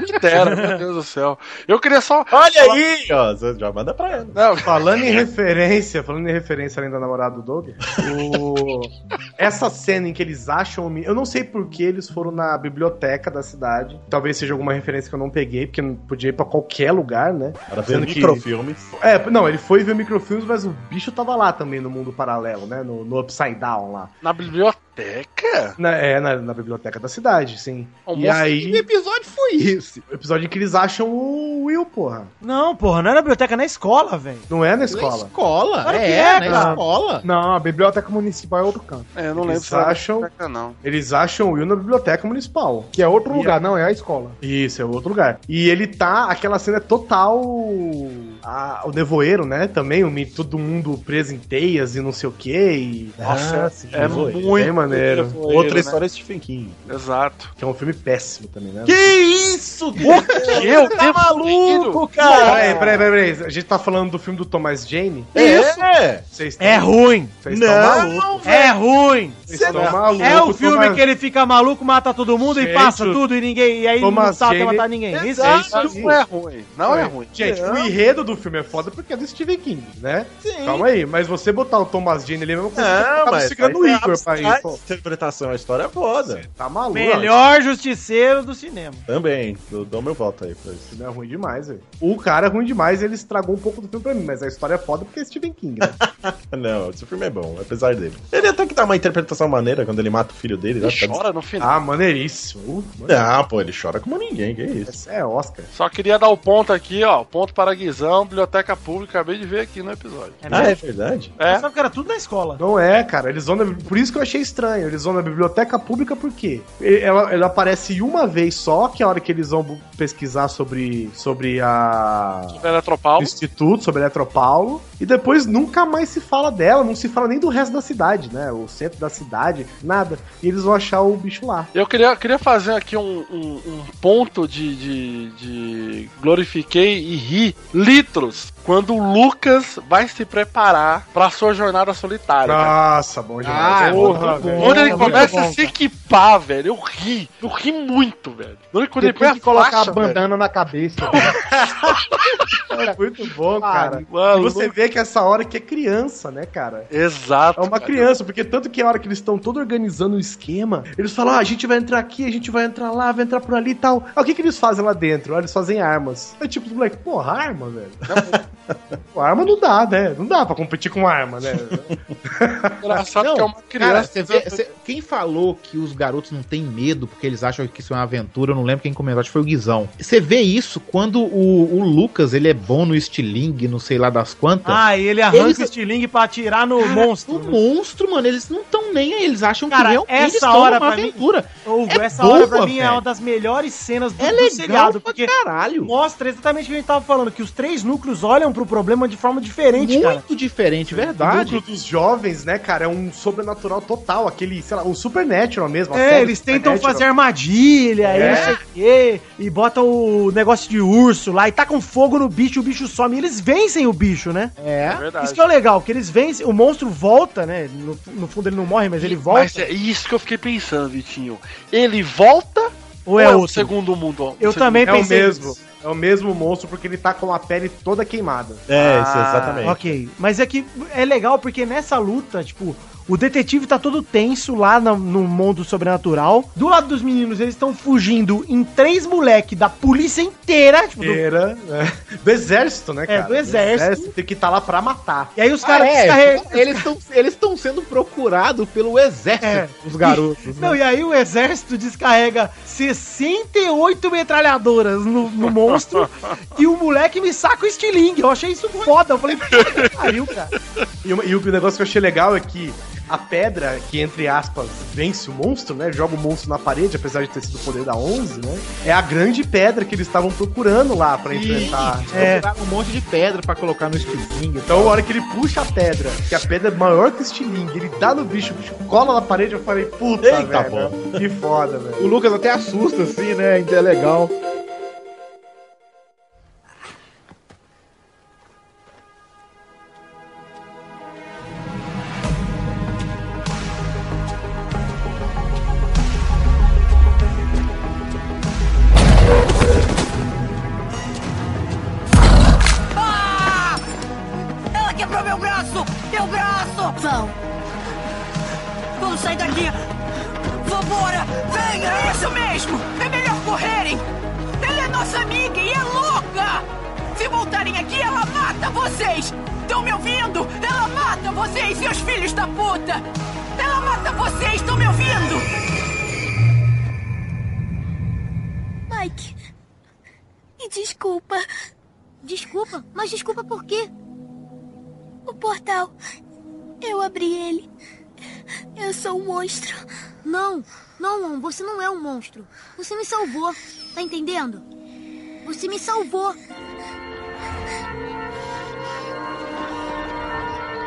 [SPEAKER 4] Me dera, meu Deus do céu. Eu queria só.
[SPEAKER 6] Olha
[SPEAKER 4] falar-
[SPEAKER 6] aí! Ó, você já manda pra ela.
[SPEAKER 4] Não.
[SPEAKER 5] Falando em referência, falando em referência além da namorada do Doug, o- essa cena em que eles acham. o men- Eu não sei por que eles foram na biblioteca da cidade. Talvez seja alguma referência que eu não peguei, porque não podia ir pra qualquer lugar, né?
[SPEAKER 6] Para ver
[SPEAKER 5] Sendo que-
[SPEAKER 6] microfilmes.
[SPEAKER 5] É, não, ele foi ver microfilmes, mas o bicho tava lá também no mundo paralelo, né? No, no Upside Down lá.
[SPEAKER 4] Na biblioteca?
[SPEAKER 5] Na, é, na, na biblioteca da cidade, sim. e
[SPEAKER 3] Almoço-
[SPEAKER 5] aí.
[SPEAKER 3] Que
[SPEAKER 5] episódio foi esse? O episódio em que eles acham o Will, porra.
[SPEAKER 3] Não, porra, não é na biblioteca, é na escola, velho.
[SPEAKER 5] Não é na escola.
[SPEAKER 7] escola?
[SPEAKER 3] Claro que
[SPEAKER 5] É,
[SPEAKER 3] é,
[SPEAKER 5] na
[SPEAKER 3] cara.
[SPEAKER 7] escola?
[SPEAKER 5] Não, a biblioteca municipal é outro canto.
[SPEAKER 4] É, eu não
[SPEAKER 5] Eles
[SPEAKER 4] lembro se era
[SPEAKER 5] acham-
[SPEAKER 4] biblioteca, não.
[SPEAKER 5] Eles acham o Will na biblioteca municipal. Que é outro
[SPEAKER 8] lugar,
[SPEAKER 5] não, é a escola. Isso, é outro lugar. E ele tá. Aquela cena é total. a- o nevoeiro, né? Também, o, mi- todo mundo preso em teias e não sei o quê. E...
[SPEAKER 6] Nossa,
[SPEAKER 5] é,
[SPEAKER 6] Nevoeiro.
[SPEAKER 5] muito bem maneiro.
[SPEAKER 6] Nevoeiro, Outra né? história é Stephen King.
[SPEAKER 4] Exato.
[SPEAKER 5] Que é um filme péssimo também, né?
[SPEAKER 6] Que isso, Deus?
[SPEAKER 5] Eu
[SPEAKER 6] tá maluco, cara?
[SPEAKER 5] Peraí, peraí, peraí, peraí. A gente tá falando do filme do Thomas Jane?
[SPEAKER 6] Isso é.
[SPEAKER 5] Vocês
[SPEAKER 3] É ruim.
[SPEAKER 5] Vocês estão malucos.
[SPEAKER 3] É ruim.
[SPEAKER 5] Vocês estão malucos.
[SPEAKER 3] É o filme
[SPEAKER 5] Thomas-
[SPEAKER 3] que ele fica maluco, mata todo mundo
[SPEAKER 5] Gente,
[SPEAKER 3] e passa tudo e ninguém. E aí não
[SPEAKER 5] Thomas
[SPEAKER 3] sabe
[SPEAKER 5] Jane-
[SPEAKER 3] matar tá ninguém. Isso
[SPEAKER 5] Exato.
[SPEAKER 3] isso aí.
[SPEAKER 5] Não é ruim,
[SPEAKER 4] Não é
[SPEAKER 5] Foi.
[SPEAKER 4] ruim.
[SPEAKER 5] Gente,
[SPEAKER 4] Não.
[SPEAKER 5] o enredo do filme é foda porque é do Stephen King, né? Sim. Calma aí, mas você botar o Thomas Jane ali é a mesma coisa que você
[SPEAKER 6] Não,
[SPEAKER 5] tava
[SPEAKER 6] mas
[SPEAKER 5] segurando o
[SPEAKER 6] aí é
[SPEAKER 5] Igor pra ir,
[SPEAKER 6] abstrato.
[SPEAKER 5] pô.
[SPEAKER 6] interpretação, a história é foda.
[SPEAKER 5] Tá maluco.
[SPEAKER 3] Melhor justiceiro do cinema.
[SPEAKER 6] Também, eu dou meu voto aí pra isso.
[SPEAKER 5] Ele é ruim demais, velho. O cara é ruim demais, ele estragou um pouco do filme pra mim, mas a história é foda porque é Stephen King, né?
[SPEAKER 6] Não, esse filme é bom, apesar dele. Ele até que dá uma interpretação maneira quando ele mata o filho dele. lá, tá-
[SPEAKER 4] Chora no final.
[SPEAKER 5] ah, maneiríssimo. Uh,
[SPEAKER 6] Não, pô, ele chora como ninguém, que isso.
[SPEAKER 5] Esse é Oscar.
[SPEAKER 4] Só queria dar o ponto aqui, ó. Ponto para Guizão, biblioteca pública. Acabei de ver aqui no episódio.
[SPEAKER 6] ah, é verdade?
[SPEAKER 4] É.
[SPEAKER 3] Eu sabe que era tudo na escola.
[SPEAKER 5] Não é, cara. Eles vão na... Por isso que eu achei estranho. Eles vão na biblioteca pública por quê? E- Ela, ela aparece uma vez só, que é a hora que eles vão bu- pesquisar sobre, sobre a...
[SPEAKER 4] Eletropaulo.
[SPEAKER 5] do Instituto, sobre a Eletropaulo. E depois nunca mais se fala dela, não se fala nem do resto da cidade, né? O centro da cidade, nada. E eles vão achar o bicho lá.
[SPEAKER 4] Eu queria, queria fazer aqui um, um- um ponto de, de, de glorifiquei e ri litros quando o Lucas vai se preparar pra sua jornada solitária.
[SPEAKER 5] Nossa, bom
[SPEAKER 4] Ah,
[SPEAKER 5] demais.
[SPEAKER 4] porra,
[SPEAKER 5] velho.
[SPEAKER 4] Quando ele
[SPEAKER 5] é Muito
[SPEAKER 4] começa assim?
[SPEAKER 5] bom,
[SPEAKER 4] a se equipar, velho, eu ri. Eu ri muito, velho. Quando ele- Quando ele põe
[SPEAKER 8] Depois
[SPEAKER 4] a
[SPEAKER 8] de colocar
[SPEAKER 4] faixa,
[SPEAKER 8] a
[SPEAKER 4] velho.
[SPEAKER 8] bandana na cabeça.
[SPEAKER 5] cara. É Muito bom, cara.
[SPEAKER 4] Mano,
[SPEAKER 5] E você vê que essa hora que é criança, né, cara?
[SPEAKER 4] Exato.
[SPEAKER 5] É uma
[SPEAKER 4] cara.
[SPEAKER 5] criança, porque tanto que a hora que eles estão todo organizando o esquema, eles falam, ah, a gente vai entrar aqui, a gente vai entrar lá, vai entrar por ali e tal. Aí o que que eles fazem lá dentro? Ah, eles fazem armas. É tipo, moleque, porra, arma, velho? Pô, arma não dá, né? Não dá pra competir com arma, né?
[SPEAKER 4] Engraçado
[SPEAKER 7] Não,
[SPEAKER 4] que é uma
[SPEAKER 7] Cara,
[SPEAKER 4] criança.
[SPEAKER 7] você vê, você- quem falou que os garotos não têm medo porque eles acham que isso é uma aventura, eu não lembro quem comentou, acho que foi o Guizão. Você vê isso quando o, o Lucas, ele é bom no estilingue, não sei lá das quantas.
[SPEAKER 3] Ah, e ele arranca
[SPEAKER 7] Tá. Eles-
[SPEAKER 3] o estilingue pra atirar no monstro.
[SPEAKER 7] O monstro, mano, eles não estão nem aí, eles acham
[SPEAKER 3] Cara,
[SPEAKER 7] que realmente
[SPEAKER 3] essa
[SPEAKER 7] estão
[SPEAKER 3] hora
[SPEAKER 7] numa
[SPEAKER 3] pra mim-
[SPEAKER 7] aventura.
[SPEAKER 3] Hugo,
[SPEAKER 7] É
[SPEAKER 3] essa hora pra
[SPEAKER 7] boa,
[SPEAKER 3] mim é
[SPEAKER 7] velho.
[SPEAKER 3] uma das melhores cenas do,
[SPEAKER 7] É
[SPEAKER 3] do
[SPEAKER 7] legal
[SPEAKER 3] seriado,
[SPEAKER 7] pra
[SPEAKER 3] porque
[SPEAKER 7] caralho.
[SPEAKER 3] mostra exatamente o que a gente tava falando, que os três núcleos olham pro problema de forma diferente,
[SPEAKER 7] Muito
[SPEAKER 3] cara.
[SPEAKER 7] diferente,
[SPEAKER 5] O
[SPEAKER 7] verdade.
[SPEAKER 5] núcleo dos jovens, né, cara, é um sobrenatural total, aquele, sei lá, o Supernatural mesmo. a
[SPEAKER 3] É,
[SPEAKER 5] série
[SPEAKER 3] eles tentam
[SPEAKER 5] Supernatural.
[SPEAKER 3] fazer armadilha e
[SPEAKER 5] É.
[SPEAKER 3] não sei o quê, e botam o negócio de urso lá e tacam fogo no bicho e o bicho some. E eles vencem o bicho, né?
[SPEAKER 7] É.
[SPEAKER 4] verdade.
[SPEAKER 3] Isso que é o legal, que eles vencem, o monstro volta, né? No, no fundo ele não morre, mas ele volta.
[SPEAKER 4] Mas é isso que eu fiquei pensando, Vitinho. Ele volta
[SPEAKER 3] Ou é
[SPEAKER 4] o
[SPEAKER 3] outro?
[SPEAKER 4] segundo mundo?
[SPEAKER 3] Eu
[SPEAKER 4] segundo-
[SPEAKER 3] também
[SPEAKER 5] É o
[SPEAKER 3] pensei
[SPEAKER 5] mesmo.
[SPEAKER 3] nisso.
[SPEAKER 5] É o mesmo monstro, porque ele tá com a pele toda queimada.
[SPEAKER 6] É, isso,
[SPEAKER 4] Ah,
[SPEAKER 6] exatamente.
[SPEAKER 3] Ok, mas é que é legal porque nessa luta, tipo, o detetive tá todo tenso lá no, no mundo sobrenatural. Do lado dos meninos, eles estão fugindo em três moleque da polícia inteira, tipo, do-
[SPEAKER 5] Era, né? Do exército, né, cara?
[SPEAKER 3] É, do exército.
[SPEAKER 5] Tem que estar lá pra matar.
[SPEAKER 3] e aí os
[SPEAKER 7] Ah,
[SPEAKER 3] caras
[SPEAKER 7] é,
[SPEAKER 3] descarregam.
[SPEAKER 7] Eles estão eles tão sendo procurados pelo
[SPEAKER 3] É.
[SPEAKER 7] exército, os garotos. né?
[SPEAKER 3] Não, e aí o exército descarrega 68 metralhadoras no, no monstro e o moleque me saca o estilingue. Eu achei isso foda. Eu falei, puta que pariu, cara.
[SPEAKER 5] E, uma- e o negócio que eu achei legal é que A pedra, que entre aspas vence o monstro, né? Joga o monstro na parede, apesar de ter sido o poder da 11, né? É a grande pedra que eles estavam procurando lá pra enfrentar.
[SPEAKER 7] É.
[SPEAKER 5] É.
[SPEAKER 7] um monte de pedra pra colocar no estilingue.
[SPEAKER 5] Então, a hora que ele puxa a pedra, que a pedra é maior que o estilingue, ele dá no bicho, o bicho cola na parede, eu falei, puta,
[SPEAKER 7] Eita,
[SPEAKER 5] velho.
[SPEAKER 7] pô.
[SPEAKER 5] Que foda, velho.
[SPEAKER 7] O Lucas até assusta assim, né? Ainda é legal.
[SPEAKER 14] Ah! Ela quebrou meu braço! Meu braço! Vão! Vamos sair daqui! Vambora! Venha! É isso mesmo! É melhor correrem! Ela é nossa amiga e é louca! Se voltarem aqui, ela mata vocês! Estão me ouvindo? Ela mata vocês e os filhos da puta! Ela mata vocês! Estão me ouvindo?
[SPEAKER 13] Mike. E desculpa. Desculpa? Mas desculpa por quê? O portal. Eu abri ele. Eu sou um monstro. Não, não, Wong, você não é um monstro. Você me salvou. Tá entendendo? Você me salvou.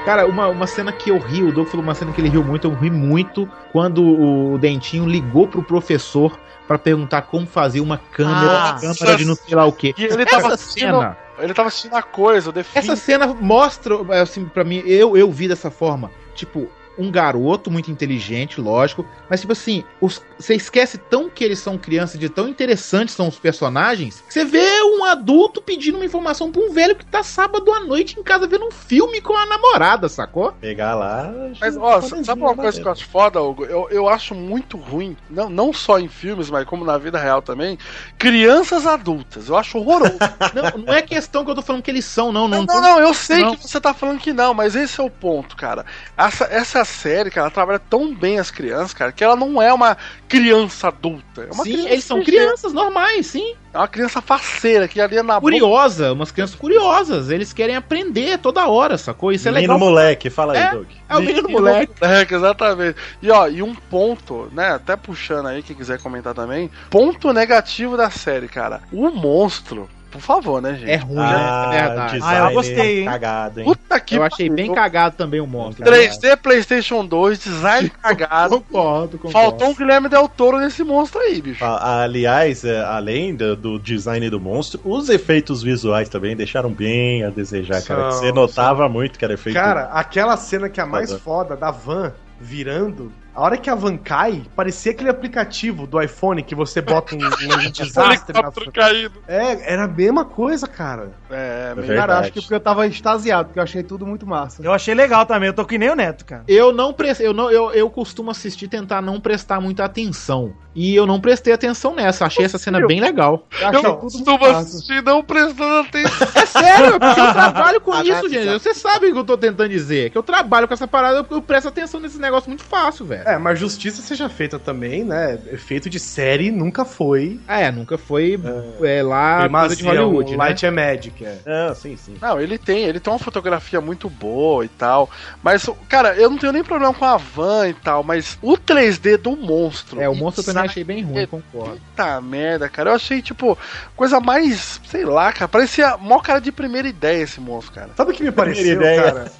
[SPEAKER 7] Cara, uma, uma cena que eu ri, o Doug falou uma cena que ele riu muito, eu ri muito quando o Dentinho ligou pro professor pra perguntar como fazer uma câmera,
[SPEAKER 4] Ah,
[SPEAKER 7] câmera de não sei lá o quê.
[SPEAKER 4] E ele tava assistindo, ele tava assistindo a coisa, o The Fim.
[SPEAKER 7] Essa cena mostra, assim, pra mim, eu, eu vi dessa forma. Tipo, um garoto muito inteligente, lógico, mas, tipo assim, os- você esquece tão que eles são crianças, de tão interessantes são os personagens, que você vê um adulto pedindo uma informação pra um velho que tá sábado à noite em casa vendo um filme com a namorada, sacou?
[SPEAKER 6] Pegar lá.
[SPEAKER 4] Mas, ó, sabe uma coisa que eu acho foda, Hugo? Eu, eu acho muito ruim, não, não só em filmes, mas como na vida real também, crianças adultas. Eu acho horroroso.
[SPEAKER 7] não, não é questão que eu tô falando que eles são, não. Não,
[SPEAKER 4] não, não, eu sei que você tá falando que não, mas esse é o ponto, cara. Essa, essa série, cara, ela trabalha tão bem as crianças, cara, que ela não é uma criança adulta. É uma
[SPEAKER 7] Sim,
[SPEAKER 4] criança
[SPEAKER 7] eles são
[SPEAKER 4] ligeira.
[SPEAKER 7] crianças normais, sim.
[SPEAKER 4] É uma criança faceira que ali é na
[SPEAKER 7] Curiosa, umas crianças curiosas. Eles querem aprender toda hora, sacou? Isso é
[SPEAKER 4] Menino
[SPEAKER 7] legal.
[SPEAKER 4] moleque, fala aí,
[SPEAKER 7] é,
[SPEAKER 4] Doug.
[SPEAKER 7] É o menino moleque.
[SPEAKER 4] exatamente. E ó, e um ponto, né? Até puxando aí, quem quiser comentar também. Ponto negativo da série, cara. O monstro. Por favor, né, gente?
[SPEAKER 7] É ruim, né? É verdade. Ah, eu gostei, hein?
[SPEAKER 6] Cagado,
[SPEAKER 7] hein?
[SPEAKER 4] Puta que
[SPEAKER 7] Eu achei bem cagado também o monstro.
[SPEAKER 4] 3D, PlayStation 2, design cagado.
[SPEAKER 7] Concordo, concordo.
[SPEAKER 4] Faltou um Guilherme Del Toro nesse monstro aí, bicho.
[SPEAKER 6] A- Aliás, é, além do, do design do monstro, os efeitos visuais também deixaram bem a desejar, cara.
[SPEAKER 5] São,
[SPEAKER 6] Você notava muito que era efeito.
[SPEAKER 5] Cara, aquela cena que é a mais foda
[SPEAKER 6] Foda.
[SPEAKER 5] da van virando. A hora que a van cai, parecia aquele aplicativo do iPhone que você bota um, um
[SPEAKER 7] tá
[SPEAKER 5] desastre na
[SPEAKER 4] Helicóptero caído.
[SPEAKER 5] É, era a mesma coisa, cara.
[SPEAKER 4] É,
[SPEAKER 5] meio-
[SPEAKER 18] Cara, acho que porque eu tava extasiado, porque eu achei tudo muito massa.
[SPEAKER 7] Eu achei legal também, eu tô que nem o Neto, cara. Eu não prestei, eu, não, eu, eu costumo assistir e tentar não prestar muita atenção. E eu não prestei atenção nessa, achei essa cena bem legal.
[SPEAKER 4] Eu costumo assistir não prestando atenção.
[SPEAKER 7] É sério, é porque
[SPEAKER 4] um
[SPEAKER 7] eu trabalho
[SPEAKER 4] Ah,
[SPEAKER 7] com isso, gente. Você sabe o que eu tô tentando dizer. Que eu trabalho com essa parada, eu- eu presto atenção nesse negócio muito fácil, velho.
[SPEAKER 5] É, mas justiça seja feita também, né? Efeito de série nunca foi.
[SPEAKER 7] É, nunca foi é, lá
[SPEAKER 5] primazia,
[SPEAKER 7] coisa de Hollywood,
[SPEAKER 5] o
[SPEAKER 7] né?
[SPEAKER 5] Light é Magic, é.
[SPEAKER 6] Ah, sim, sim.
[SPEAKER 4] Não, ele tem, ele tem uma fotografia muito boa e tal. Mas, cara, eu não tenho nem problema com a van e tal, mas o 3D do monstro.
[SPEAKER 7] É, o monstro eu também achei bem ruim, concordo.
[SPEAKER 4] Puta merda, cara. Eu achei, tipo, coisa mais. Sei lá, cara. Parecia mó cara de primeira ideia esse monstro, cara.
[SPEAKER 5] Sabe o que me pareceu, cara?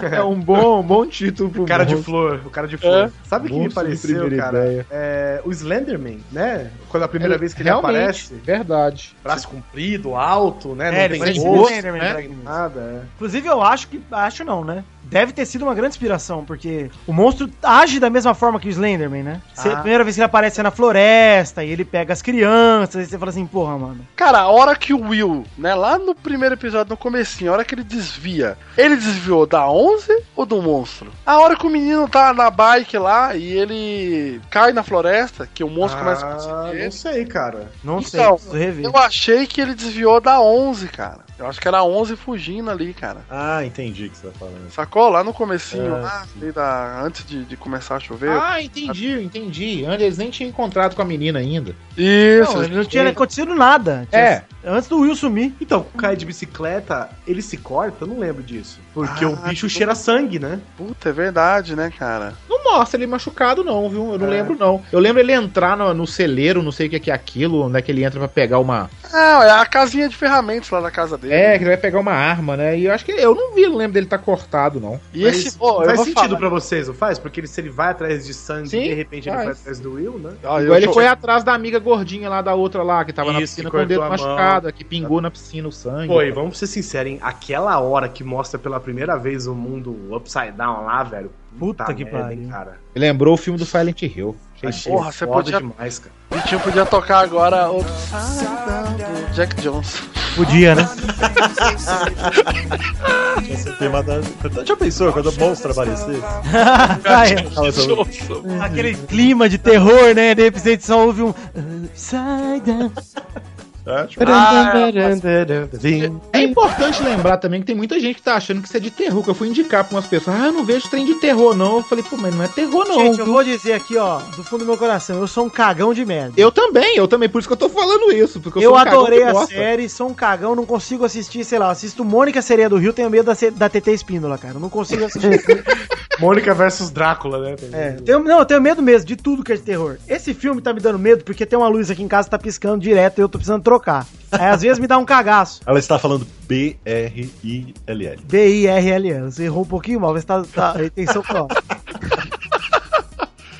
[SPEAKER 7] É um bom, um bom título pro
[SPEAKER 5] cara de
[SPEAKER 7] monstro.
[SPEAKER 5] flor, o cara de flor.
[SPEAKER 7] É.
[SPEAKER 5] Sabe o que me
[SPEAKER 7] Monstro de
[SPEAKER 5] pareceu,
[SPEAKER 7] primeira
[SPEAKER 5] cara?
[SPEAKER 7] ideia.
[SPEAKER 5] É, o Slenderman, né? Quando a primeira
[SPEAKER 7] É,
[SPEAKER 5] vez que ele
[SPEAKER 7] realmente,
[SPEAKER 5] aparece.
[SPEAKER 7] Verdade.
[SPEAKER 5] Braço comprido, alto, né?
[SPEAKER 10] É,
[SPEAKER 5] Não
[SPEAKER 10] ele
[SPEAKER 5] tem
[SPEAKER 10] parece
[SPEAKER 5] rosto,
[SPEAKER 10] Slenderman,
[SPEAKER 5] né?
[SPEAKER 10] né?
[SPEAKER 5] Nada.
[SPEAKER 10] Inclusive, eu acho que. Acho não, né? Deve ter sido uma grande inspiração, porque o monstro age da mesma forma que o Slenderman, né? Você-
[SPEAKER 4] Ah.
[SPEAKER 10] A primeira vez que ele aparece é na floresta, e ele pega as crianças, e você fala assim, porra, mano.
[SPEAKER 4] Cara, a hora que o Will, né, lá no primeiro episódio, no comecinho, a hora que ele desvia, ele desviou da 11 ou do monstro? A hora que o menino tá na bike lá e ele cai na floresta, que o monstro começa a
[SPEAKER 5] Ah, não sei, cara.
[SPEAKER 10] Não
[SPEAKER 4] Então, eu achei que ele
[SPEAKER 6] um.
[SPEAKER 4] desviou da 11, cara. Eu acho que era a 11 fugindo ali, cara.
[SPEAKER 6] Ah, entendi o que você tá falando.
[SPEAKER 4] Sacou? explicou lá no comecinho,
[SPEAKER 7] É,
[SPEAKER 4] lá, sei da- antes de, de começar a chover.
[SPEAKER 7] Ah, entendi, entendi. Antes Eles nem tinham encontrado com a menina ainda. é
[SPEAKER 4] Isso.
[SPEAKER 3] Não, não tinha acontecido nada. Tinha-
[SPEAKER 5] É.
[SPEAKER 3] Antes do Will sumir.
[SPEAKER 5] Então, cair de bicicleta, ele se corta? Eu não lembro disso. Porque o bicho cheira sangue, né?
[SPEAKER 4] Puta, é verdade, né, cara?
[SPEAKER 7] Não mostra ele machucado, não, viu? Eu não lembro, não. Eu lembro ele entrar no, no celeiro, não sei o que que é aquilo, onde é que ele entra pra pegar uma.
[SPEAKER 4] Ah, é a casinha de ferramentas lá da casa dele.
[SPEAKER 7] É, que ele vai pegar uma arma, né? E eu acho que eu não vi, não lembro dele tá cortado, não.
[SPEAKER 5] Mas faz sentido pra vocês, não faz? Porque ele- se ele vai atrás de sangue
[SPEAKER 7] Sim,
[SPEAKER 5] de repente ele
[SPEAKER 7] faz.
[SPEAKER 5] vai atrás do Will, né?
[SPEAKER 7] Igual ele foi atrás da amiga gordinha lá da outra lá, que tava na
[SPEAKER 5] Isso,
[SPEAKER 7] piscina
[SPEAKER 5] que
[SPEAKER 7] com o dedo
[SPEAKER 5] cortou a mão.
[SPEAKER 7] machucado, que pingou na piscina o sangue.
[SPEAKER 5] Pô, e vamos ser sinceros, hein? Aquela hora que mostra pela primeira vez o mundo upside down lá, velho. Puta,
[SPEAKER 7] que
[SPEAKER 5] merda,
[SPEAKER 7] pariu.
[SPEAKER 5] hein, cara.
[SPEAKER 7] Lembrou o filme do Silent Hill.
[SPEAKER 5] Achei
[SPEAKER 4] Porra, você
[SPEAKER 5] foda
[SPEAKER 4] podia-
[SPEAKER 5] demais, cara.
[SPEAKER 4] O Vitinho podia tocar agora o do Jack Jones.
[SPEAKER 3] Podia, né?
[SPEAKER 6] Esse tema da... Já pensou quando o monstro aparecer? tá
[SPEAKER 3] Vai. Aquele clima de terror, né? De repente só ouve um.
[SPEAKER 10] "Uh,
[SPEAKER 3] Sai
[SPEAKER 6] tipo,
[SPEAKER 5] Ah,
[SPEAKER 7] É importante lembrar também que tem muita gente que tá achando que isso é de terror, que eu fui indicar pra umas pessoas, ah, eu não vejo trem de terror, não. Eu falei, pô, mas não é terror, não.
[SPEAKER 3] Gente, eu
[SPEAKER 7] viu?
[SPEAKER 3] vou dizer aqui, ó, do fundo do meu coração, eu sou um cagão de merda.
[SPEAKER 7] Eu também, eu também, por isso que eu tô falando isso. Porque eu,
[SPEAKER 3] Eu
[SPEAKER 7] sou um cagão
[SPEAKER 3] adorei
[SPEAKER 7] que
[SPEAKER 3] a
[SPEAKER 7] gosta.
[SPEAKER 3] série, sou um cagão, não consigo assistir, sei lá, assisto Mônica Sereia do Rio, tenho medo da, se- da TT Espíndola, cara. eu Não consigo assistir.
[SPEAKER 5] Mônica versus Drácula, né?
[SPEAKER 3] É, tenho- não, eu tenho medo mesmo de tudo que é de terror. Esse filme tá me dando medo porque tem uma luz aqui em casa que tá piscando direto e eu tô precisando trocar. Aí às vezes me dá um cagaço.
[SPEAKER 6] Ela está falando B-R-I-L-L.
[SPEAKER 3] B-I-R-L-E. Você errou um pouquinho mal, mas tá. tá a intenção foi ótima.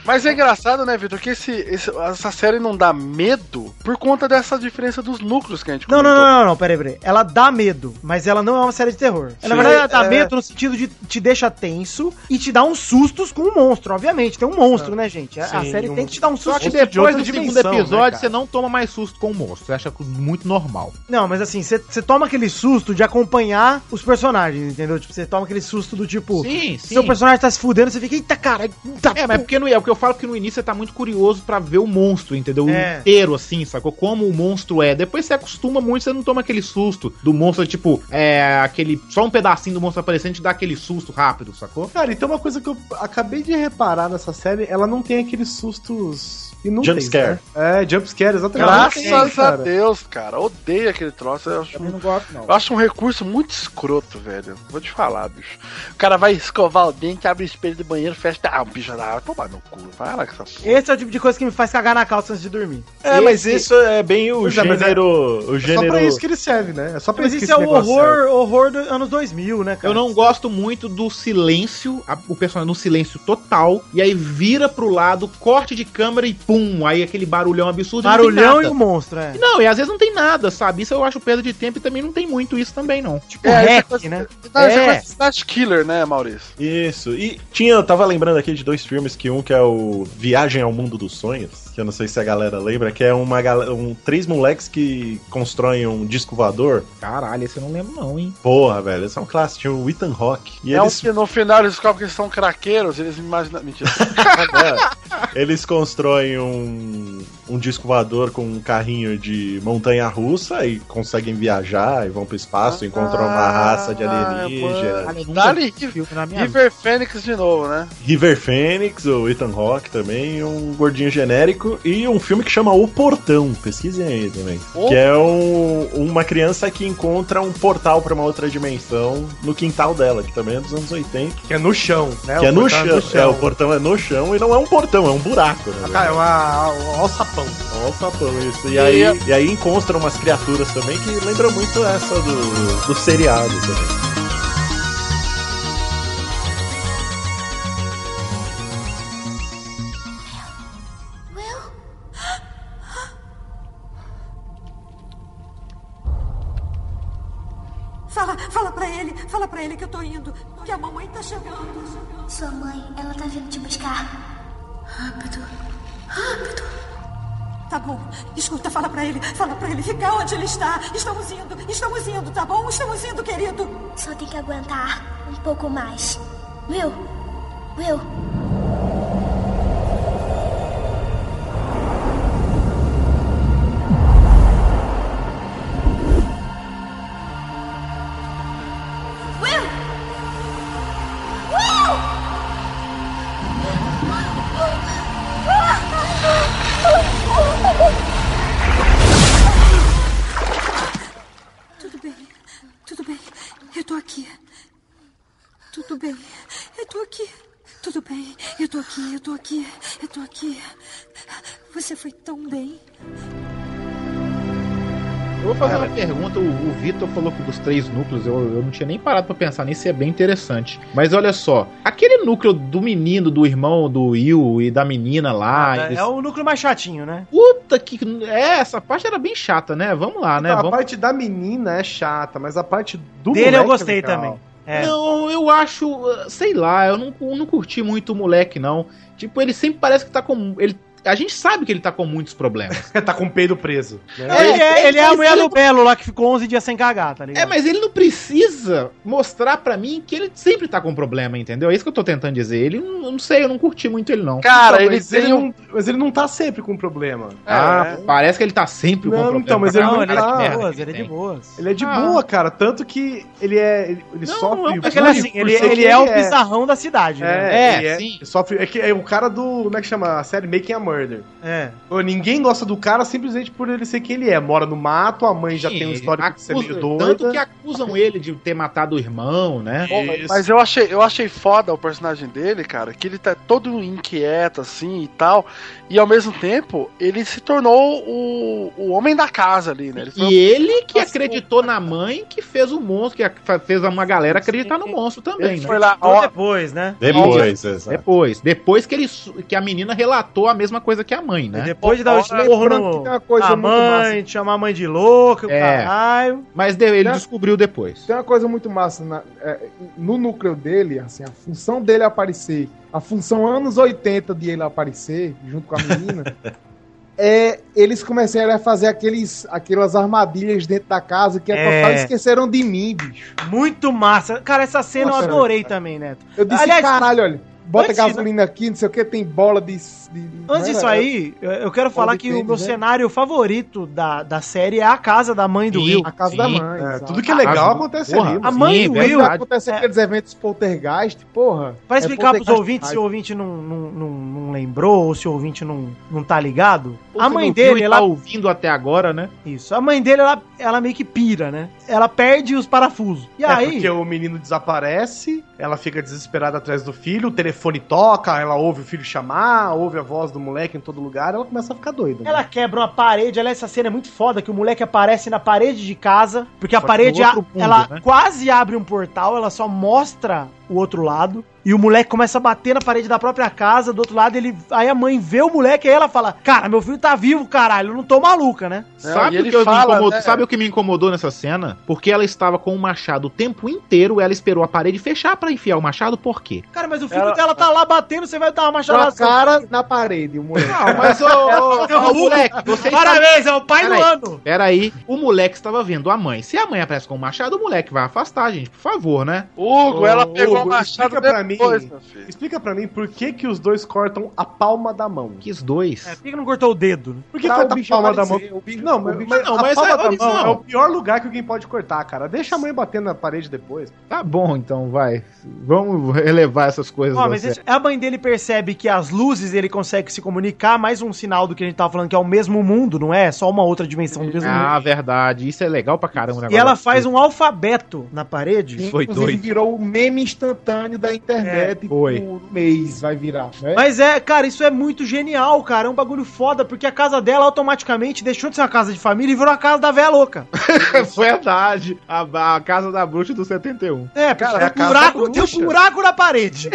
[SPEAKER 4] Mas é engraçado, né, Vitor, que esse, esse- essa série não dá medo por conta dessa diferença dos núcleos que a gente
[SPEAKER 3] Não, não, não, não, não, peraí, peraí. Ela dá medo, mas ela não é uma série de terror. Na
[SPEAKER 4] Sim.
[SPEAKER 3] verdade, ela dá
[SPEAKER 4] É.
[SPEAKER 3] medo no sentido de te deixa tenso e te dá uns sustos com um monstro, obviamente. Tem um monstro, né, gente? A, a
[SPEAKER 7] Sim,
[SPEAKER 3] série
[SPEAKER 7] um-
[SPEAKER 3] tem que te dar um susto
[SPEAKER 7] Só que depois do segundo episódio, você não toma mais susto com o monstro. Você acha muito normal.
[SPEAKER 3] Não, mas assim, você você toma aquele susto de acompanhar os personagens, entendeu? Tipo, você toma aquele susto do tipo.
[SPEAKER 7] Sim, sim.
[SPEAKER 3] Seu personagem tá se fudendo, você fica, eita caralho, puta
[SPEAKER 7] É, mas porque não é, o que eu falo que no início você tá muito curioso pra ver o monstro, entendeu?
[SPEAKER 3] É.
[SPEAKER 7] O inteiro, assim, sacou? Como o monstro é. Depois você acostuma muito, você não toma aquele susto do monstro, tipo, é, aquele. Só um pedacinho do monstro aparecendo te dá aquele susto rápido, sacou?
[SPEAKER 18] Cara, então uma coisa que eu acabei de reparar nessa série, ela não tem aqueles sustos inúteis.
[SPEAKER 5] Jump scare.
[SPEAKER 18] Né? É, jumpscare, exatamente.
[SPEAKER 4] Graças a
[SPEAKER 18] Cara.
[SPEAKER 4] Deus, cara. Odeio aquele troço. Eu acho,
[SPEAKER 7] não gosto, não.
[SPEAKER 4] Eu acho um recurso muito escroto, velho. Vou te falar, bicho. O cara vai escovar o dente, abre o espelho do banheiro, fecha. Ah, o bicho dá. Toma no cu. Vai lá com essa porra.
[SPEAKER 3] Esse é o tipo de coisa que me faz cagar na calça antes de dormir.
[SPEAKER 6] É, mas isso é bem o
[SPEAKER 3] Pois é, mas é-
[SPEAKER 6] gênero. o
[SPEAKER 18] É só
[SPEAKER 6] gênero.
[SPEAKER 18] pra isso que ele serve, né? É só pra
[SPEAKER 3] Mas
[SPEAKER 18] isso que
[SPEAKER 3] isso é
[SPEAKER 18] esse
[SPEAKER 3] o
[SPEAKER 18] negócio serve.
[SPEAKER 3] horror, horror dos anos 2000, né, cara?
[SPEAKER 7] Eu não gosto muito do silêncio, a- o personagem no silêncio total, e aí vira pro lado, corte de câmera e pum, aí aquele barulhão absurdo. e não tem
[SPEAKER 3] Barulhão
[SPEAKER 7] nada.
[SPEAKER 3] e o monstro, é.
[SPEAKER 7] Não, e às vezes não tem nada, sabe? Isso eu acho perda de tempo e também não tem muito isso também, não. Tipo,
[SPEAKER 4] É,
[SPEAKER 3] hack,
[SPEAKER 7] né?
[SPEAKER 4] Não, essa
[SPEAKER 7] É.
[SPEAKER 4] coisa de Slash Killer, né, Maurício?
[SPEAKER 6] Isso. E tinha, eu tava lembrando aqui de dois filmes, que um que é o Viagem ao Mundo dos Sonhos, que eu não sei se a galera lembra, que é uma gal- um três moleques que constroem um disco voador.
[SPEAKER 7] Caralho, esse eu não lembro não, hein?
[SPEAKER 6] Porra, velho, esse é um clássico, tinha o Ethan Rock. E
[SPEAKER 4] é
[SPEAKER 6] eles,
[SPEAKER 4] o que no final eles descobrem que eles são craqueiros, eles me imaginam. Mentira. Ah,
[SPEAKER 6] eles constroem um, um disco voador com um carrinho de montanha-russa e conseguem viajar e vão pro espaço, encontram uma raça de
[SPEAKER 4] Ah,
[SPEAKER 6] alienígena.
[SPEAKER 4] Dali tá River Fênix de novo, né?
[SPEAKER 6] River Phoenix, o Ethan Rock também, um gordinho genérico e um filme que chama O Portão, pesquisem aí também.
[SPEAKER 4] O-
[SPEAKER 6] Que é um- uma criança que encontra um portal pra uma outra dimensão no quintal dela, que também é dos anos 80.
[SPEAKER 5] Que é no chão, né?
[SPEAKER 6] que é
[SPEAKER 5] O
[SPEAKER 6] no
[SPEAKER 5] portão
[SPEAKER 6] chão. É, o portão é no chão e não é um portão, é um buraco, né?
[SPEAKER 5] Cara, é uma- um alçapão.
[SPEAKER 6] Um alçapão, isso. E aí, e aí encontram umas criaturas também que lembram muito essa do, do seriado também.
[SPEAKER 15] Fala, fala pra ele, fala pra ele que eu tô indo, que a mamãe tá chegando.
[SPEAKER 13] Sua mãe, ela tá vindo te buscar.
[SPEAKER 15] Rápido, rápido. Tá bom, escuta, fala pra ele, fala pra ele ficar onde ele está. Estamos indo, estamos indo, tá bom? Estamos indo, querido.
[SPEAKER 13] Só tem que aguentar um pouco mais. Will! Will!
[SPEAKER 15] Will! Tudo bem. Tudo bem. Eu tô aqui. Tudo bem. Eu tô aqui. Tudo bem. Eu tô aqui. Eu tô aqui. Eu tô aqui. Você foi tão bem.
[SPEAKER 7] Eu vou fazer
[SPEAKER 3] Ah.
[SPEAKER 7] uma pergunta. O, o Vitor falou que dos três núcleos, eu, eu não tinha nem parado pra pensar nisso, é bem interessante. Mas olha só, aquele núcleo do menino, do irmão do Will e da menina lá.
[SPEAKER 3] É,
[SPEAKER 7] eles-
[SPEAKER 3] é o núcleo mais chatinho, né?
[SPEAKER 7] Puta que. É, essa parte era bem chata, né? Vamos lá, né?
[SPEAKER 5] Então, A
[SPEAKER 7] Vamos...
[SPEAKER 5] parte da menina é chata, mas a parte do
[SPEAKER 7] Dele eu
[SPEAKER 5] moleque é
[SPEAKER 7] gostei
[SPEAKER 5] legal.
[SPEAKER 7] também.
[SPEAKER 3] É.
[SPEAKER 7] Não, eu acho, uh, sei lá, eu não, eu não curti muito o moleque, não. Tipo, ele sempre parece que tá com. Ele, a gente sabe que ele tá com muitos problemas.
[SPEAKER 5] tá com o peido preso. né?
[SPEAKER 3] ele é, ele é a mulher do Belo lá que ficou 11 dias sem cagar, tá ligado?
[SPEAKER 7] É, mas ele não precisa mostrar pra mim que ele sempre tá com problema, entendeu? É isso que eu tô tentando dizer. Ele, não- eu não sei, eu não curti muito ele, não. Então,
[SPEAKER 5] Cara, ele,
[SPEAKER 7] mas
[SPEAKER 5] tem
[SPEAKER 7] não-
[SPEAKER 5] um. Mas ele não tá sempre com problema.
[SPEAKER 3] É,
[SPEAKER 7] Ah,
[SPEAKER 3] né?
[SPEAKER 7] parece que ele tá sempre com
[SPEAKER 5] Não,
[SPEAKER 7] problema. Ah,
[SPEAKER 5] então, mas ele não,
[SPEAKER 7] Cara, que
[SPEAKER 5] tá.
[SPEAKER 7] merda que
[SPEAKER 5] ele é de
[SPEAKER 3] boas.
[SPEAKER 5] Ele é de
[SPEAKER 3] Ah.
[SPEAKER 5] boa, cara. Tanto que ele é. Ele, ele sofre.
[SPEAKER 8] Tipo,
[SPEAKER 3] é aquele assim, ele- ele é o bizarrão da cidade,
[SPEAKER 5] É,
[SPEAKER 3] né?
[SPEAKER 5] ele
[SPEAKER 3] É,
[SPEAKER 5] é,
[SPEAKER 3] sim.
[SPEAKER 5] Sofre, é, que, é o cara do. Como é que chama a série? Making a Murder. É. Ninguém gosta do cara simplesmente por ele ser quem ele é. Mora no mato, a mãe já tem um histórico de ser meio
[SPEAKER 7] Acusa,
[SPEAKER 5] doida.
[SPEAKER 7] tanto que acusam ele de ter matado o irmão, né?
[SPEAKER 4] Pô, mas- mas é eu achei, eu achei foda o personagem dele, cara, que ele tá todo inquieto, assim e tal. E ao mesmo tempo, ele se tornou o, o homem da casa ali, né? foi um-
[SPEAKER 7] E ele que acreditou na mãe que fez o monstro, que a- fez uma galera acreditar no monstro também,
[SPEAKER 4] Ele
[SPEAKER 7] né?
[SPEAKER 4] foi lá, ó-
[SPEAKER 3] depois, né?
[SPEAKER 6] Depois,
[SPEAKER 7] Isso.
[SPEAKER 6] exato.
[SPEAKER 7] Depois. Depois que, ele, su- que a menina relatou a mesma coisa que a mãe, né?
[SPEAKER 3] Depois de dar o esporro
[SPEAKER 7] é uma
[SPEAKER 3] na
[SPEAKER 7] coisa
[SPEAKER 3] na
[SPEAKER 7] muito
[SPEAKER 3] mãe, chamar a mãe de louca, o
[SPEAKER 7] É.
[SPEAKER 3] caralho.
[SPEAKER 7] Mas ele descobriu depois.
[SPEAKER 8] Tem uma coisa muito massa na- é, no núcleo dele, assim, a função dele aparecer, a função anos 80 de ele aparecer, junto com a menina, é eles começaram a fazer aqueles, aquelas armadilhas dentro da casa que é,
[SPEAKER 3] É.
[SPEAKER 8] total esqueceram de mim, bicho.
[SPEAKER 3] Muito massa. Cara, essa cena
[SPEAKER 8] Nossa,
[SPEAKER 3] eu adorei também, Neto.
[SPEAKER 8] Eu disse,
[SPEAKER 3] Aliás,
[SPEAKER 8] caralho, olha, bota
[SPEAKER 3] antes,
[SPEAKER 8] gasolina aqui, não sei o que, tem bola de. de- de- não era-
[SPEAKER 3] Antes disso aí, eu- eu quero falar
[SPEAKER 8] de
[SPEAKER 3] que o
[SPEAKER 8] tênis,
[SPEAKER 3] meu
[SPEAKER 8] né?
[SPEAKER 3] cenário favorito da, da série é a casa da mãe do
[SPEAKER 8] Sim,
[SPEAKER 3] Will.
[SPEAKER 8] a casa da mãe, exato.
[SPEAKER 3] tudo que é legal
[SPEAKER 8] Casa-
[SPEAKER 3] acontece
[SPEAKER 8] Porra,
[SPEAKER 3] ali. A mãe
[SPEAKER 8] sim,
[SPEAKER 3] do
[SPEAKER 8] verdade.
[SPEAKER 3] Will.
[SPEAKER 8] Acontece aqueles eventos poltergeist, porra.
[SPEAKER 3] Para
[SPEAKER 8] É
[SPEAKER 3] explicar pros
[SPEAKER 8] poltergeist
[SPEAKER 3] ouvintes, se
[SPEAKER 8] demais.
[SPEAKER 3] o ouvinte não, não, não, não lembrou, ou se o ouvinte não, não tá ligado,
[SPEAKER 7] Ou
[SPEAKER 3] a
[SPEAKER 7] se
[SPEAKER 3] mãe
[SPEAKER 7] não viu
[SPEAKER 3] dele,
[SPEAKER 7] e
[SPEAKER 3] ela.
[SPEAKER 7] tá ouvindo até agora, né?
[SPEAKER 3] Isso. A mãe dele, ela, ela meio que pira, né? Ela perde os parafusos. E
[SPEAKER 5] é
[SPEAKER 3] aí.
[SPEAKER 5] porque o menino desaparece, ela fica desesperada atrás do filho, o telefone toca, ela ouve o filho chamar, ouve a voz do moleque em todo lugar, ela começa a ficar doida. né?
[SPEAKER 3] Ela quebra uma parede, aliás, essa cena é muito foda, que o moleque aparece na parede de casa, porque a
[SPEAKER 5] Só que
[SPEAKER 3] parede,
[SPEAKER 5] no outro
[SPEAKER 3] a-
[SPEAKER 5] mundo,
[SPEAKER 3] ela
[SPEAKER 5] né?
[SPEAKER 3] quase abre um portal, ela só mostra o outro lado, e o moleque começa a bater na parede da própria casa, do outro lado, ele aí a mãe vê o moleque, aí ela fala, cara, meu filho tá vivo, caralho, eu não tô maluca, né?
[SPEAKER 7] Sabe, o que eu me incomodo-
[SPEAKER 4] né?
[SPEAKER 7] sabe o que me incomodou nessa cena? Porque ela estava com o machado o tempo inteiro, ela esperou a parede fechar pra enfiar o machado, por quê?
[SPEAKER 3] Cara, mas o filho dela tá lá batendo, você vai dar uma
[SPEAKER 8] Com a
[SPEAKER 3] machadada.
[SPEAKER 8] cara na parede, o moleque.
[SPEAKER 7] Não, mas ô, ô, ô, moleque, você
[SPEAKER 3] Parabéns, é o pai do
[SPEAKER 7] Peraí,
[SPEAKER 3] ano.
[SPEAKER 7] Peraí, o moleque estava vendo a mãe. Se a mãe aparece com o machado, o moleque vai afastar, gente, por favor, né?
[SPEAKER 4] Hugo, ela pegou
[SPEAKER 5] Hugo,
[SPEAKER 4] o machado
[SPEAKER 5] explica pra
[SPEAKER 4] depois,
[SPEAKER 5] mim,
[SPEAKER 4] meu filho.
[SPEAKER 5] Explica pra mim por que que os dois cortam a palma da mão.
[SPEAKER 7] Que os dois?
[SPEAKER 3] É, Por que que não cortou o dedo? né?
[SPEAKER 5] Por que
[SPEAKER 8] Pra
[SPEAKER 5] corta
[SPEAKER 8] o
[SPEAKER 5] a
[SPEAKER 8] bicho
[SPEAKER 5] palma da mão?
[SPEAKER 8] aparecer,
[SPEAKER 5] não, mas,
[SPEAKER 8] bicho-
[SPEAKER 5] mas
[SPEAKER 8] Não,
[SPEAKER 5] a
[SPEAKER 8] mas
[SPEAKER 5] palma
[SPEAKER 8] é-
[SPEAKER 5] da
[SPEAKER 8] olha
[SPEAKER 5] mão
[SPEAKER 8] isso,
[SPEAKER 5] é
[SPEAKER 8] não.
[SPEAKER 5] o pior lugar que alguém pode cortar, cara. Deixa a mãe batendo na parede depois.
[SPEAKER 7] Tá bom, então, vai. Vamos relevar essas coisas.
[SPEAKER 3] Ó,
[SPEAKER 7] da
[SPEAKER 3] mas
[SPEAKER 7] série.
[SPEAKER 3] esse- a mãe dele percebe que as luzes ele consegue se comunicar, mais um sinal do que a gente tava falando, que é o mesmo mundo, não é? É Só uma outra dimensão do mesmo mundo.
[SPEAKER 7] Ah, verdade. Isso é legal pra caramba. o
[SPEAKER 3] E
[SPEAKER 7] negócio
[SPEAKER 3] ela
[SPEAKER 7] da-
[SPEAKER 3] faz um alfabeto na parede.
[SPEAKER 7] Foi doido. É,
[SPEAKER 8] virou o meme instantâneo da internet
[SPEAKER 7] foi.
[SPEAKER 8] por um mês, vai virar. Né?
[SPEAKER 3] Mas é, cara, isso é muito genial, cara. É um bagulho foda, porque a casa dela automaticamente deixou de ser uma casa de família e virou a casa da véia louca.
[SPEAKER 7] Verdade. A, a casa da bruxa do 71.
[SPEAKER 3] É, cara,
[SPEAKER 7] é a
[SPEAKER 3] tem, um
[SPEAKER 7] casa
[SPEAKER 3] buraco,
[SPEAKER 7] da
[SPEAKER 3] tem um
[SPEAKER 7] bruxa.
[SPEAKER 3] buraco na parede.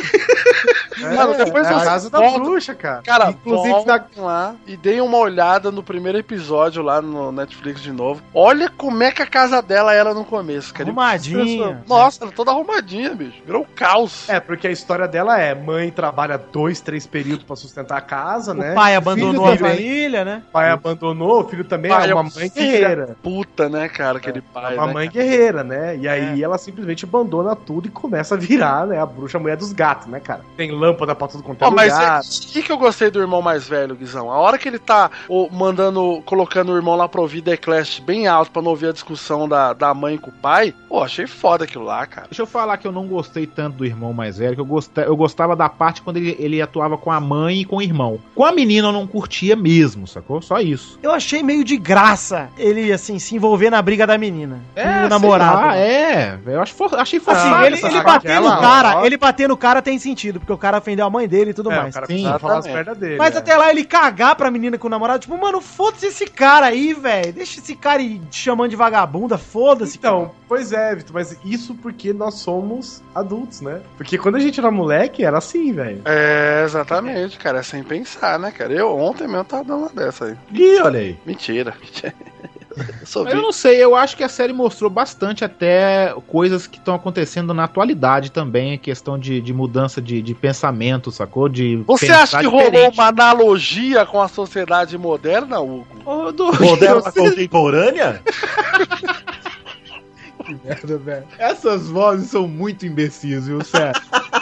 [SPEAKER 4] Cara, depois
[SPEAKER 5] é a
[SPEAKER 4] vocês
[SPEAKER 5] casa da
[SPEAKER 4] voltam.
[SPEAKER 5] bruxa, cara.
[SPEAKER 4] Cara,
[SPEAKER 5] Inclusive,
[SPEAKER 4] voltem lá e deem uma olhada no primeiro episódio lá no Netflix de novo. Olha como é que a casa dela era no começo, cara.
[SPEAKER 3] Arrumadinha. É.
[SPEAKER 4] Nossa, ela é toda arrumadinha, bicho. Virou um caos.
[SPEAKER 5] É, porque a história dela é: mãe trabalha dois, três períodos pra sustentar a casa, né?
[SPEAKER 3] O pai abandonou a
[SPEAKER 5] filho também-
[SPEAKER 3] família, né?
[SPEAKER 5] O pai abandonou, o filho também
[SPEAKER 4] Pai,
[SPEAKER 5] é uma
[SPEAKER 4] um
[SPEAKER 5] mãe
[SPEAKER 4] filho da
[SPEAKER 5] guerreira. É,
[SPEAKER 4] Puta, né, cara, aquele pai.
[SPEAKER 5] Uma
[SPEAKER 4] né,
[SPEAKER 5] mãe
[SPEAKER 4] cara? É.
[SPEAKER 5] guerreira, né? E aí ela simplesmente abandona tudo e começa a virar, né? A bruxa a mulher dos gatos, né, cara? Tem lâmpada pra tudo quanto é
[SPEAKER 4] Ó, mas é
[SPEAKER 5] lugar.
[SPEAKER 4] aqui que eu gostei do irmão mais velho, Guizão. A hora que ele tá ô, mandando, colocando o irmão lá pro ouvir The Clash bem alto pra não ouvir a discussão da, da mãe com o pai, pô, achei foda aquilo lá, cara.
[SPEAKER 7] Deixa eu falar que eu não gostei tanto do irmão mais velho, que eu, gosta- eu gostava da parte quando ele, ele atuava com a mãe e com o irmão. Com a menina eu não curtia mesmo, sacou? Só isso.
[SPEAKER 3] Eu achei meio de graça ele, assim, se envolver na briga da menina.
[SPEAKER 7] sei
[SPEAKER 3] do namorado.
[SPEAKER 7] lá, é. Eu acho for- achei forçado.
[SPEAKER 3] Assim, ele,
[SPEAKER 7] essa
[SPEAKER 3] ele
[SPEAKER 7] sacada.
[SPEAKER 3] bater no
[SPEAKER 7] Aquela-
[SPEAKER 3] cara, ele bater no cara tem sentido, porque o cara ofendeu a mãe dele e tudo
[SPEAKER 5] É,
[SPEAKER 3] mais.
[SPEAKER 5] o cara precisava falar as pernas dele,
[SPEAKER 3] Mas
[SPEAKER 5] é.
[SPEAKER 3] até lá ele cagar pra menina com o namorado, tipo, mano, foda-se esse cara aí, velho. Deixa esse cara aí te chamando de vagabunda, foda-se.
[SPEAKER 5] Então, pois é, Vitor, mas isso porque nós somos adultos, né? Porque quando a gente era moleque, era assim, velho.
[SPEAKER 4] É, exatamente, cara. É sem pensar, né, cara? Eu ontem mesmo tava dando uma dessa aí.
[SPEAKER 7] Ih, olha aí.
[SPEAKER 4] Mentira. mentira. Eu sou
[SPEAKER 7] Eu
[SPEAKER 4] vítima.
[SPEAKER 7] não sei, eu acho que a série mostrou bastante até coisas que estão acontecendo na atualidade também, a questão de, de mudança de, de pensamento, sacou? De
[SPEAKER 4] Você
[SPEAKER 7] pensar
[SPEAKER 4] acha que rolou
[SPEAKER 7] diferente.
[SPEAKER 4] uma analogia com a sociedade moderna, Hugo?
[SPEAKER 6] Moderna contemporânea?
[SPEAKER 7] Que merda, velho. Essas vozes são muito imbecis, viu, sério?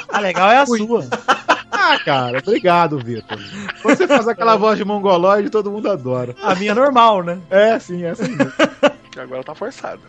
[SPEAKER 3] A legal é a sua.
[SPEAKER 7] Ah, cara, obrigado, Vitor. Quando você faz aquela voz de mongoloide, todo mundo adora.
[SPEAKER 3] A minha é normal, né?
[SPEAKER 7] É, sim, essa mesmo.
[SPEAKER 4] Que agora tá forçado.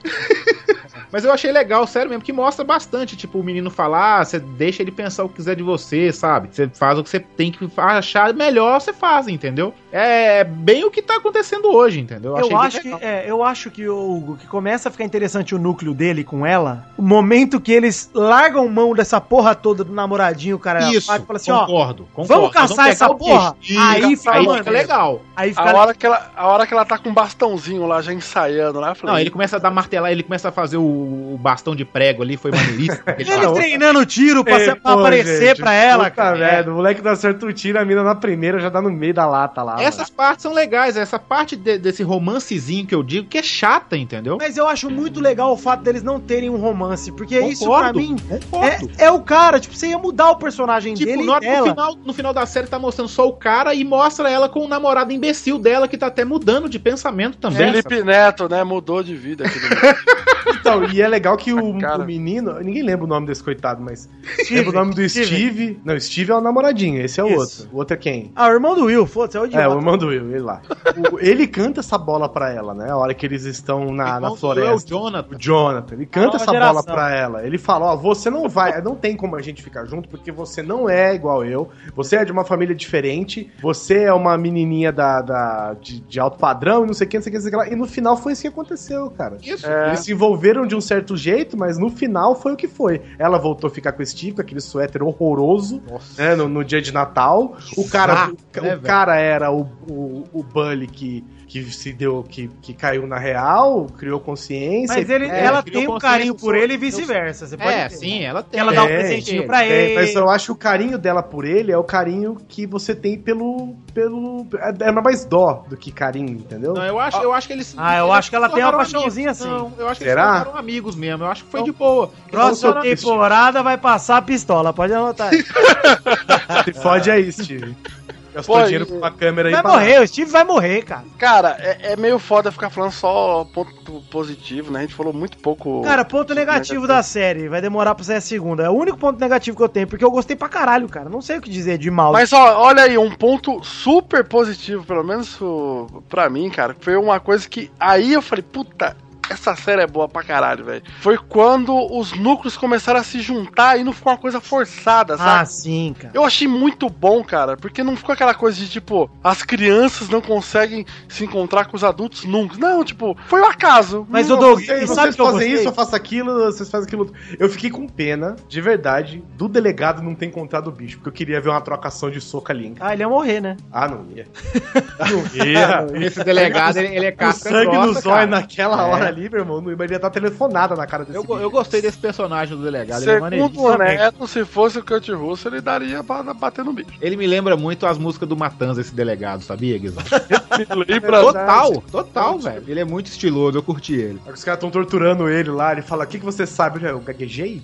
[SPEAKER 7] Mas eu achei legal, sério mesmo, que mostra bastante, tipo, o menino falar, você deixa ele pensar o que quiser de você, sabe? Você faz o que você tem que achar melhor, você faz, entendeu? É bem o que tá acontecendo hoje, entendeu?
[SPEAKER 3] Eu,
[SPEAKER 7] achei bem
[SPEAKER 3] acho que,
[SPEAKER 7] legal.
[SPEAKER 3] é, eu acho que o Hugo, que começa a ficar interessante o núcleo dele com ela, o momento que eles largam mão dessa porra toda do namoradinho, o cara
[SPEAKER 7] Isso,
[SPEAKER 3] apaga e fala assim,
[SPEAKER 7] concordo,
[SPEAKER 3] ó,
[SPEAKER 7] concordo.
[SPEAKER 3] vamos caçar
[SPEAKER 7] Vamos pegar
[SPEAKER 3] essa
[SPEAKER 7] o
[SPEAKER 3] porra.
[SPEAKER 7] peixe.
[SPEAKER 3] aí
[SPEAKER 7] Aí
[SPEAKER 3] fica,
[SPEAKER 7] fica
[SPEAKER 3] mano,
[SPEAKER 7] legal.
[SPEAKER 3] Aí
[SPEAKER 4] a,
[SPEAKER 3] fica
[SPEAKER 4] hora que ela, a hora que ela tá com um bastãozinho lá, já ensaiando lá, eu falei,
[SPEAKER 7] Não, ele começa a dar martelar, ele começa a fazer o, o bastão de prego ali, foi maneiríssimo. aquele
[SPEAKER 3] Ele
[SPEAKER 7] bastão.
[SPEAKER 5] né?
[SPEAKER 3] treinando tiro pra, ser- pra
[SPEAKER 5] É, Pô,
[SPEAKER 3] aparecer
[SPEAKER 5] gente,
[SPEAKER 3] pra ela,
[SPEAKER 5] puta merda, o moleque não acerta um tiro, a mina na primeira já dá no meio da lata lá.
[SPEAKER 7] Essas
[SPEAKER 5] mano.
[SPEAKER 7] partes são legais, essa parte de- desse romancezinho que eu digo que é chata, entendeu?
[SPEAKER 3] Mas eu acho muito legal o fato deles não terem um romance, porque isso pra
[SPEAKER 7] Concordo,
[SPEAKER 3] mim é, é o cara, tipo, você ia mudar o personagem
[SPEAKER 7] Tipo,
[SPEAKER 3] dele
[SPEAKER 7] na
[SPEAKER 3] e
[SPEAKER 7] hora que no,
[SPEAKER 3] dela.
[SPEAKER 7] final, no final da série tá mostrando só o cara e mostra ela com o namorado imbecil dela que tá até mudando de pensamento também.
[SPEAKER 3] É.
[SPEAKER 4] Felipe
[SPEAKER 7] sabe?
[SPEAKER 4] Neto, né? Mudou de vida aquele
[SPEAKER 5] Então, e é legal que o,
[SPEAKER 4] Cara.
[SPEAKER 5] o menino. Ninguém lembra o nome desse coitado, mas. lembra o nome do Steve. Não, Steve é o namoradinho, esse é o
[SPEAKER 3] Isso.
[SPEAKER 5] outro. O outro é quem?
[SPEAKER 3] Ah, o irmão do Will, foda-se, é o idiota.
[SPEAKER 5] É, o irmão do Will, ele lá. O- ele canta essa bola pra ela, né? A hora que eles estão
[SPEAKER 14] Tá
[SPEAKER 5] na, na
[SPEAKER 7] É o
[SPEAKER 5] floresta.
[SPEAKER 7] Jonathan.
[SPEAKER 5] O Jonathan, É ele
[SPEAKER 3] É
[SPEAKER 5] canta
[SPEAKER 7] Nova
[SPEAKER 5] essa bola
[SPEAKER 7] geração.
[SPEAKER 5] pra ela. Ele fala: Ó, você não vai, não tem como a gente ficar junto porque você não é igual eu. Você é de uma família diferente. Você é uma menininha da, da- de, de alto padrão e não sei o que, não sei o que, não sei o que lá. E no final foi isso que aconteceu, cara.
[SPEAKER 7] Isso.
[SPEAKER 5] É. Eles se envolveram de um certo jeito, mas no final foi o que foi. Ela voltou a ficar com o Steve, com aquele suéter horroroso, né, no, no dia de Natal. O cara,
[SPEAKER 7] Saco, né,
[SPEAKER 5] o, o
[SPEAKER 7] velho?
[SPEAKER 5] cara era o, o, o Bully que, que se deu, que, que caiu na real, criou consciência.
[SPEAKER 3] Mas ele-
[SPEAKER 5] É,
[SPEAKER 3] ela
[SPEAKER 7] criou
[SPEAKER 3] tem um
[SPEAKER 7] consciência
[SPEAKER 3] carinho por
[SPEAKER 7] sobre-
[SPEAKER 3] ele e vice-versa. Você pode
[SPEAKER 7] É,
[SPEAKER 3] ter.
[SPEAKER 7] sim, ela tem.
[SPEAKER 3] Ela dá um
[SPEAKER 5] Tem,
[SPEAKER 3] presentinho
[SPEAKER 5] É, tem, tá
[SPEAKER 3] pra
[SPEAKER 5] tem,
[SPEAKER 3] ele.
[SPEAKER 5] Mas eu acho que o carinho dela por ele é o carinho que você tem pelo. pelo é é mais dó do que carinho, entendeu?
[SPEAKER 7] Não, eu acho, eu acho que eles.
[SPEAKER 3] Ah, eu
[SPEAKER 7] eles
[SPEAKER 3] acho que ela
[SPEAKER 7] se
[SPEAKER 3] tem uma
[SPEAKER 7] tornaram
[SPEAKER 3] paixãozinha
[SPEAKER 7] amigos.
[SPEAKER 3] assim.
[SPEAKER 7] Não, eu acho que
[SPEAKER 5] Será?
[SPEAKER 7] eles se tornaram amigos mesmo. Eu acho que foi de boa.
[SPEAKER 3] Próxima
[SPEAKER 7] Eles se tornaram-
[SPEAKER 3] temporada vai passar a pistola, pode anotar. aí.
[SPEAKER 5] Se fode aí, Steve. Gastou
[SPEAKER 4] Pô,
[SPEAKER 5] dinheiro
[SPEAKER 4] e-
[SPEAKER 5] com uma câmera aí
[SPEAKER 3] Vai morrer, o Steve vai morrer, cara.
[SPEAKER 4] Cara, é, é meio foda ficar falando só ponto positivo, né? A gente falou muito pouco.
[SPEAKER 3] Cara, ponto negativo da série, vai demorar pra sair a segunda. É o único ponto negativo que eu tenho, porque eu gostei pra caralho, cara. Não sei o que dizer de mal.
[SPEAKER 4] Mas ó, olha aí, um ponto super positivo, pelo menos o- pra mim, cara. Foi uma coisa que. Aí eu falei, puta. Essa série é boa pra caralho, velho. Foi quando os núcleos começaram a se juntar e não ficou uma coisa forçada, sabe?
[SPEAKER 3] ah, sim, cara.
[SPEAKER 4] Eu achei muito bom, cara, porque não ficou aquela coisa de tipo, as crianças não conseguem se encontrar com os adultos nunca. Não, tipo, foi o acaso.
[SPEAKER 3] Mas
[SPEAKER 4] não,
[SPEAKER 3] o Doug,
[SPEAKER 5] Vocês,
[SPEAKER 3] e
[SPEAKER 5] vocês
[SPEAKER 3] sabe o que eu
[SPEAKER 5] fazem
[SPEAKER 3] gostei?
[SPEAKER 5] isso, eu faço aquilo, vocês fazem aquilo. Eu fiquei com pena, de verdade, do delegado não ter encontrado o bicho, porque eu queria ver uma trocação de soco ali. hein, cara.
[SPEAKER 3] Ah, ele ia morrer, né?
[SPEAKER 5] Ah, não ia. Não ia.
[SPEAKER 7] Esse delegado, ele, ele é
[SPEAKER 5] O
[SPEAKER 7] casca
[SPEAKER 5] sangue
[SPEAKER 7] grossa,
[SPEAKER 5] nos olhos
[SPEAKER 7] cara.
[SPEAKER 5] naquela
[SPEAKER 7] É.
[SPEAKER 5] hora ali, meu irmão, não ia, mas ele ia dar telefonada na cara desse
[SPEAKER 7] Eu,
[SPEAKER 5] bicho.
[SPEAKER 7] go- eu gostei desse personagem do delegado. ele é
[SPEAKER 4] Segundo
[SPEAKER 7] maneiríssimo.
[SPEAKER 4] o Neto, se fosse o Kurt Russo, ele daria pra bater no bicho.
[SPEAKER 7] Ele me lembra muito as músicas do Matanza, esse delegado, sabia, Guizão?
[SPEAKER 4] Lembra?
[SPEAKER 7] Total, total, velho. Ele é muito estiloso, eu curti ele.
[SPEAKER 5] Aí Os caras estão torturando ele lá, ele fala, o que, que você sabe? Ele, Eu gaguejei?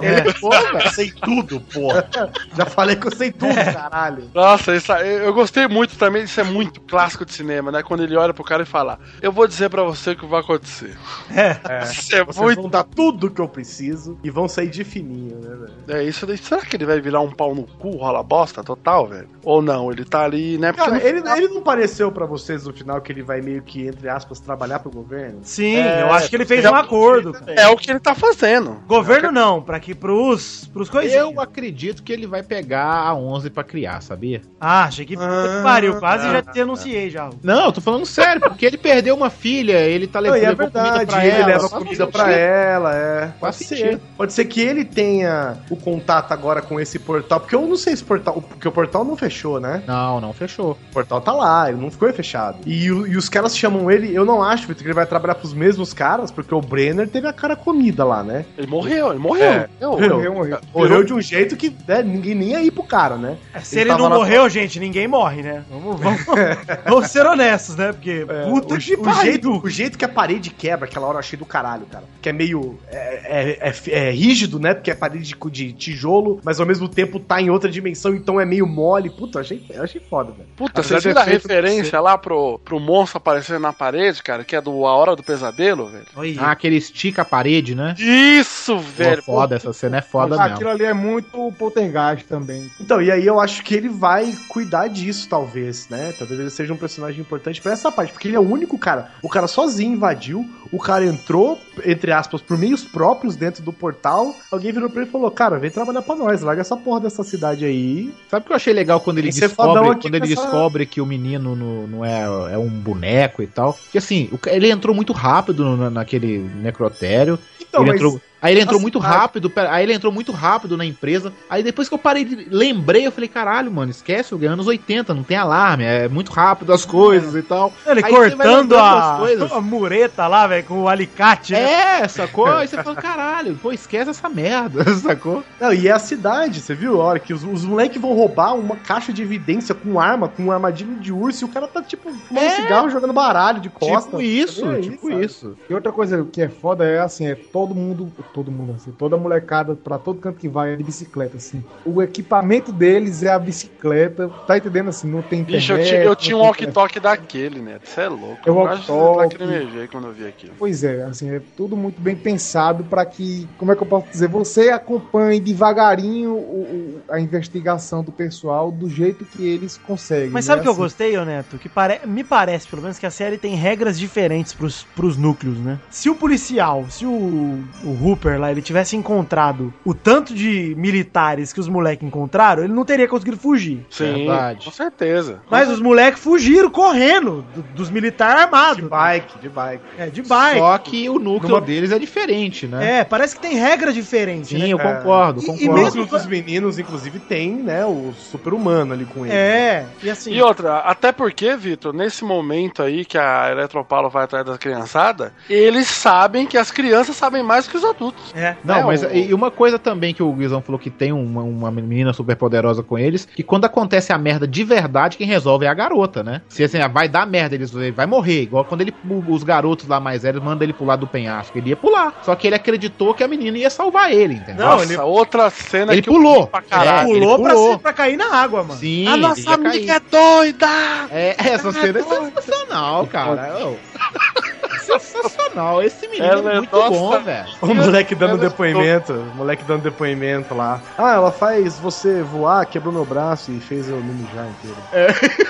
[SPEAKER 7] Ele é bom, velho.
[SPEAKER 6] Sei tudo, porra.
[SPEAKER 5] Já falei que eu sei tudo, caralho.
[SPEAKER 4] Nossa, isso, aí- eu gostei muito também, isso é muito clássico de cinema, né? Quando ele olha pro cara e fala, eu vou dizer pra sei o que vai acontecer.
[SPEAKER 5] É,
[SPEAKER 4] Isso é
[SPEAKER 5] vocês
[SPEAKER 4] muito-
[SPEAKER 5] vão dar tudo que eu preciso e vão sair de fininho, né, velho?
[SPEAKER 4] É isso daí. Será que ele vai virar um pau no cu, rola bosta total, velho? Ou não? Ele tá ali, né?
[SPEAKER 5] Cara,
[SPEAKER 4] no
[SPEAKER 5] ele,
[SPEAKER 4] final-
[SPEAKER 5] ele não pareceu pra vocês no final que ele vai meio que, entre aspas, trabalhar pro governo?
[SPEAKER 3] Sim,
[SPEAKER 5] É,
[SPEAKER 3] eu acho que ele fez um acordo.
[SPEAKER 4] É o que ele tá fazendo.
[SPEAKER 3] Governo não, pra que pros, pros coisinhas.
[SPEAKER 7] Eu acredito que ele vai pegar a 11 pra criar, sabia?
[SPEAKER 3] Ah, achei que puta que pariu, quase já te anunciei já.
[SPEAKER 7] Não, eu tô falando sério, porque ele perdeu uma filha, ele tá levando
[SPEAKER 5] Não, e é
[SPEAKER 7] levou
[SPEAKER 5] verdade, ele leva comida pra ela, é. Pode ser.
[SPEAKER 7] sentido.
[SPEAKER 5] Pode ser que ele tenha o contato agora com esse portal, porque eu não sei se o portal. Porque o portal não fechou, né?
[SPEAKER 7] Não, não fechou.
[SPEAKER 5] O portal tá lá, ele não ficou fechado. E, o- e os caras chamam ele, eu não acho, Vitor, que ele vai trabalhar pros mesmos caras, porque o Brenner teve a cara comida lá, né?
[SPEAKER 4] Ele morreu, ele morreu.
[SPEAKER 5] É, morreu,
[SPEAKER 4] morreu,
[SPEAKER 5] morreu,
[SPEAKER 4] morreu.
[SPEAKER 5] Morreu de um jeito que né, ninguém nem ia ir pro cara, né?
[SPEAKER 3] É, Se ele,
[SPEAKER 5] tava
[SPEAKER 3] não
[SPEAKER 5] lá-
[SPEAKER 3] morreu, gente, ninguém morre, né? Vamos, vamos, vamos ser honestos, né? Porque
[SPEAKER 7] É,
[SPEAKER 3] puta
[SPEAKER 5] É, o,
[SPEAKER 3] que
[SPEAKER 5] o
[SPEAKER 3] pariu.
[SPEAKER 5] jeito, o jeito que a parede quebra, aquela hora eu achei do caralho, cara. Que é meio. É, é- é- é rígido, né? Porque é parede de, cu- de tijolo, mas ao mesmo tempo tá em outra dimensão, então é meio mole. Puta, eu achei, eu achei foda, velho.
[SPEAKER 4] Puta,
[SPEAKER 5] Apesar
[SPEAKER 4] vocês
[SPEAKER 5] de
[SPEAKER 4] viram a
[SPEAKER 5] ter feito-
[SPEAKER 4] referência lá pro, pro monstro aparecendo na parede, cara? Que é do A Hora do Pesadelo, velho?
[SPEAKER 7] Ah, que ele estica a parede, né?
[SPEAKER 4] Isso,
[SPEAKER 7] velho! foda, essa cena é foda mesmo.
[SPEAKER 8] Aquilo ali é muito poltergeist também.
[SPEAKER 5] Então, e aí eu acho que ele vai cuidar disso, talvez, né? Talvez ele seja um personagem importante pra essa parte, porque ele é o único cara. O cara sozinho invadiu, o cara entrou, entre aspas, por meios próprios dentro do portal. Alguém virou pra ele e falou: Cara, vem trabalhar pra nós, larga essa porra dessa cidade aí.
[SPEAKER 7] Sabe o que eu achei legal quando ele
[SPEAKER 5] Tem é que ser
[SPEAKER 7] descobre,
[SPEAKER 5] fodão aqui
[SPEAKER 7] quando ele
[SPEAKER 5] com essa-
[SPEAKER 7] descobre que o menino no- não é, é um boneco e tal? Que assim, o ca- ele entrou muito rápido no- naquele necrotério.
[SPEAKER 5] Então,
[SPEAKER 7] ele
[SPEAKER 5] mas-
[SPEAKER 7] entrou- aí ele entrou
[SPEAKER 5] Nossa,
[SPEAKER 7] muito
[SPEAKER 5] cara.
[SPEAKER 7] rápido, pera- aí ele entrou muito rápido na empresa. Aí depois que eu parei, de- lembrei, eu falei, caralho, mano, esquece, é anos 80, não tem alarme, é muito rápido as coisas e tal.
[SPEAKER 3] Ele
[SPEAKER 7] Aí você vai
[SPEAKER 3] cortando
[SPEAKER 7] lembrando das
[SPEAKER 3] a,
[SPEAKER 7] coisas.
[SPEAKER 3] a mureta lá, velho, com o alicate. né?
[SPEAKER 7] É, sacou? Aí você fala, caralho, pô, esquece essa merda, sacou?
[SPEAKER 5] Não, e é a cidade, você viu? A hora que os, os moleques vão roubar uma caixa de evidência com arma, com armadilha de urso, e o cara tá, tipo, fumando cigarro, jogando baralho de costas.
[SPEAKER 7] É. Tipo isso,
[SPEAKER 5] É
[SPEAKER 7] tipo
[SPEAKER 5] sabe?
[SPEAKER 7] isso.
[SPEAKER 8] E outra coisa que é foda é assim, é todo mundo, todo mundo assim, toda molecada pra todo canto que vai é de bicicleta assim. O equipamento deles é a bicicleta, tá entendendo assim, não tem internet.
[SPEAKER 4] Bicho, eu, ti- eu
[SPEAKER 8] não
[SPEAKER 4] tinha um
[SPEAKER 8] tem
[SPEAKER 4] walk-talk daquele, né? Você é louco.
[SPEAKER 8] É
[SPEAKER 4] quase
[SPEAKER 8] walkie-talkie.
[SPEAKER 4] lacrimejei quando eu vi aquilo.
[SPEAKER 8] Pois é, assim, é tudo muito bem pensado para que, como é que eu posso dizer, você acompanhe devagarinho o- o- a investigação do pessoal do jeito que eles conseguem.
[SPEAKER 3] Mas
[SPEAKER 8] né?
[SPEAKER 3] sabe o que eu
[SPEAKER 8] Assim,
[SPEAKER 3] gostei, ô Neto? Que pare- me parece, pelo menos, que a série tem regras diferentes pros, pros núcleos, né? Se o policial, se o, o Hooper lá, ele tivesse encontrado o tanto de militares que os moleques encontraram, ele não teria conseguido fugir.
[SPEAKER 4] Sim,
[SPEAKER 7] É Verdade.
[SPEAKER 4] com certeza.
[SPEAKER 3] Mas os moleques fugiram correndo do- dos militares armados. De
[SPEAKER 5] bike, de bike.
[SPEAKER 3] É, de bike.
[SPEAKER 7] Só que o núcleo
[SPEAKER 3] Numa-
[SPEAKER 7] deles é diferente, né?
[SPEAKER 3] É, parece que tem regra diferente.
[SPEAKER 7] Sim,
[SPEAKER 3] né?
[SPEAKER 7] eu
[SPEAKER 3] É.
[SPEAKER 7] concordo,
[SPEAKER 3] E-
[SPEAKER 7] concordo.
[SPEAKER 3] E
[SPEAKER 5] O
[SPEAKER 3] mesmo...
[SPEAKER 5] núcleo dos meninos, inclusive, tem, né, o super-humano ali com ele.
[SPEAKER 3] É, e assim.
[SPEAKER 4] E outra, até porque, Vitor, nesse momento aí que a Eletropaulo vai atrás da criançada, eles sabem que as crianças sabem mais que os adultos.
[SPEAKER 3] É.
[SPEAKER 7] Não,
[SPEAKER 4] É,
[SPEAKER 7] mas
[SPEAKER 4] o-
[SPEAKER 7] e uma coisa também que o Guizão falou que tem uma, uma menina super poderosa com eles, que quando acontece a merda de verdade, quem resolve é a garota, né? Se assim, ah, vai dar merda, eles, ele vai morrer. Igual quando ele, os garotos lá mais velhos mandam ele pular do penhasco. Ele ia pular. Só que ele acreditou que a menina ia salvar ele, entendeu?
[SPEAKER 3] Não, ele-
[SPEAKER 4] outra cena
[SPEAKER 7] Ele
[SPEAKER 4] que eu
[SPEAKER 7] pulou.
[SPEAKER 4] ri pra caralho.
[SPEAKER 7] É, ele
[SPEAKER 3] pulou, pra
[SPEAKER 7] pulou.
[SPEAKER 3] se- pra cair na água, mano.
[SPEAKER 7] Sim,
[SPEAKER 4] A
[SPEAKER 7] ele
[SPEAKER 4] nossa
[SPEAKER 7] ia cair.
[SPEAKER 4] amiga é doida!
[SPEAKER 7] É, essa cena é sensacional, cara. Ô, sensacional. Esse menino
[SPEAKER 4] Ela
[SPEAKER 7] é
[SPEAKER 4] é
[SPEAKER 7] muito
[SPEAKER 4] nossa.
[SPEAKER 7] bom, velho.
[SPEAKER 5] O moleque dando
[SPEAKER 7] é
[SPEAKER 5] depoimento, o moleque dando depoimento lá. Ah, ela faz você voar, quebrou meu braço e fez eu me mijar inteiro.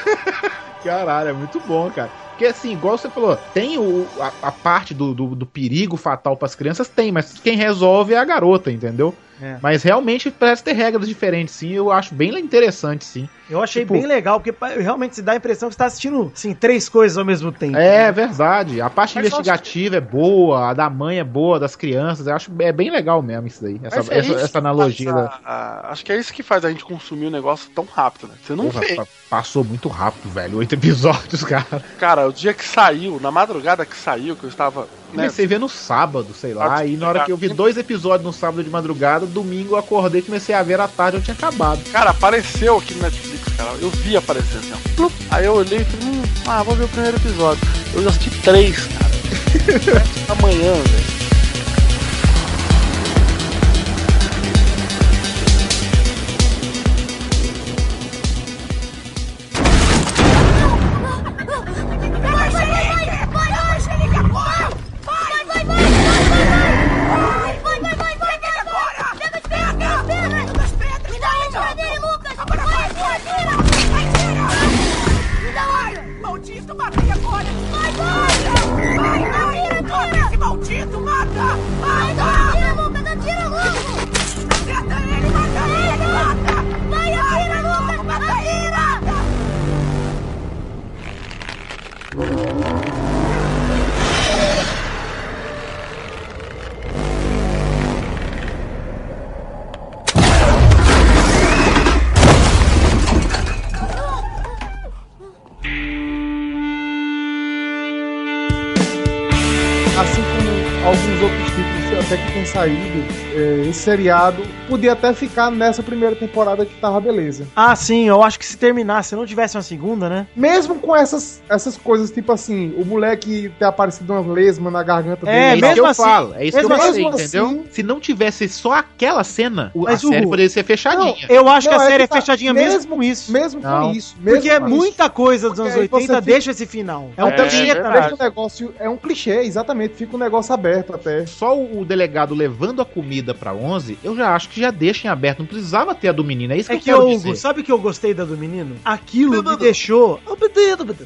[SPEAKER 7] Caralho, é muito bom, cara. Porque assim, igual você falou, tem o, a, a parte do, do, do perigo fatal pras crianças, tem, mas quem resolve é a garota, entendeu?
[SPEAKER 3] É.
[SPEAKER 7] Mas realmente parece ter regras diferentes, sim. Eu acho bem interessante, sim.
[SPEAKER 3] Eu achei
[SPEAKER 7] Tipo-
[SPEAKER 3] bem legal, porque pa- realmente se dá a impressão que você tá assistindo, assim, três coisas ao mesmo tempo.
[SPEAKER 7] É verdade. A parte
[SPEAKER 3] Mas só-
[SPEAKER 7] investigativa é boa, a da mãe é boa, das crianças. Eu acho é bem legal mesmo isso daí. Essa,
[SPEAKER 4] Mas é
[SPEAKER 7] essa,
[SPEAKER 4] isso
[SPEAKER 7] essa
[SPEAKER 4] que
[SPEAKER 7] analogia.
[SPEAKER 4] faz
[SPEAKER 7] da-
[SPEAKER 4] a- a- acho que é isso que faz a gente consumir o negócio tão rápido, né? Você não
[SPEAKER 7] Porra,
[SPEAKER 4] vê.
[SPEAKER 7] pa- passou muito rápido, velho. Oito episódios, cara.
[SPEAKER 4] Cara, o dia que saiu, na madrugada que saiu, que eu estava. Né,
[SPEAKER 7] Comecei a ver no sábado, sei lá.
[SPEAKER 4] Ah,
[SPEAKER 7] e na hora que eu vi dois episódios no sábado de madrugada, domingo eu acordei e comecei a ver à tarde, eu tinha acabado.
[SPEAKER 4] Cara, apareceu aqui no Netflix, cara. Eu vi aparecer assim, ó. Plup. Aí eu olhei e falei, hum, ah, vou ver o primeiro episódio. Eu já assisti três, cara. Sete da manhã,
[SPEAKER 5] Tipo,
[SPEAKER 4] velho.
[SPEAKER 14] Angélica! Bora, Angélica! Bora! rápido, mata! Mata! Lucas, atira logo! Mata ele, mata ele, mata! Vai, atira, Lucas, mata atira!
[SPEAKER 8] Assim como alguns outros títulos até que tem saído, é, esse seriado podia até ficar nessa primeira temporada que tava beleza.
[SPEAKER 3] Ah, sim, eu acho que se terminasse, se não tivesse uma segunda, né?
[SPEAKER 8] Mesmo com essas, essas coisas, tipo assim, o moleque ter aparecido uma lesma na garganta
[SPEAKER 7] É,
[SPEAKER 8] dele. né?
[SPEAKER 7] mesmo que eu
[SPEAKER 3] assim,
[SPEAKER 7] falo. É isso que eu
[SPEAKER 8] mesmo
[SPEAKER 7] falei,
[SPEAKER 8] assim,
[SPEAKER 7] entendeu? Se não tivesse só aquela cena, o-
[SPEAKER 3] Mas
[SPEAKER 7] a
[SPEAKER 3] o-
[SPEAKER 7] série poderia ser fechadinha.
[SPEAKER 3] Não, eu acho que a
[SPEAKER 8] Não, é
[SPEAKER 3] série
[SPEAKER 8] que
[SPEAKER 3] é
[SPEAKER 8] tá-
[SPEAKER 3] fechadinha mesmo,
[SPEAKER 8] mesmo
[SPEAKER 3] com isso.
[SPEAKER 8] Mesmo
[SPEAKER 3] com isso.
[SPEAKER 8] mesmo
[SPEAKER 3] Porque é
[SPEAKER 8] com
[SPEAKER 3] muita coisa dos
[SPEAKER 8] Porque
[SPEAKER 3] anos
[SPEAKER 8] aí você
[SPEAKER 3] 80
[SPEAKER 8] fica-
[SPEAKER 3] deixa esse final. É um
[SPEAKER 8] até
[SPEAKER 3] clichê,
[SPEAKER 8] fica-
[SPEAKER 3] cara.
[SPEAKER 8] deixa o negócio, é um clichê, exatamente, fica um negócio aberto até.
[SPEAKER 7] Só o o delegado levando a comida pra 11, eu já acho que já deixa em aberto. Não precisava ter a do menino. É isso que
[SPEAKER 3] É
[SPEAKER 7] eu
[SPEAKER 3] que
[SPEAKER 7] quero
[SPEAKER 3] eu,
[SPEAKER 7] dizer.
[SPEAKER 3] sabe o que eu gostei da do menino? Aquilo me deixou.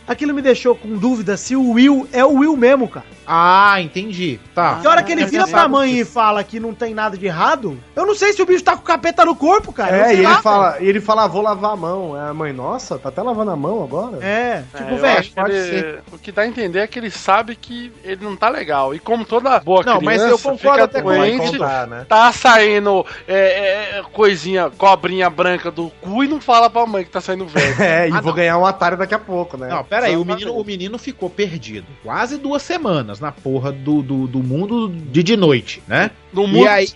[SPEAKER 3] Aquilo me deixou com dúvida se o Will é o Will mesmo, cara.
[SPEAKER 7] Ah, entendi. Tá.
[SPEAKER 3] Que hora que ele vira pra
[SPEAKER 7] Engraçado
[SPEAKER 3] mãe e fala que não tem nada de errado, eu não sei se o bicho tá com capeta no corpo, cara. Eu
[SPEAKER 5] É,
[SPEAKER 3] sei
[SPEAKER 5] e ele,
[SPEAKER 3] lá,
[SPEAKER 5] fala, e ele fala, "Ah, vou lavar a mão. É, a mãe, nossa, tá até lavando a mão agora?
[SPEAKER 3] É,
[SPEAKER 5] tipo,
[SPEAKER 4] eu
[SPEAKER 5] velho,
[SPEAKER 4] acho que
[SPEAKER 5] pode
[SPEAKER 4] ele-
[SPEAKER 5] ser.
[SPEAKER 4] O que dá a entender é que ele sabe que ele não tá legal. E como toda boa
[SPEAKER 5] Não, mas
[SPEAKER 4] criança
[SPEAKER 5] eu concordo
[SPEAKER 4] fica
[SPEAKER 5] até com ele.
[SPEAKER 4] doente,
[SPEAKER 5] Contar, né?
[SPEAKER 4] tá saindo é, é, coisinha, cobrinha branca do cu e não fala pra mãe que tá saindo velho.
[SPEAKER 5] É, e vou ganhar um atalho daqui a pouco, né?
[SPEAKER 7] Ah, Não, pera aí, o menino, o menino ficou perdido quase duas semanas na porra do, do, do mundo de de noite, né?
[SPEAKER 4] No
[SPEAKER 7] e
[SPEAKER 4] mundo
[SPEAKER 7] aí,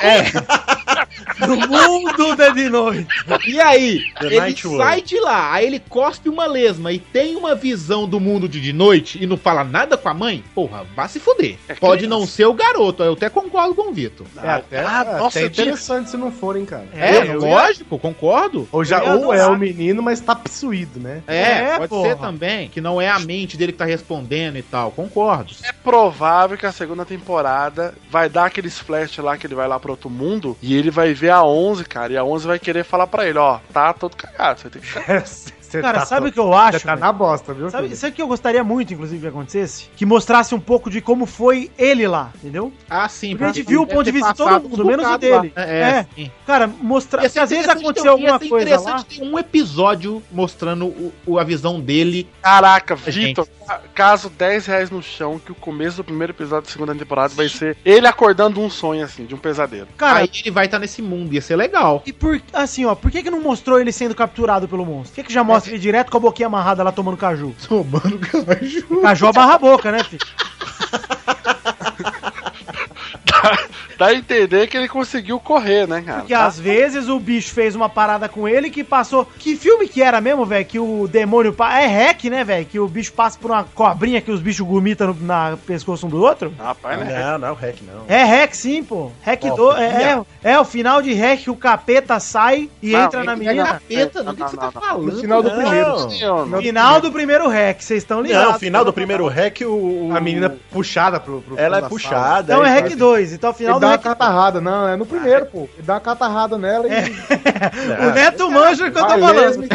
[SPEAKER 7] É. no mundo de de noite. E aí,
[SPEAKER 5] The
[SPEAKER 7] ele
[SPEAKER 5] Night
[SPEAKER 7] sai de lá, aí ele cospe uma lesma e tem uma visão do mundo de de noite e não fala nada com a mãe? Porra, vá se fuder. Pode não ser o garoto, eu até concordo com o Vitor. Ah,
[SPEAKER 5] É até, é
[SPEAKER 7] nossa,
[SPEAKER 5] até
[SPEAKER 7] eu tinha-
[SPEAKER 5] interessante se não forem, cara.
[SPEAKER 7] É,
[SPEAKER 5] Eu-
[SPEAKER 7] lógico, concordo.
[SPEAKER 5] Ou, já,
[SPEAKER 7] Eu ia
[SPEAKER 5] ou é
[SPEAKER 7] adorar.
[SPEAKER 5] o menino, mas tá possuído, né?
[SPEAKER 7] É, pode
[SPEAKER 5] porra.
[SPEAKER 7] ser também, que não é a mente dele que tá respondendo e tal, concordo.
[SPEAKER 4] É provável que a segunda temporada vai dar aqueles flash lá que ele vai lá pro outro mundo e ele vai ver a 11, cara. E a 11 vai querer falar pra ele: ó, tá todo cagado, você tem que ficar.
[SPEAKER 3] Cara, sabe o que eu acho?
[SPEAKER 5] Tá
[SPEAKER 3] velho?
[SPEAKER 5] na bosta, viu?
[SPEAKER 3] Sabe, sabe o que eu gostaria muito, inclusive, que acontecesse? Que mostrasse um pouco de como foi ele lá, entendeu?
[SPEAKER 7] Ah, sim.
[SPEAKER 3] Porque a gente
[SPEAKER 7] porque
[SPEAKER 3] viu o
[SPEAKER 7] deve
[SPEAKER 3] ponto de
[SPEAKER 7] ter
[SPEAKER 3] vista de
[SPEAKER 7] passado
[SPEAKER 3] todo mundo,
[SPEAKER 7] um
[SPEAKER 3] menos o
[SPEAKER 7] bocado
[SPEAKER 3] dele.
[SPEAKER 7] lá. É, sim.
[SPEAKER 3] Cara, mostrar.
[SPEAKER 7] Ia
[SPEAKER 3] Porque
[SPEAKER 7] ser
[SPEAKER 3] às vezes
[SPEAKER 7] interessante ter-
[SPEAKER 3] aconteceu
[SPEAKER 7] ia ser
[SPEAKER 3] alguma coisa
[SPEAKER 7] interessante
[SPEAKER 3] lá.
[SPEAKER 7] ter um episódio mostrando o, o- a visão dele.
[SPEAKER 4] Caraca,
[SPEAKER 7] Vitor.
[SPEAKER 4] Caso 10 reais no chão, que o começo do primeiro episódio da segunda temporada vai ser ele acordando um sonho, assim, de um pesadelo.
[SPEAKER 3] Cara,
[SPEAKER 7] aí ele vai estar nesse mundo, ia ser legal.
[SPEAKER 3] E por, assim, ó, por que que não mostrou ele sendo capturado pelo monstro? Por que que já mostra ele direto com a boquinha amarrada lá tomando caju?
[SPEAKER 7] Tomando caju.
[SPEAKER 3] Caju abarra a boca, né, filho?
[SPEAKER 4] Dá a entender que ele conseguiu correr, né, cara?
[SPEAKER 3] Porque às vezes o bicho fez uma parada com ele que passou. Que filme que era mesmo, velho? Que o demônio. pa- É hack, né, velho? Que o bicho passa por uma cobrinha que os bichos gomitam no na pescoço um do outro?
[SPEAKER 4] Rapaz,
[SPEAKER 6] né?
[SPEAKER 18] Não, não é o hack, não.
[SPEAKER 3] É hack sim, pô. Hack
[SPEAKER 18] Ó,
[SPEAKER 3] 2. É,
[SPEAKER 18] filha.
[SPEAKER 3] é, é o final de hack, o capeta sai e
[SPEAKER 18] Não,
[SPEAKER 3] entra
[SPEAKER 18] hack
[SPEAKER 3] na
[SPEAKER 18] não é
[SPEAKER 3] menina.
[SPEAKER 18] capeta,
[SPEAKER 7] não. O que você
[SPEAKER 3] tá
[SPEAKER 7] falando?
[SPEAKER 18] No final do primeiro.
[SPEAKER 3] É Final, do primeiro hack, vocês estão ligados.
[SPEAKER 18] Não, final do primeiro hack, o, o-
[SPEAKER 5] A menina puxada pro. pro
[SPEAKER 18] Ela
[SPEAKER 5] fundo
[SPEAKER 18] é
[SPEAKER 5] da
[SPEAKER 18] puxada.
[SPEAKER 3] Então é
[SPEAKER 18] aí
[SPEAKER 3] hack 2. Então
[SPEAKER 18] Ele
[SPEAKER 3] final do
[SPEAKER 18] dá uma
[SPEAKER 3] hack.
[SPEAKER 8] Catarrada, não,
[SPEAKER 7] Ah,
[SPEAKER 8] é no primeiro, pô. Ele dá uma catarrada nela e.
[SPEAKER 3] É.
[SPEAKER 8] é
[SPEAKER 3] O Neto manja o que eu tô
[SPEAKER 8] Vai
[SPEAKER 3] falando.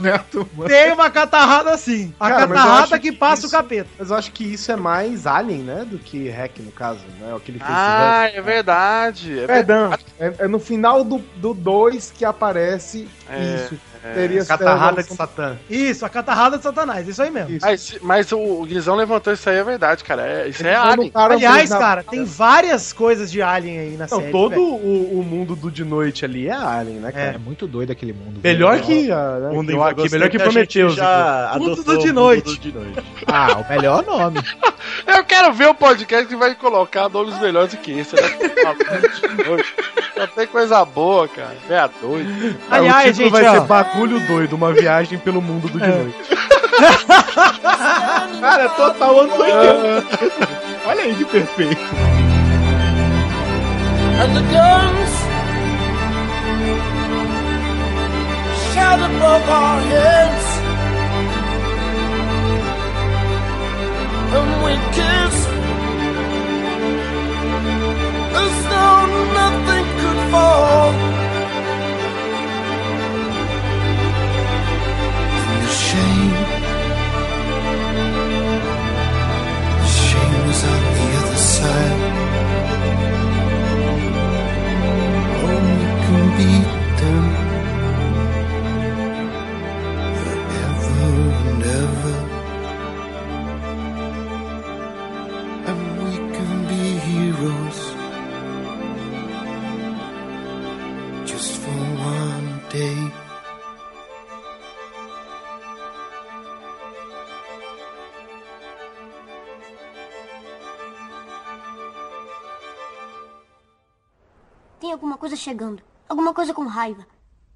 [SPEAKER 7] Neto
[SPEAKER 3] Tem uma catarrada assim. A
[SPEAKER 5] Cara, mas eu
[SPEAKER 3] catarrada
[SPEAKER 5] acho que
[SPEAKER 3] que passa o
[SPEAKER 5] isso-
[SPEAKER 3] capeta.
[SPEAKER 5] Mas eu acho que isso é mais Alien, né? Do que Hack, no caso, né? Aquele que ele
[SPEAKER 4] Ah,
[SPEAKER 5] fez
[SPEAKER 4] é verdade. É
[SPEAKER 8] Perdão, é, é no final do 2 dois que aparece
[SPEAKER 4] É,
[SPEAKER 8] isso.
[SPEAKER 4] é.
[SPEAKER 8] Teria sido a
[SPEAKER 5] Catarrada de
[SPEAKER 8] evolução.
[SPEAKER 5] Satã.
[SPEAKER 3] Isso, a catarrada de Satanás. Isso aí mesmo.
[SPEAKER 4] Mas, mas o Grisão levantou isso aí, é verdade, cara. É- isso é alien.
[SPEAKER 3] Aliás, cara, tem várias coisas de Alien aí na
[SPEAKER 5] Não,
[SPEAKER 3] série.
[SPEAKER 5] todo
[SPEAKER 3] velho.
[SPEAKER 5] o, o mundo do de noite ali é Alien, né, cara?
[SPEAKER 7] É muito doido aquele mundo.
[SPEAKER 5] Melhor
[SPEAKER 7] velho.
[SPEAKER 5] que, ah, né,
[SPEAKER 18] Mundo
[SPEAKER 5] que
[SPEAKER 18] em
[SPEAKER 5] o- aqui,
[SPEAKER 18] Vagostei
[SPEAKER 5] melhor que
[SPEAKER 18] que a gente
[SPEAKER 5] Prometheus.
[SPEAKER 18] já
[SPEAKER 5] inclusive.
[SPEAKER 18] adotou o Mundo
[SPEAKER 3] Noite.
[SPEAKER 18] de noite.
[SPEAKER 7] Ah, o melhor nome.
[SPEAKER 4] Eu quero ver o podcast que vai colocar nomes melhores do que esse. Né? Só tem coisa boa, cara. É a doido.
[SPEAKER 5] Ah, o
[SPEAKER 3] Aliás,
[SPEAKER 5] título
[SPEAKER 3] gente,
[SPEAKER 5] vai
[SPEAKER 3] ó.
[SPEAKER 5] ser Bagulho Doido, uma viagem pelo mundo do de noite.
[SPEAKER 7] Cara, é total anos 80. Olha aí que perfeito.
[SPEAKER 14] And the guns shout above our heads. And we kiss as though nothing could fall. The shame, shame is on the other side.
[SPEAKER 13] Tem alguma coisa chegando. Alguma coisa com raiva.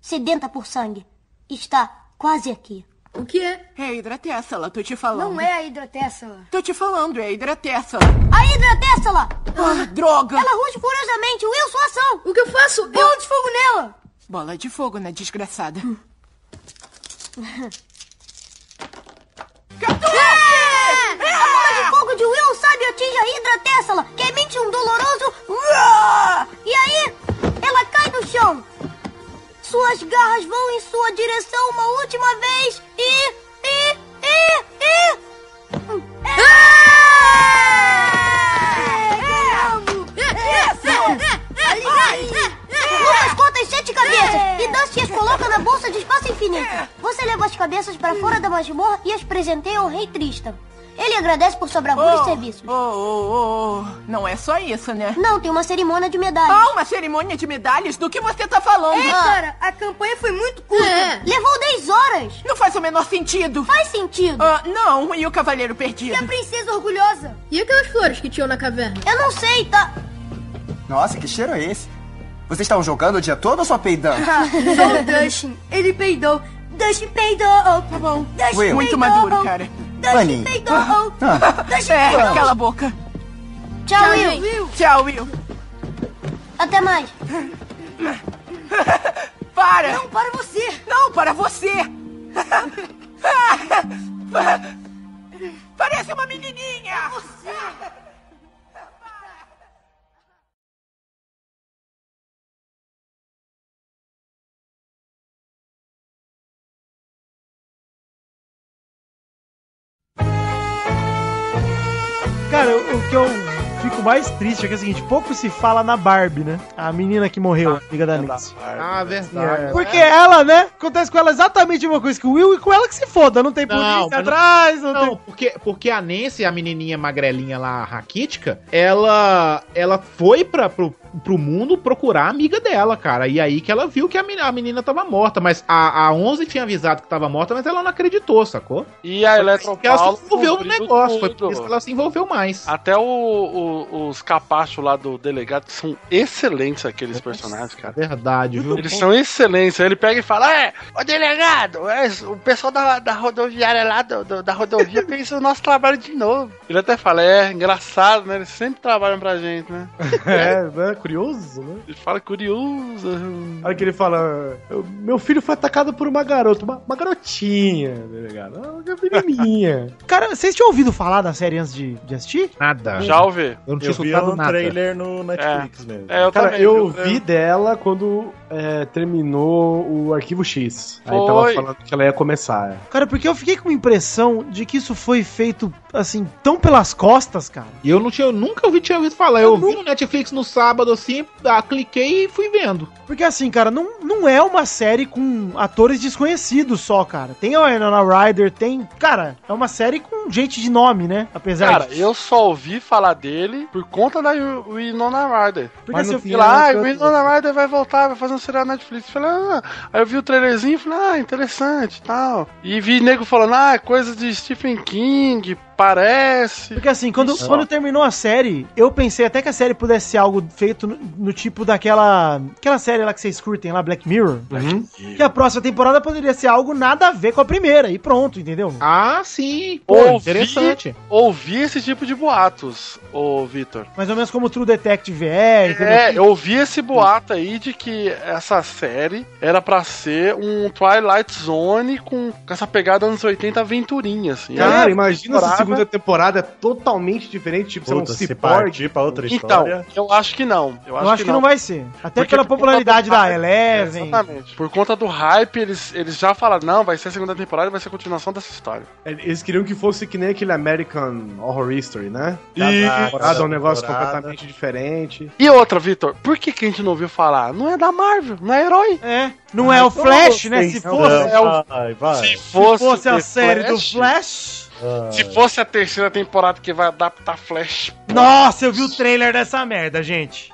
[SPEAKER 13] Sedenta por sangue. Está quase aqui.
[SPEAKER 16] O que é? É a hidratéssala, tô te falando.
[SPEAKER 19] Não é a hidratéssala.
[SPEAKER 16] Tô te falando, é a hidratéssala.
[SPEAKER 13] A hidratéssala!
[SPEAKER 16] Ah, droga!
[SPEAKER 13] Ela ruge furiosamente. Wilson, ação!
[SPEAKER 19] O que eu faço?
[SPEAKER 13] Bola de fogo nela!
[SPEAKER 16] Bola de fogo né? na desgraçada.
[SPEAKER 13] É! Catuque! É! É! A bola de fogo de Will sabe atinge a hidratéssala, que emite um doloroso... Uá! E aí, ela cai no chão. Suas garras vão em sua direção uma última vez e... e... e... e...
[SPEAKER 16] É!
[SPEAKER 13] Lucas conta as sete cabeças
[SPEAKER 16] É!
[SPEAKER 13] e Dusty as coloca na bolsa de espaço infinito. Você leva as cabeças para fora da masmorra e as presenteia ao rei Tristan. Ele agradece por sua bravura e serviços.
[SPEAKER 16] Oh, oh, oh, não é só isso, né?
[SPEAKER 13] Não, tem uma cerimônia de medalhas.
[SPEAKER 16] Ah, uma cerimônia de medalhas? Do que você tá falando?
[SPEAKER 19] Ei, cara, a campanha foi muito curta.
[SPEAKER 13] É. Levou 10 horas.
[SPEAKER 16] Não faz o menor sentido.
[SPEAKER 13] Faz sentido.
[SPEAKER 16] Ah, não, e o cavaleiro perdido?
[SPEAKER 13] E a princesa orgulhosa?
[SPEAKER 19] E aquelas flores que tinham na caverna?
[SPEAKER 13] Eu não sei, tá...
[SPEAKER 20] Nossa, que cheiro é esse? Vocês estavam jogando o dia todo ou só peidando?
[SPEAKER 19] Ah, só o Dustin. Ele peidou. Dustin peidou.
[SPEAKER 16] Tá bom.
[SPEAKER 19] Dustin
[SPEAKER 16] Will.
[SPEAKER 19] peidou.
[SPEAKER 16] Muito maduro, cara.
[SPEAKER 20] Bunny.
[SPEAKER 19] Dustin peidou.
[SPEAKER 20] Ah.
[SPEAKER 19] Dustin
[SPEAKER 16] É,
[SPEAKER 19] peidou.
[SPEAKER 16] cala a boca.
[SPEAKER 13] Tchau, Will.
[SPEAKER 16] Tchau, Will.
[SPEAKER 13] Até mais.
[SPEAKER 16] Para!
[SPEAKER 19] Não, para você.
[SPEAKER 16] Não, para você! Parece uma
[SPEAKER 19] É
[SPEAKER 16] menininha!
[SPEAKER 3] Cara, o o que eu fico mais triste é que é o seguinte, pouco se fala na Barbie, né? A menina que morreu, amiga da Nancy.
[SPEAKER 7] Ah, verdade.
[SPEAKER 8] É.
[SPEAKER 3] Porque ela, né? Acontece com ela exatamente a mesma coisa que o Will e com ela que se foda. Não tem
[SPEAKER 7] Não,
[SPEAKER 3] polícia
[SPEAKER 7] mas não-
[SPEAKER 3] atrás, não,
[SPEAKER 7] Não,
[SPEAKER 3] tem.
[SPEAKER 7] porque, porque a Nancy, a menininha magrelinha lá, raquítica, ela ela foi pra, pro, pro mundo procurar a amiga dela, cara. E aí que ela viu que a menina, a menina tava morta. Mas a, a 11 tinha avisado que tava morta, mas ela não acreditou, sacou?
[SPEAKER 4] E a Eletro
[SPEAKER 7] Porque ela
[SPEAKER 4] Paulo
[SPEAKER 7] se envolveu no
[SPEAKER 4] cobriu
[SPEAKER 7] um negócio, foi
[SPEAKER 4] tudo.
[SPEAKER 7] por isso que ela se envolveu mais.
[SPEAKER 4] Até o- o- os capachos lá do delegado são excelentes aqueles personagens, cara.
[SPEAKER 7] Verdade, viu?
[SPEAKER 4] Eles são excelentes. Aí ele pega e fala: É, ô delegado, é, o pessoal da, da rodoviária lá, do- do- da rodovia, fez o nosso trabalho de novo. Ele até fala: É, engraçado, né? Eles sempre trabalham pra gente, né?
[SPEAKER 5] É, né? Curioso, né?
[SPEAKER 4] Ele fala curioso.
[SPEAKER 5] A hora que ele fala, "Eu- meu filho foi atacado por uma garota, uma, uma garotinha, delegado. Uma
[SPEAKER 6] é
[SPEAKER 5] menininha.
[SPEAKER 3] Cara, vocês tinham ouvido falar da série antes de, de assistir?
[SPEAKER 7] Nada.
[SPEAKER 4] Já ouvi.
[SPEAKER 7] Eu não tinha
[SPEAKER 6] Eu vi
[SPEAKER 7] escutado
[SPEAKER 6] um
[SPEAKER 7] nada.
[SPEAKER 6] trailer no Netflix mesmo.
[SPEAKER 4] É, eu
[SPEAKER 5] Cara,
[SPEAKER 4] também.
[SPEAKER 5] eu ouvi dela quando é, terminou o Arquivo X. Aí
[SPEAKER 4] Foi.
[SPEAKER 5] tava falando que ela ia começar. é.
[SPEAKER 3] Cara, porque eu fiquei com a impressão de que isso foi feito, assim, tão pelas costas, cara.
[SPEAKER 7] E eu não tinha, eu nunca ouvi, tinha ouvido falar. Eu, ouvi no Netflix no sábado, assim, ah, cliquei e fui vendo.
[SPEAKER 3] Porque assim, cara, não, não é uma série com atores desconhecidos só, cara. Tem a Winona Ryder, tem... Cara, é uma série com gente de nome, né? Apesar
[SPEAKER 4] Cara,
[SPEAKER 3] de...
[SPEAKER 4] eu só ouvi falar dele por conta da Wi- Winona Ryder.
[SPEAKER 3] Porque
[SPEAKER 4] Mas
[SPEAKER 3] se
[SPEAKER 4] eu
[SPEAKER 3] eu
[SPEAKER 4] vi
[SPEAKER 3] vi
[SPEAKER 4] lá,
[SPEAKER 3] ela
[SPEAKER 4] ah,
[SPEAKER 3] no canto,
[SPEAKER 4] Winona Ryder vai voltar, vai fazer um serial na Netflix. Falei, ah. Aí eu vi o trailerzinho e falei, ah, interessante e tal. E vi nego falando, ah, coisa de Stephen King, parece.
[SPEAKER 3] Porque assim, quando,
[SPEAKER 4] Isso.
[SPEAKER 3] quando terminou a série, eu pensei até que a série pudesse ser algo feito no, no tipo daquela. Aquela série lá que vocês curtem lá, Black Mirror.
[SPEAKER 4] Uhum.
[SPEAKER 3] Que a próxima temporada poderia ser algo nada a ver com a primeira. E pronto, entendeu?
[SPEAKER 7] Ah, sim. Pô,
[SPEAKER 4] Ouvi-
[SPEAKER 7] interessante.
[SPEAKER 4] Ouvi esse tipo de boatos, ô Vitor.
[SPEAKER 3] Mais ou menos como o True Detective é. entendeu?
[SPEAKER 4] É, eu ouvi esse boato aí de que essa série era pra ser um Twilight Zone com, com essa pegada anos 80 aventurinha, assim.
[SPEAKER 5] Cara,
[SPEAKER 4] Era
[SPEAKER 5] imagina se a
[SPEAKER 4] temporada-
[SPEAKER 5] segunda temporada é totalmente diferente, tipo, você é um
[SPEAKER 6] Puta, se
[SPEAKER 5] ciborgue.
[SPEAKER 6] partir pra outra
[SPEAKER 4] Então,
[SPEAKER 6] história.
[SPEAKER 4] eu acho que não. Eu acho,
[SPEAKER 3] eu acho que não. vai ser. Até
[SPEAKER 4] Porque
[SPEAKER 3] pela
[SPEAKER 4] por conta
[SPEAKER 3] popularidade
[SPEAKER 4] do
[SPEAKER 3] da
[SPEAKER 4] hype,
[SPEAKER 3] Eleven.
[SPEAKER 4] Exatamente. Por conta do hype, eles, eles já falaram, não, vai ser a segunda temporada e vai ser a continuação dessa história.
[SPEAKER 5] Eles queriam que fosse que nem aquele American Horror History, né?
[SPEAKER 4] E-
[SPEAKER 5] Cada temporada é um negócio
[SPEAKER 6] temporada.
[SPEAKER 5] completamente diferente.
[SPEAKER 4] E outra, Vitor, por que, que a gente não ouviu falar? Não é da Marvel, não é herói.
[SPEAKER 3] É. Não é o
[SPEAKER 4] então
[SPEAKER 3] Flash, né?
[SPEAKER 4] vocês
[SPEAKER 3] Se
[SPEAKER 4] não
[SPEAKER 3] fosse,
[SPEAKER 4] é o-
[SPEAKER 6] Vai, vai.
[SPEAKER 4] Se
[SPEAKER 3] se
[SPEAKER 4] fosse,
[SPEAKER 3] fosse
[SPEAKER 4] The
[SPEAKER 3] a série
[SPEAKER 4] Flash,
[SPEAKER 3] do Flash.
[SPEAKER 7] Ah.
[SPEAKER 4] Se fosse a terceira temporada que vai adaptar Flash.
[SPEAKER 3] Nossa, eu vi o trailer dessa merda, gente.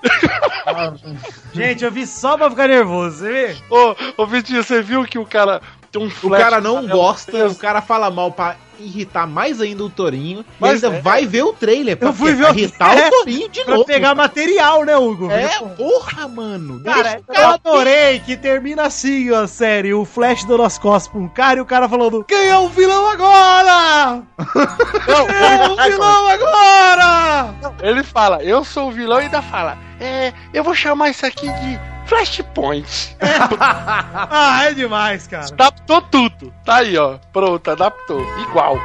[SPEAKER 3] gente, eu vi só pra ficar nervoso, você vê?
[SPEAKER 4] Ô, ô Vitinho, você viu que o cara tem um
[SPEAKER 7] O
[SPEAKER 3] é
[SPEAKER 4] Flash?
[SPEAKER 7] cara não gosta, o cara fala mal pra irritar mais ainda o Torinho.
[SPEAKER 3] Mas
[SPEAKER 7] e ainda
[SPEAKER 3] é-
[SPEAKER 7] vai ver o trailer.
[SPEAKER 3] Eu
[SPEAKER 7] pra
[SPEAKER 3] fui ver
[SPEAKER 7] irritar
[SPEAKER 3] É,
[SPEAKER 7] o Torinho de
[SPEAKER 3] pra
[SPEAKER 7] novo.
[SPEAKER 3] pegar material, né, Hugo?
[SPEAKER 7] É, porra, mano.
[SPEAKER 3] Cara,
[SPEAKER 7] Deixa
[SPEAKER 3] eu adorei que termina assim a série, o Flash dando as costas pra um cara e o cara falando Quem é o vilão agora? Quem é o vilão agora?
[SPEAKER 4] Ele fala, eu sou o vilão e ainda fala, é, eu vou chamar isso aqui de Flashpoint.
[SPEAKER 3] ah, é demais, cara.
[SPEAKER 4] Adaptou tudo. Tá aí, ó. Pronto, adaptou. Igual.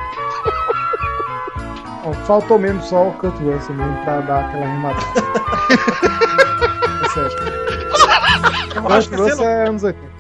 [SPEAKER 8] Ó, faltou mesmo só o Kurt Russell mesmo pra dar aquela rematada. é sério. O Kurt Russell é anos 80.